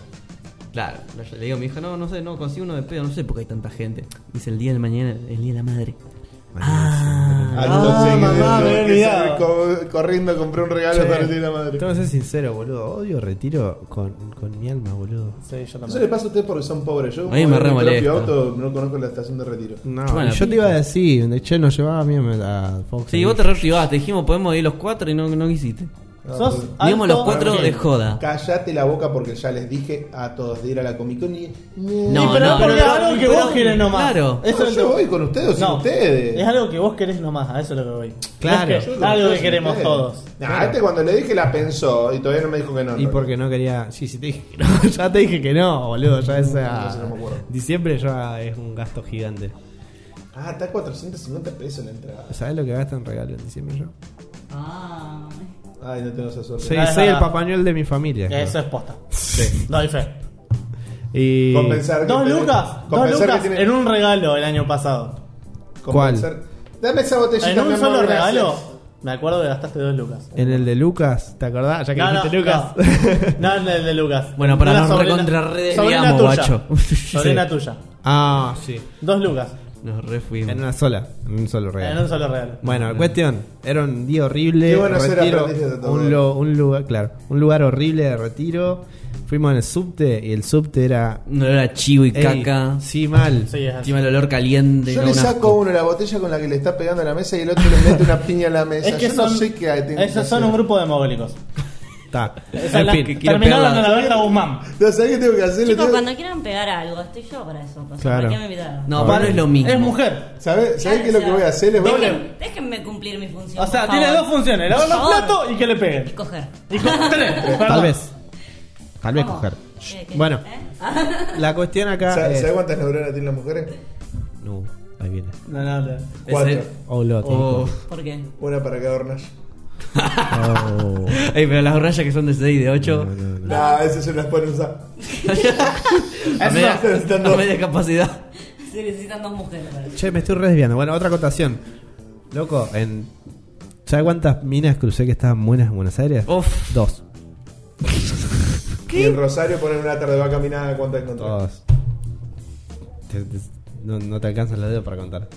Speaker 2: Claro, no, yo le digo a mi hija, no, no sé, no, consigo uno de pedo, no sé por qué hay tanta gente. Dice el día de mañana, el día de la madre. Ah,
Speaker 1: Alto seguidor,
Speaker 3: mamá, me
Speaker 1: tuve
Speaker 3: había
Speaker 1: que salir
Speaker 3: olvidado.
Speaker 1: co- corriendo a comprar un regalo
Speaker 4: Che,
Speaker 1: para el Día de la madre.
Speaker 4: Tengo que ser sincero, boludo. Odio retiro con, con mi alma, boludo.
Speaker 3: Sí, yo
Speaker 1: Eso le
Speaker 3: también.
Speaker 1: pasa a ustedes porque son pobres. Yo como
Speaker 2: A mí me
Speaker 1: voy en
Speaker 2: re
Speaker 1: mi propio
Speaker 2: molesta.
Speaker 1: auto no conozco la estación de retiro.
Speaker 4: No,
Speaker 2: Bueno,
Speaker 4: yo te iba a decir, de che, nos llevaba a mí a Fox.
Speaker 2: Sí, vos te reactivaste, dijimos podemos ir los cuatro y no, no quisiste.
Speaker 3: Sos
Speaker 2: Digamos
Speaker 3: alto
Speaker 2: los cuatro
Speaker 3: ángel.
Speaker 2: de joda.
Speaker 1: Cállate la boca porque ya les dije a todos de ir a la Comic Con y...
Speaker 2: No,
Speaker 3: Sí, pero
Speaker 2: no,
Speaker 3: porque
Speaker 2: pero-
Speaker 3: es algo que
Speaker 2: pero-
Speaker 3: vos querés nomás.
Speaker 2: claro.
Speaker 3: Eso es
Speaker 1: yo
Speaker 3: lo-
Speaker 1: voy con ustedes o sin
Speaker 3: No,
Speaker 1: ustedes.
Speaker 3: Es algo que vos querés nomás, a eso es lo que voy.
Speaker 4: Claro.
Speaker 3: No es que-
Speaker 1: Yo voy con
Speaker 3: algo
Speaker 1: ustedes
Speaker 3: que
Speaker 1: sin
Speaker 3: queremos
Speaker 1: ustedes.
Speaker 3: todos.
Speaker 1: Nah, este cuando le dije la pensó y todavía no me dijo que no.
Speaker 4: Y
Speaker 1: no.
Speaker 4: porque no quería. Sí, sí, te dije que no. ya te dije que no, boludo. Ya es. a-
Speaker 1: No sé, no me acuerdo.
Speaker 4: Diciembre ya es un gasto gigante.
Speaker 1: Ah, está 450 pesos la entrada.
Speaker 4: ¿Sabes lo que gastan regalo en diciembre yo?
Speaker 5: Ah.
Speaker 1: Ay, no tengo esa suerte.
Speaker 4: Sí,
Speaker 3: Ah, es
Speaker 4: soy el
Speaker 3: verdad.
Speaker 4: papañol de mi familia.
Speaker 3: Eso es posta. No hay fe.
Speaker 4: Y.
Speaker 1: Compensar que
Speaker 3: Dos
Speaker 1: tenés-
Speaker 3: lucas, dos
Speaker 1: compensar que
Speaker 3: lucas
Speaker 1: tiene-
Speaker 3: en un regalo el año pasado.
Speaker 1: compensar- Dame esa botellita.
Speaker 3: En
Speaker 1: mi
Speaker 3: un
Speaker 1: amor,
Speaker 3: solo
Speaker 1: gracias.
Speaker 3: regalo, me acuerdo que gastaste dos lucas.
Speaker 4: En el de Lucas, ¿te acordás? Ya que
Speaker 3: No, no,
Speaker 4: dijiste Lucas.
Speaker 3: No, no en el de Lucas.
Speaker 2: Bueno, para
Speaker 3: Una
Speaker 2: nos
Speaker 3: sobrina-
Speaker 2: recontra re
Speaker 3: sobrina
Speaker 2: desviamos,
Speaker 3: tuya.
Speaker 2: guacho.
Speaker 3: Sobrina
Speaker 2: Sí.
Speaker 3: tuya.
Speaker 4: ah, sí.
Speaker 3: Dos lucas
Speaker 2: Nos refuimos.
Speaker 4: En una sola. En un solo regalo.
Speaker 3: en un solo regalo.
Speaker 4: Bueno, cuestión, era un día horrible.
Speaker 1: Qué bueno ser
Speaker 4: retiro,
Speaker 1: aprendiz de todo.
Speaker 4: un, lo- un lugar, claro, un lugar horrible de retiro. Fuimos en el subte y el subte era
Speaker 2: No era chivo y
Speaker 4: ey,
Speaker 2: caca.
Speaker 4: Sí, mal.
Speaker 3: Sí, es así.
Speaker 2: Encima el olor caliente.
Speaker 1: Yo
Speaker 2: no,
Speaker 1: le
Speaker 2: un
Speaker 1: saco a
Speaker 2: asco.
Speaker 1: uno la botella con la que le está pegando a la mesa y el otro le mete una piña a la mesa.
Speaker 3: Es que
Speaker 1: Yo
Speaker 3: son,
Speaker 1: no sé qué hay, tengo que
Speaker 3: esos son
Speaker 1: hacer.
Speaker 3: un grupo de mogólicos.
Speaker 4: Está.
Speaker 3: Esas
Speaker 2: En
Speaker 3: las
Speaker 2: fin,
Speaker 3: que
Speaker 2: que quiero
Speaker 3: Terminaron
Speaker 2: pegarla.
Speaker 3: en la venta Guzmán.
Speaker 1: No, ¿sabés qué tengo que hacer? Le
Speaker 5: Chicos,
Speaker 1: tengo-
Speaker 5: cuando quieran pegar algo, estoy yo para eso. O sea,
Speaker 4: Claro.
Speaker 5: ¿Para qué me invitaron?
Speaker 2: No, pero no es lo mismo.
Speaker 3: Es mujer.
Speaker 1: ¿Sabés,
Speaker 5: Claro,
Speaker 1: ¿sabés qué es lo
Speaker 5: o sea,
Speaker 1: que voy a hacer? Les voy a-
Speaker 5: Déjenme, déjenme cumplir mi función.
Speaker 3: O sea,
Speaker 5: por
Speaker 3: tiene
Speaker 5: favor.
Speaker 3: dos funciones: lavar
Speaker 5: Por
Speaker 3: los
Speaker 5: favor.
Speaker 3: platos y que le
Speaker 5: Y
Speaker 3: peguen.
Speaker 5: coger.
Speaker 3: Y con- tres.
Speaker 4: Tal
Speaker 3: perdón.
Speaker 4: vez. Tal vez
Speaker 5: ¿Cómo?
Speaker 4: coger.
Speaker 5: ¿Qué- qué-
Speaker 4: Bueno,
Speaker 5: eh?
Speaker 4: la cuestión acá
Speaker 2: Ah,
Speaker 1: ¿Sabés
Speaker 4: es-
Speaker 1: sabés cuántas neuronas tienen las mujeres?
Speaker 4: No, ahí viene.
Speaker 3: No, no, no.
Speaker 1: Cuatro.
Speaker 2: Ese-
Speaker 4: Oh, lo
Speaker 2: Oh.
Speaker 5: ¿Por qué?
Speaker 1: Una para cada hornalla.
Speaker 4: Oh.
Speaker 2: Ey, pero las hornallas que son de 6 y de 8.
Speaker 1: Nah, esas se las pueden usar.
Speaker 2: a, media, a media capacidad.
Speaker 5: Se necesitan dos mujeres para eso.
Speaker 4: Che, me estoy resviando. Bueno, otra acotación. Loco, en ¿Sabes cuántas minas crucé que estaban buenas en Buenos Aires?
Speaker 2: Uf.
Speaker 4: Dos.
Speaker 1: Y en Rosario ponen una tarde va caminada cuántas
Speaker 2: Ah.
Speaker 1: encontrás.
Speaker 4: Todos. Te- te- no, no te alcanzan los dedos para contar.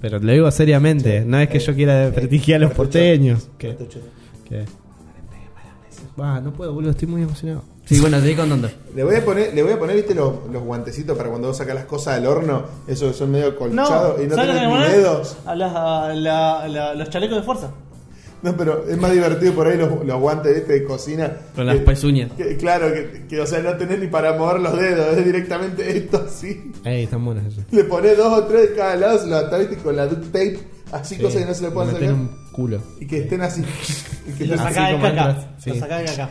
Speaker 4: Pero lo digo seriamente, no es
Speaker 1: eh,
Speaker 4: que yo quiera prestigiar a los
Speaker 1: Cartucho.
Speaker 4: porteños. Que,
Speaker 1: Cartucho.
Speaker 4: que- Bah, no puedo, boludo, estoy muy emocionado.
Speaker 2: Sí, bueno, seguí contando.
Speaker 1: Le voy a poner, le voy a poner viste, los, los guantecitos para cuando vos sacas las cosas del horno, esos que son medio
Speaker 3: No,
Speaker 1: colchados y no
Speaker 3: ¿sabes lo que
Speaker 1: tienen
Speaker 3: me
Speaker 1: ni
Speaker 3: molesta?
Speaker 1: dedos.
Speaker 3: A las- a la- la- los chalecos de fuerza.
Speaker 1: No, pero es más divertido por ahí los, los guantes ¿viste? de cocina.
Speaker 2: Con las
Speaker 1: Que-
Speaker 2: pezuñas.
Speaker 1: que- claro, que, que, o sea, no tenés ni para mover los dedos, es directamente esto así.
Speaker 4: Ey, están buenas esas.
Speaker 1: Le ponés dos o tres de cada lado, se lo atás ¿viste? con la duct tape, así
Speaker 4: Sí,
Speaker 1: cosas que no se le puedan
Speaker 4: me meten
Speaker 1: sacar.
Speaker 4: un culo.
Speaker 1: Y que estén así. Y que
Speaker 3: Y lo
Speaker 1: estén
Speaker 4: Así
Speaker 3: sacás de
Speaker 4: como
Speaker 3: caca.
Speaker 4: entras,
Speaker 3: Lo
Speaker 4: sí.
Speaker 3: sacás de caca.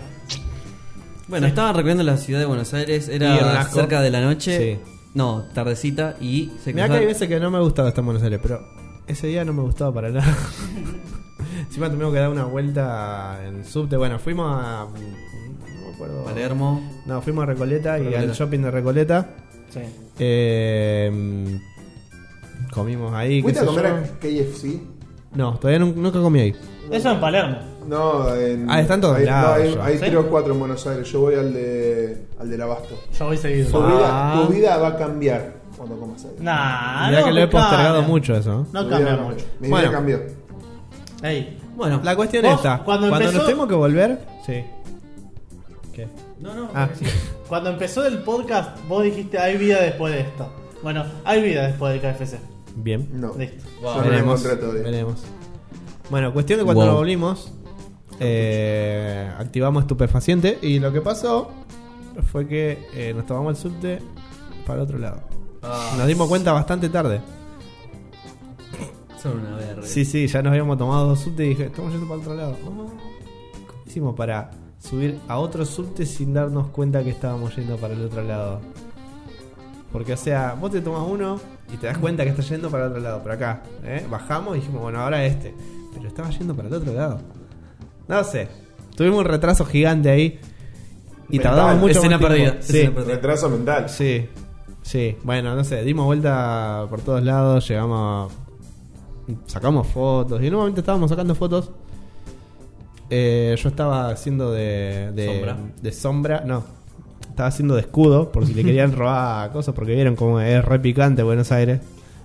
Speaker 2: Bueno, estaba recorriendo la ciudad de Buenos Aires.
Speaker 4: Y era un
Speaker 2: Era
Speaker 4: asco.
Speaker 2: cerca de la noche.
Speaker 4: Sí.
Speaker 2: No, tardecita. Y se
Speaker 4: Mirá que
Speaker 2: cruzaron-
Speaker 4: hay veces que no me ha gustado estar en Buenos Aires, pero ese día no me gustaba para nada. Encima tuvimos que dar una vuelta en subte. Bueno, fuimos a. mm, No me acuerdo.
Speaker 2: Palermo.
Speaker 4: No, fuimos a Recoleta y
Speaker 2: Recoleta.
Speaker 4: al shopping de Recoleta.
Speaker 3: Sí.
Speaker 4: Eh, comimos ahí. qué
Speaker 1: ¿Fuiste a
Speaker 4: sé
Speaker 1: comer
Speaker 4: yo.
Speaker 1: a KFC?
Speaker 4: No, todavía nun- nunca comí ahí.
Speaker 3: Eso en Palermo.
Speaker 1: No, en.
Speaker 4: Ah, está en todos
Speaker 1: hay,
Speaker 4: lados,
Speaker 1: No, hay,
Speaker 4: yo.
Speaker 1: hay
Speaker 3: ¿Sí?
Speaker 1: tres o cuatro en Buenos Aires. Yo voy al de al del Abasto.
Speaker 3: Yo voy
Speaker 1: Tu,
Speaker 3: seguido.
Speaker 4: Ah.
Speaker 1: vida, tu vida va a cambiar cuando comas ahí.
Speaker 3: Nah,
Speaker 4: Mirá
Speaker 3: Ah, no,
Speaker 4: que lo he
Speaker 3: no
Speaker 4: postergado
Speaker 3: cambia.
Speaker 4: mucho eso. ¿no?
Speaker 3: No
Speaker 1: Tu
Speaker 3: cambia
Speaker 1: vida-
Speaker 3: mucho.
Speaker 1: Mi vida
Speaker 4: Bueno.
Speaker 1: cambió.
Speaker 3: Ey.
Speaker 2: Bueno,
Speaker 4: La cuestión
Speaker 3: Vos,
Speaker 4: es esta.
Speaker 3: cuando
Speaker 4: Cuando,
Speaker 3: empezó-
Speaker 4: nos tenemos que volver. Sí. ¿Qué?
Speaker 3: No, no.
Speaker 4: Ah.
Speaker 3: Cuando empezó el podcast, vos dijiste hay vida después de esto. Bueno, hay vida después del KFC.
Speaker 4: Bien.
Speaker 1: No.
Speaker 3: Listo.
Speaker 1: Yo no la encontré todavía.
Speaker 4: veremos. Bueno, cuestión de cuando
Speaker 2: Wow.
Speaker 4: nos volvimos. eh, activamos estupefaciente. Y lo que pasó fue que eh, nos tomamos el subte para otro lado.
Speaker 3: Ah.
Speaker 4: Nos dimos cuenta bastante tarde.
Speaker 2: son una verga.
Speaker 4: Sí, sí, ya nos habíamos tomado dos subtes y dije, estamos yendo para otro lado. Ah, ¿Cómo hicimos para subir a otro subte sin darnos cuenta que estábamos yendo para el otro lado? Porque, o sea, vos te tomas uno y te das
Speaker 2: Mm.
Speaker 4: cuenta que estás yendo para el otro lado, pero acá, ¿eh? Bajamos y dijimos, bueno, ahora este. Pero estaba yendo para el otro lado. No sé, tuvimos un retraso gigante ahí y
Speaker 1: Mental,
Speaker 4: tardamos mucho
Speaker 2: escena
Speaker 4: más tiempo.
Speaker 2: perdida,
Speaker 4: Sí.
Speaker 2: escena perdida.
Speaker 1: Retraso mental.
Speaker 4: Sí, sí. Bueno, no sé, dimos vuelta por todos lados, llegamos sacamos fotos. Y en un momento estábamos sacando fotos. Eh, yo estaba haciendo de, de-
Speaker 3: Sombra.
Speaker 4: de sombra, no. Estaba haciendo de escudo por si le querían robar cosas porque vieron como es re picante Buenos Aires.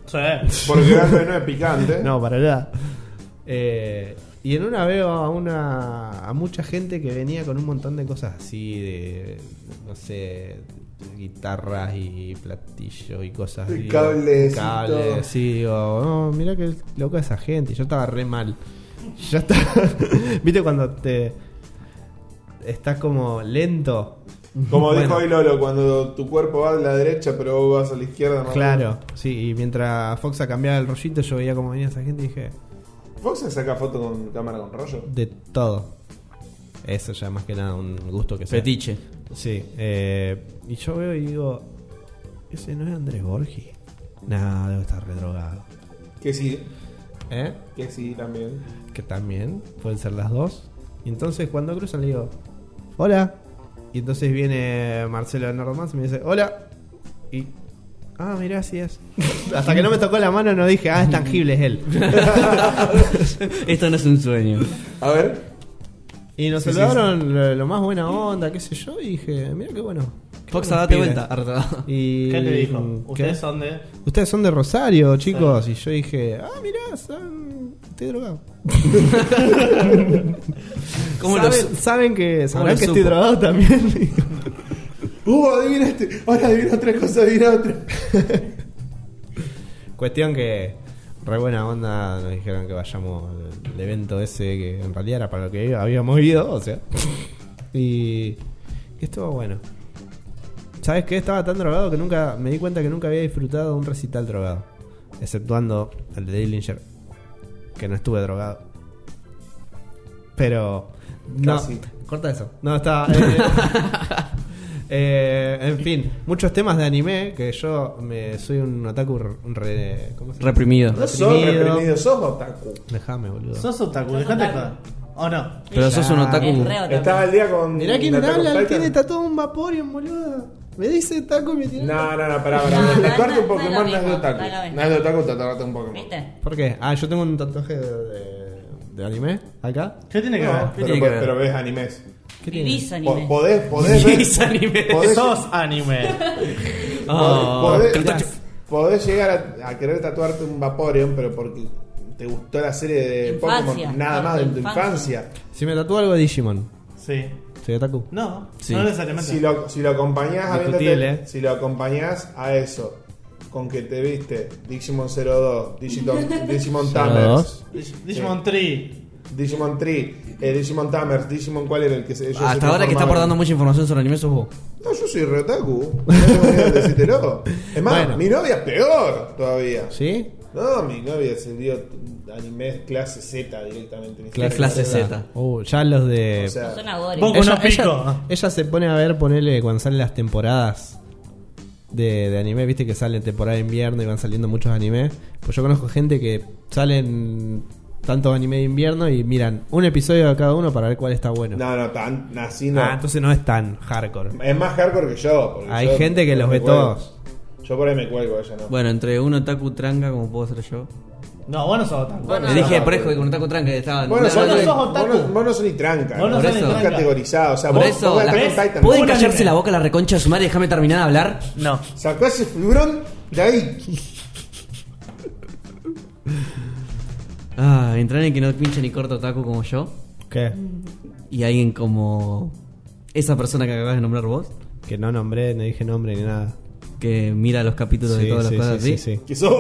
Speaker 3: Sí.
Speaker 1: Porque grande no es picante.
Speaker 4: No, para nada. Eh, y en una veo a una a mucha gente que venía con un montón de cosas así de no sé, guitarras y platillos y cosas
Speaker 1: Y
Speaker 4: así.
Speaker 1: cables y todo.
Speaker 4: cables, sí, digo, "Oh, mira qué loca esa gente. Y yo estaba re mal. Ya está. ¿Viste cuando te estás como lento?
Speaker 1: Como dijo
Speaker 4: Bueno.
Speaker 1: hoy Lolo, cuando tu cuerpo va a la derecha, pero vos vas a la izquierda. más o
Speaker 4: Claro, sí, y mientras Foxa cambiaba el rollito, yo veía cómo venía esa gente y dije,
Speaker 1: menos. ¿Vos se saca foto con cámara con rollo?
Speaker 4: De todo. Eso ya más que nada un gusto que sea.
Speaker 2: Fetiche.
Speaker 4: Sí. eh, y yo veo y digo, ese no es Andrés Borgi. Nah, debe estar redrogado.
Speaker 1: Que sí,
Speaker 4: ¿Eh?
Speaker 1: que sí también.
Speaker 4: Que también pueden ser las dos. Y entonces cuando cruzan le digo, hola. Y entonces viene Marcelo Normans y me dice, hola. Y... Ah, mirá, así es. Hasta que no me tocó la mano no dije, ah, es tangible, es él.
Speaker 2: Esto no es un sueño.
Speaker 1: A ver,
Speaker 4: Y nos
Speaker 1: Sí, sí,
Speaker 4: saludaron Lo, lo más buena onda, qué sé yo, y dije, mira qué bueno. qué
Speaker 2: Foxa,
Speaker 4: buenos
Speaker 2: date
Speaker 4: pibes".
Speaker 2: vuelta. Arta.
Speaker 4: Y,
Speaker 3: ¿Qué le dijo?
Speaker 4: ¿qué?
Speaker 3: Ustedes son de.
Speaker 4: Ustedes son de Rosario, chicos. Y yo dije, ah, mirá, son- estoy drogado.
Speaker 2: ¿Cómo lo
Speaker 4: ¿Saben,
Speaker 2: su-
Speaker 4: saben que, sabrán
Speaker 2: lo
Speaker 4: que
Speaker 2: supo?
Speaker 4: estoy drogado también.
Speaker 1: ¡Uh, adivinaste! Ahora adivina otra cosa, adivina otra.
Speaker 4: Cuestión que, re buena onda, nos dijeron que vayamos al al evento ese que en realidad era para lo que habíamos ido, o sea. Y que estuvo bueno. ¿Sabes qué? Estaba tan drogado que nunca me di cuenta que nunca había disfrutado un recital drogado. Exceptuando el de Dillinger, que no estuve drogado. Pero. No,
Speaker 1: Casi.
Speaker 4: corta eso. No, estaba. eh, eh, en fin, muchos temas de anime que yo me soy un otaku re, ¿cómo se llama?
Speaker 2: Reprimido.
Speaker 1: No sos
Speaker 4: Reprimido.
Speaker 1: reprimido, sos otaku.
Speaker 4: Déjame, boludo.
Speaker 3: ¿Sos otaku?
Speaker 5: Sos
Speaker 3: Dejate
Speaker 5: otaku.
Speaker 3: joder. ¿O no?
Speaker 2: Pero sos un otaku.
Speaker 5: Es re otaku.
Speaker 1: Estaba el día con.
Speaker 4: Mirá quién
Speaker 1: Attack on
Speaker 4: habla,
Speaker 1: Titan.
Speaker 4: tiene tatuado un Vaporeon, boludo. Me dice taco y me tiene.
Speaker 1: No, no, no, pará, pará.
Speaker 5: No, no,
Speaker 1: Tatuarte
Speaker 5: no,
Speaker 1: un
Speaker 5: no es lo
Speaker 1: Pokémon no es de
Speaker 5: mismo,
Speaker 1: otaku.
Speaker 5: no es lo mismo.
Speaker 1: No es de otaku tatuarte un Pokémon.
Speaker 5: ¿Viste?
Speaker 4: ¿Por qué? Ah, yo tengo un tatuaje de, de- de anime acá.
Speaker 3: ¿Qué tiene que
Speaker 1: No,
Speaker 3: ver?
Speaker 1: pero,
Speaker 2: tiene que ver?
Speaker 1: pero ves animes.
Speaker 4: ¿Qué
Speaker 5: Vivís
Speaker 1: Po-
Speaker 5: anime.
Speaker 1: Podés, podés ver.
Speaker 2: Es anime.
Speaker 1: Podés,
Speaker 3: Sos anime.
Speaker 2: Oh,
Speaker 1: podés-
Speaker 2: cartucho.
Speaker 1: podés llegar a, a querer tatuarte un Vaporeon, pero porque te gustó la serie de
Speaker 5: Infancia,
Speaker 1: Pokémon. Nada más de tu
Speaker 5: infancia.
Speaker 1: infancia.
Speaker 4: Si me tatúo algo de Digimon,
Speaker 3: Sí.
Speaker 4: soy otaku.
Speaker 3: No,
Speaker 2: Sí.
Speaker 3: no necesariamente.
Speaker 1: Si lo, si lo acompañás a
Speaker 4: Discutible, eh.
Speaker 1: si lo acompañás a eso, con que te viste Digimon 02, Digimon, Digimon Tamers,
Speaker 4: 02.
Speaker 3: Dig- Digimon Tree.
Speaker 1: Digimon 3, eh, Digimon Tamers, Digimon cuál era el que se ellos se
Speaker 2: Ah, Hasta ahora que está
Speaker 1: transformaban?
Speaker 2: aportando mucha información sobre anime sos vos.
Speaker 1: No, yo soy reotaku. No tengo miedo de decírtelo. Es más,
Speaker 4: Bueno.
Speaker 1: mi novia es peor todavía.
Speaker 4: ¿Sí?
Speaker 1: No, mi novia se dio anime clase Z directamente. ni
Speaker 2: Clase
Speaker 1: siquiera
Speaker 2: Z.
Speaker 4: Uh, ya los de.
Speaker 1: O sea,
Speaker 5: Sos un agore.
Speaker 3: Poco
Speaker 4: ella,
Speaker 3: no pico.
Speaker 4: ella- ella se pone a ver, ponele cuando salen las temporadas de, de anime, viste que salen temporada de invierno y van saliendo muchos animes. Pues yo conozco gente que salen tantos anime de invierno y miran un episodio de cada uno para ver cuál está bueno.
Speaker 1: no, no, tan, así no.
Speaker 4: Ah, entonces no es tan hardcore.
Speaker 1: Es más hardcore que yo. porque
Speaker 4: Hay
Speaker 1: yo-
Speaker 4: gente que los
Speaker 1: me
Speaker 4: ve
Speaker 1: cuelgo.
Speaker 4: todos.
Speaker 1: Yo por ahí me cuelgo, ella no.
Speaker 2: Bueno, entre un otaku tranca, como puedo ser yo.
Speaker 3: No, vos no sos otaku.
Speaker 5: Bueno,
Speaker 2: Le
Speaker 5: no.
Speaker 2: dije prejo que con otaku tranca estaba.
Speaker 1: Bueno,
Speaker 2: no,
Speaker 1: sos,
Speaker 3: vos
Speaker 2: no,
Speaker 1: vos,
Speaker 3: no
Speaker 1: no
Speaker 3: sos otaku.
Speaker 1: vos, no, sos ni tranca.
Speaker 3: Vos no
Speaker 1: ¿no?
Speaker 2: sos
Speaker 1: Por
Speaker 2: ni
Speaker 1: eso-
Speaker 3: tranca.
Speaker 1: categorizado. O sea,
Speaker 2: Por
Speaker 1: vos,
Speaker 2: eso,
Speaker 1: vos
Speaker 2: la-
Speaker 1: Attack on
Speaker 3: ¿ves?
Speaker 1: Titan.
Speaker 2: ¿pueden
Speaker 3: Un
Speaker 2: callarse
Speaker 3: anime.
Speaker 2: la boca la reconcha de su madre y dejarme terminar de hablar?
Speaker 3: No.
Speaker 1: Sacó ese fibrón de ahí.
Speaker 2: Ah, entrar en que no pinche ni corto otaku como yo.
Speaker 4: ¿Qué?
Speaker 2: Y alguien como. Esa persona que acabas de nombrar vos.
Speaker 4: Que no nombré, no dije nombre ni nada.
Speaker 2: Que mira los capítulos de
Speaker 4: Sí,
Speaker 2: todas
Speaker 4: sí,
Speaker 2: las cosas
Speaker 4: sí,
Speaker 2: así.
Speaker 4: sí, sí.
Speaker 1: Que sos.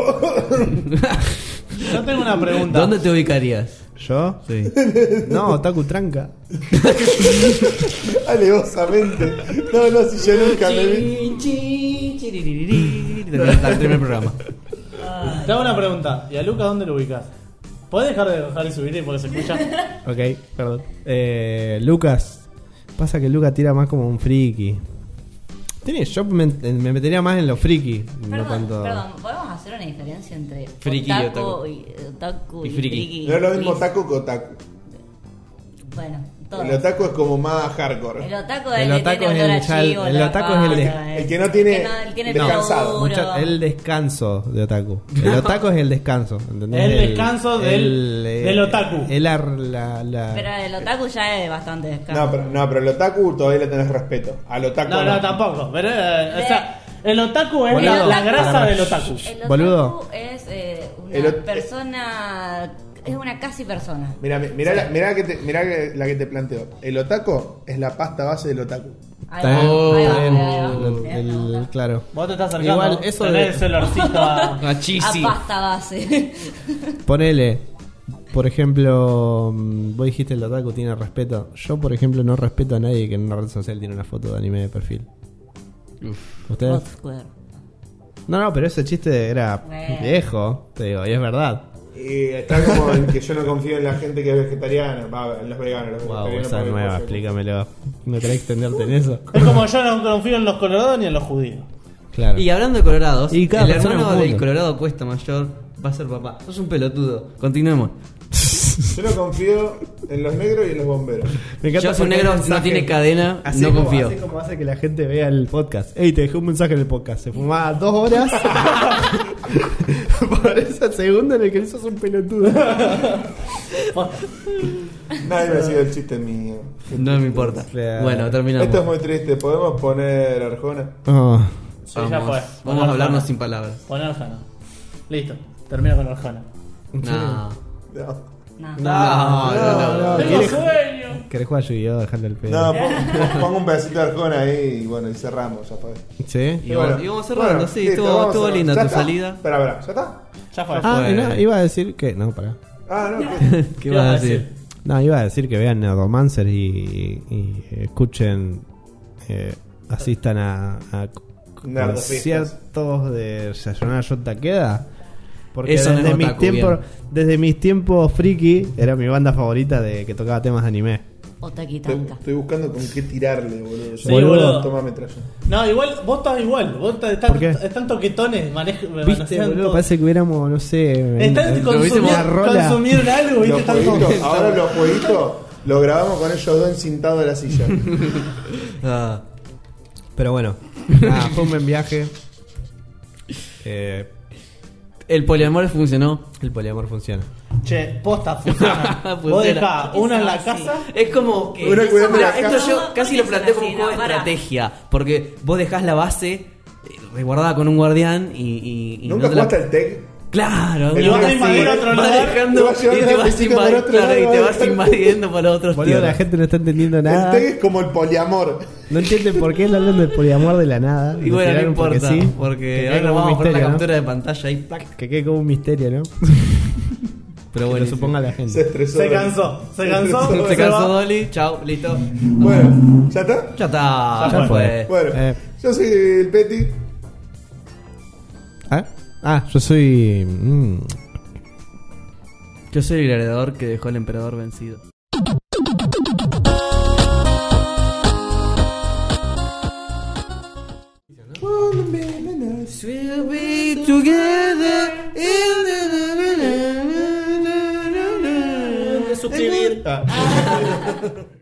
Speaker 3: Yo tengo una pregunta.
Speaker 2: ¿Dónde te ubicarías?
Speaker 4: ¿Yo?
Speaker 2: Sí. Este
Speaker 4: No, Otaku Tranca.
Speaker 1: alevosamente. No, no, si yo nunca me vi.
Speaker 2: Chin, chin, chiriririrí. Termina el primer programa.
Speaker 3: Te hago una pregunta. ¿Y a Lucas dónde lo ubicas? ¿Podés dejar de bajar y subir porque se escucha?
Speaker 4: Ok, perdón. Eh, Lucas. Pasa que Lucas tira más como un friki. Tiene, yo me, me metería más en lo friki. no
Speaker 5: Perdón,
Speaker 4: tanto.
Speaker 5: perdón, ¿podemos hacer una diferencia entre
Speaker 2: Friki y otaku.
Speaker 5: y eh, otaku y,
Speaker 2: Y friki.
Speaker 5: friki?
Speaker 1: No es lo mismo
Speaker 5: Please.
Speaker 1: taco que otaku.
Speaker 5: Bueno, todos.
Speaker 1: El otaku es como más hardcore.
Speaker 5: El otaco
Speaker 4: El
Speaker 5: es el, que
Speaker 4: otaco
Speaker 5: tiene
Speaker 4: es
Speaker 5: olor
Speaker 4: el
Speaker 5: a
Speaker 4: ya-
Speaker 5: chivo,
Speaker 4: el
Speaker 5: olor a
Speaker 4: otaco es el de-
Speaker 5: pata,
Speaker 1: El que no tiene,
Speaker 5: el que no- el
Speaker 1: descansado.
Speaker 5: laburo.
Speaker 4: Mucha- el descanso de otaku. El otaku es el descanso. ¿entendés?
Speaker 3: El descanso del-
Speaker 4: eh,
Speaker 3: del otaku.
Speaker 4: El ar- la, la-
Speaker 5: Pero el otaku ya es bastante descarado.
Speaker 1: No pero, no, pero el otaku todavía le tenés respeto. Al otaku
Speaker 3: No, no, tampoco. Pero, eh, o sea, el otaku es
Speaker 4: Boludo,
Speaker 3: la, la
Speaker 4: para,
Speaker 3: grasa
Speaker 4: para.
Speaker 3: del otaku.
Speaker 5: El otaku
Speaker 4: Boludo.
Speaker 5: es eh, una
Speaker 1: El ot-
Speaker 5: persona. Es una casi persona.
Speaker 1: Mira, mira, la, mirá que te, mirá que- la que te planteo. El otaco es la pasta base del otaku.
Speaker 5: Ahí
Speaker 4: Está bien,
Speaker 5: va, ahí va,
Speaker 4: está bien,
Speaker 5: ahí va.
Speaker 4: el-
Speaker 5: Bien,
Speaker 4: el-
Speaker 5: me gusta.
Speaker 4: claro.
Speaker 3: Vos te estás acercando.
Speaker 4: Igual, eso
Speaker 3: Tenés
Speaker 4: de-
Speaker 3: el olorcito a...
Speaker 2: A
Speaker 5: A
Speaker 2: Chisi.
Speaker 5: pasta base.
Speaker 4: Ponele, por ejemplo, mm, vos dijiste el otaku tiene respeto. Yo, por ejemplo, no respeto a nadie que en una red social tiene una foto de anime de perfil. ¿Ustedes?
Speaker 5: Hot square.
Speaker 4: No, no, pero ese chiste era
Speaker 5: Bueno.
Speaker 4: viejo, te digo, y es verdad.
Speaker 1: Y está como en que yo no confío en la gente que es vegetariana, va, en los veganos. Los
Speaker 4: Wow, esa
Speaker 1: vegetarianos
Speaker 4: es
Speaker 1: porque-
Speaker 4: nueva, explícamelo. No querés extenderte en eso.
Speaker 3: Es como yo no confío en los colorados ni en los judíos.
Speaker 4: Claro.
Speaker 2: Y hablando de colorados,
Speaker 4: Y cada
Speaker 2: el
Speaker 4: persona es
Speaker 2: hermano
Speaker 4: un
Speaker 2: del
Speaker 4: mundo.
Speaker 2: colorado cuesta mayor va a ser papá. Sos un pelotudo. Continuemos.
Speaker 1: Yo no confío en los negros y en los bomberos.
Speaker 4: Me encanta
Speaker 2: Yo soy
Speaker 4: porque
Speaker 2: negro,
Speaker 4: hay mensajes-
Speaker 2: no tiene cadena,
Speaker 4: así
Speaker 2: no
Speaker 4: como-
Speaker 2: confío.
Speaker 4: Así como hace que la gente vea el podcast. Ey, te dejé un mensaje en el podcast. Se fumaba dos horas. Por esa segunda en el que sos un pelotudo.
Speaker 2: Ah.
Speaker 1: Nadie me ha sido el chiste mío.
Speaker 2: No me importa.
Speaker 4: Claro.
Speaker 2: Bueno, terminamos.
Speaker 1: Esto es muy triste. ¿Podemos poner Arjona?
Speaker 4: Oh,
Speaker 3: Sí,
Speaker 2: Vamos,
Speaker 3: ya fue. Pon
Speaker 2: vamos a
Speaker 3: Arjona.
Speaker 2: hablarnos sin palabras.
Speaker 3: Pon Arjona. Listo. Termino con Arjona.
Speaker 2: No.
Speaker 1: No.
Speaker 5: No.
Speaker 4: Ah,
Speaker 2: No, Ah, no, no.
Speaker 3: Tengo sueño.
Speaker 4: ¿Querés jugar Yu-Gi-Oh? Dejate el pedo.
Speaker 1: No, pon- pongo un pedacito de Arjona ahí y bueno, y cerramos, ya fue.
Speaker 4: ¿Sí?
Speaker 2: Y vamos- y vamos cerrando, sí, estuvo-
Speaker 1: vamos
Speaker 2: estuvo
Speaker 1: cerrando.
Speaker 2: linda
Speaker 1: ¿Ya
Speaker 2: tu
Speaker 1: está?
Speaker 2: salida.
Speaker 1: Espera, espera, ¿ya está?
Speaker 3: Ya fue.
Speaker 4: Ah,
Speaker 2: fue.
Speaker 4: y no, iba a decir que. No, pará.
Speaker 1: Ah, no, que-
Speaker 2: ¿Qué vas a decir?
Speaker 4: No, iba a decir que vean Neuromancer y, y escuchen, eh, asistan a, a
Speaker 1: Nerdofistas.
Speaker 4: conciertos de Sayonara Yo Takeda. Porque
Speaker 2: Eso no
Speaker 4: desde,
Speaker 2: es
Speaker 4: mis
Speaker 2: otaku,
Speaker 4: tiempos,
Speaker 2: bien.
Speaker 4: desde mis tiempos friki era mi banda favorita de que tocaba temas de anime.
Speaker 5: O
Speaker 1: estoy,
Speaker 5: taquitanca.
Speaker 1: estoy buscando con qué tirarle, boludo.
Speaker 3: Sí, boludo.
Speaker 1: Toma metralla.
Speaker 3: No, igual, vos estás igual. Vos estás, están,
Speaker 4: ¿Por qué?
Speaker 3: están toquetones, manejo, me
Speaker 4: Viste,
Speaker 3: manosean
Speaker 4: boludo,
Speaker 3: todo.
Speaker 4: parece que hubiéramos, no sé,
Speaker 3: Están
Speaker 4: una-
Speaker 3: consumiendo,
Speaker 4: una rola.
Speaker 3: consumieron algo, viste,
Speaker 1: Los
Speaker 3: están
Speaker 1: jueguitos,
Speaker 3: como-
Speaker 1: ahora los jueguitos los grabamos con ellos dos encintados de la silla.
Speaker 2: Ah,
Speaker 4: Pero bueno, nada, Ah, fue un buen viaje. Eh,
Speaker 2: el poliamor funcionó.
Speaker 4: el poliamor funciona.
Speaker 3: Che, posta funciona.
Speaker 2: Funciona.
Speaker 3: Vos dejá una en la
Speaker 5: Sí.
Speaker 3: casa.
Speaker 2: Es como que.
Speaker 1: Una cuidando
Speaker 2: Mira,
Speaker 1: la
Speaker 2: esto
Speaker 5: casa.
Speaker 2: yo casi lo planteo como un
Speaker 5: No,
Speaker 2: juego de
Speaker 5: pará.
Speaker 2: estrategia. Porque vos dejás la base eh, resguardada con un guardián y. y- y
Speaker 1: ¿Nunca
Speaker 2: no te la-
Speaker 1: jugaste al tech?
Speaker 2: Claro,
Speaker 1: Pero
Speaker 2: y vas
Speaker 1: ahora sí,
Speaker 2: invadiendo
Speaker 1: vas
Speaker 2: otro
Speaker 3: llevando
Speaker 2: lugar, dejando,
Speaker 1: la
Speaker 2: y te vas
Speaker 1: piscina por
Speaker 2: invadiendo,
Speaker 1: otro lado,
Speaker 2: claro, y te
Speaker 1: vas
Speaker 2: vas
Speaker 1: dejando-
Speaker 2: invadiendo para otros
Speaker 4: Boludo, la
Speaker 2: tierras.
Speaker 4: gente no está entendiendo
Speaker 1: El
Speaker 4: nada.
Speaker 1: tech es como el poliamor.
Speaker 4: No entienden por qué le hablan del poliamor de la nada.
Speaker 2: Y
Speaker 4: Lo
Speaker 2: bueno, no
Speaker 4: tiraron
Speaker 2: importa, porque,
Speaker 4: sí. Que quede
Speaker 2: ahora
Speaker 4: como un
Speaker 2: vamos a poner la
Speaker 4: misterio, ¿no?
Speaker 2: captura de pantalla ahí, plac,
Speaker 4: Que quede como un misterio, ¿no?
Speaker 2: pero
Speaker 4: que lo
Speaker 2: bueno.
Speaker 4: suponga la
Speaker 1: Se
Speaker 4: gente.
Speaker 1: estresó.
Speaker 3: Se cansó, se cansó.
Speaker 1: estresó.
Speaker 2: Se
Speaker 3: Se
Speaker 2: cansó
Speaker 3: va.
Speaker 2: Dolly, chao, listo.
Speaker 1: Bueno, ¿ya está?
Speaker 2: Ya está,
Speaker 3: Ya
Speaker 2: ya
Speaker 3: fue.
Speaker 2: fue.
Speaker 1: Bueno,
Speaker 4: Eh.
Speaker 1: yo soy el Peti.
Speaker 4: ¿Ah? ah, yo soy. mm,
Speaker 2: Yo soy el gladiador que dejó al emperador vencido. We'll be together in the-
Speaker 4: Ah.
Speaker 3: Suscribir.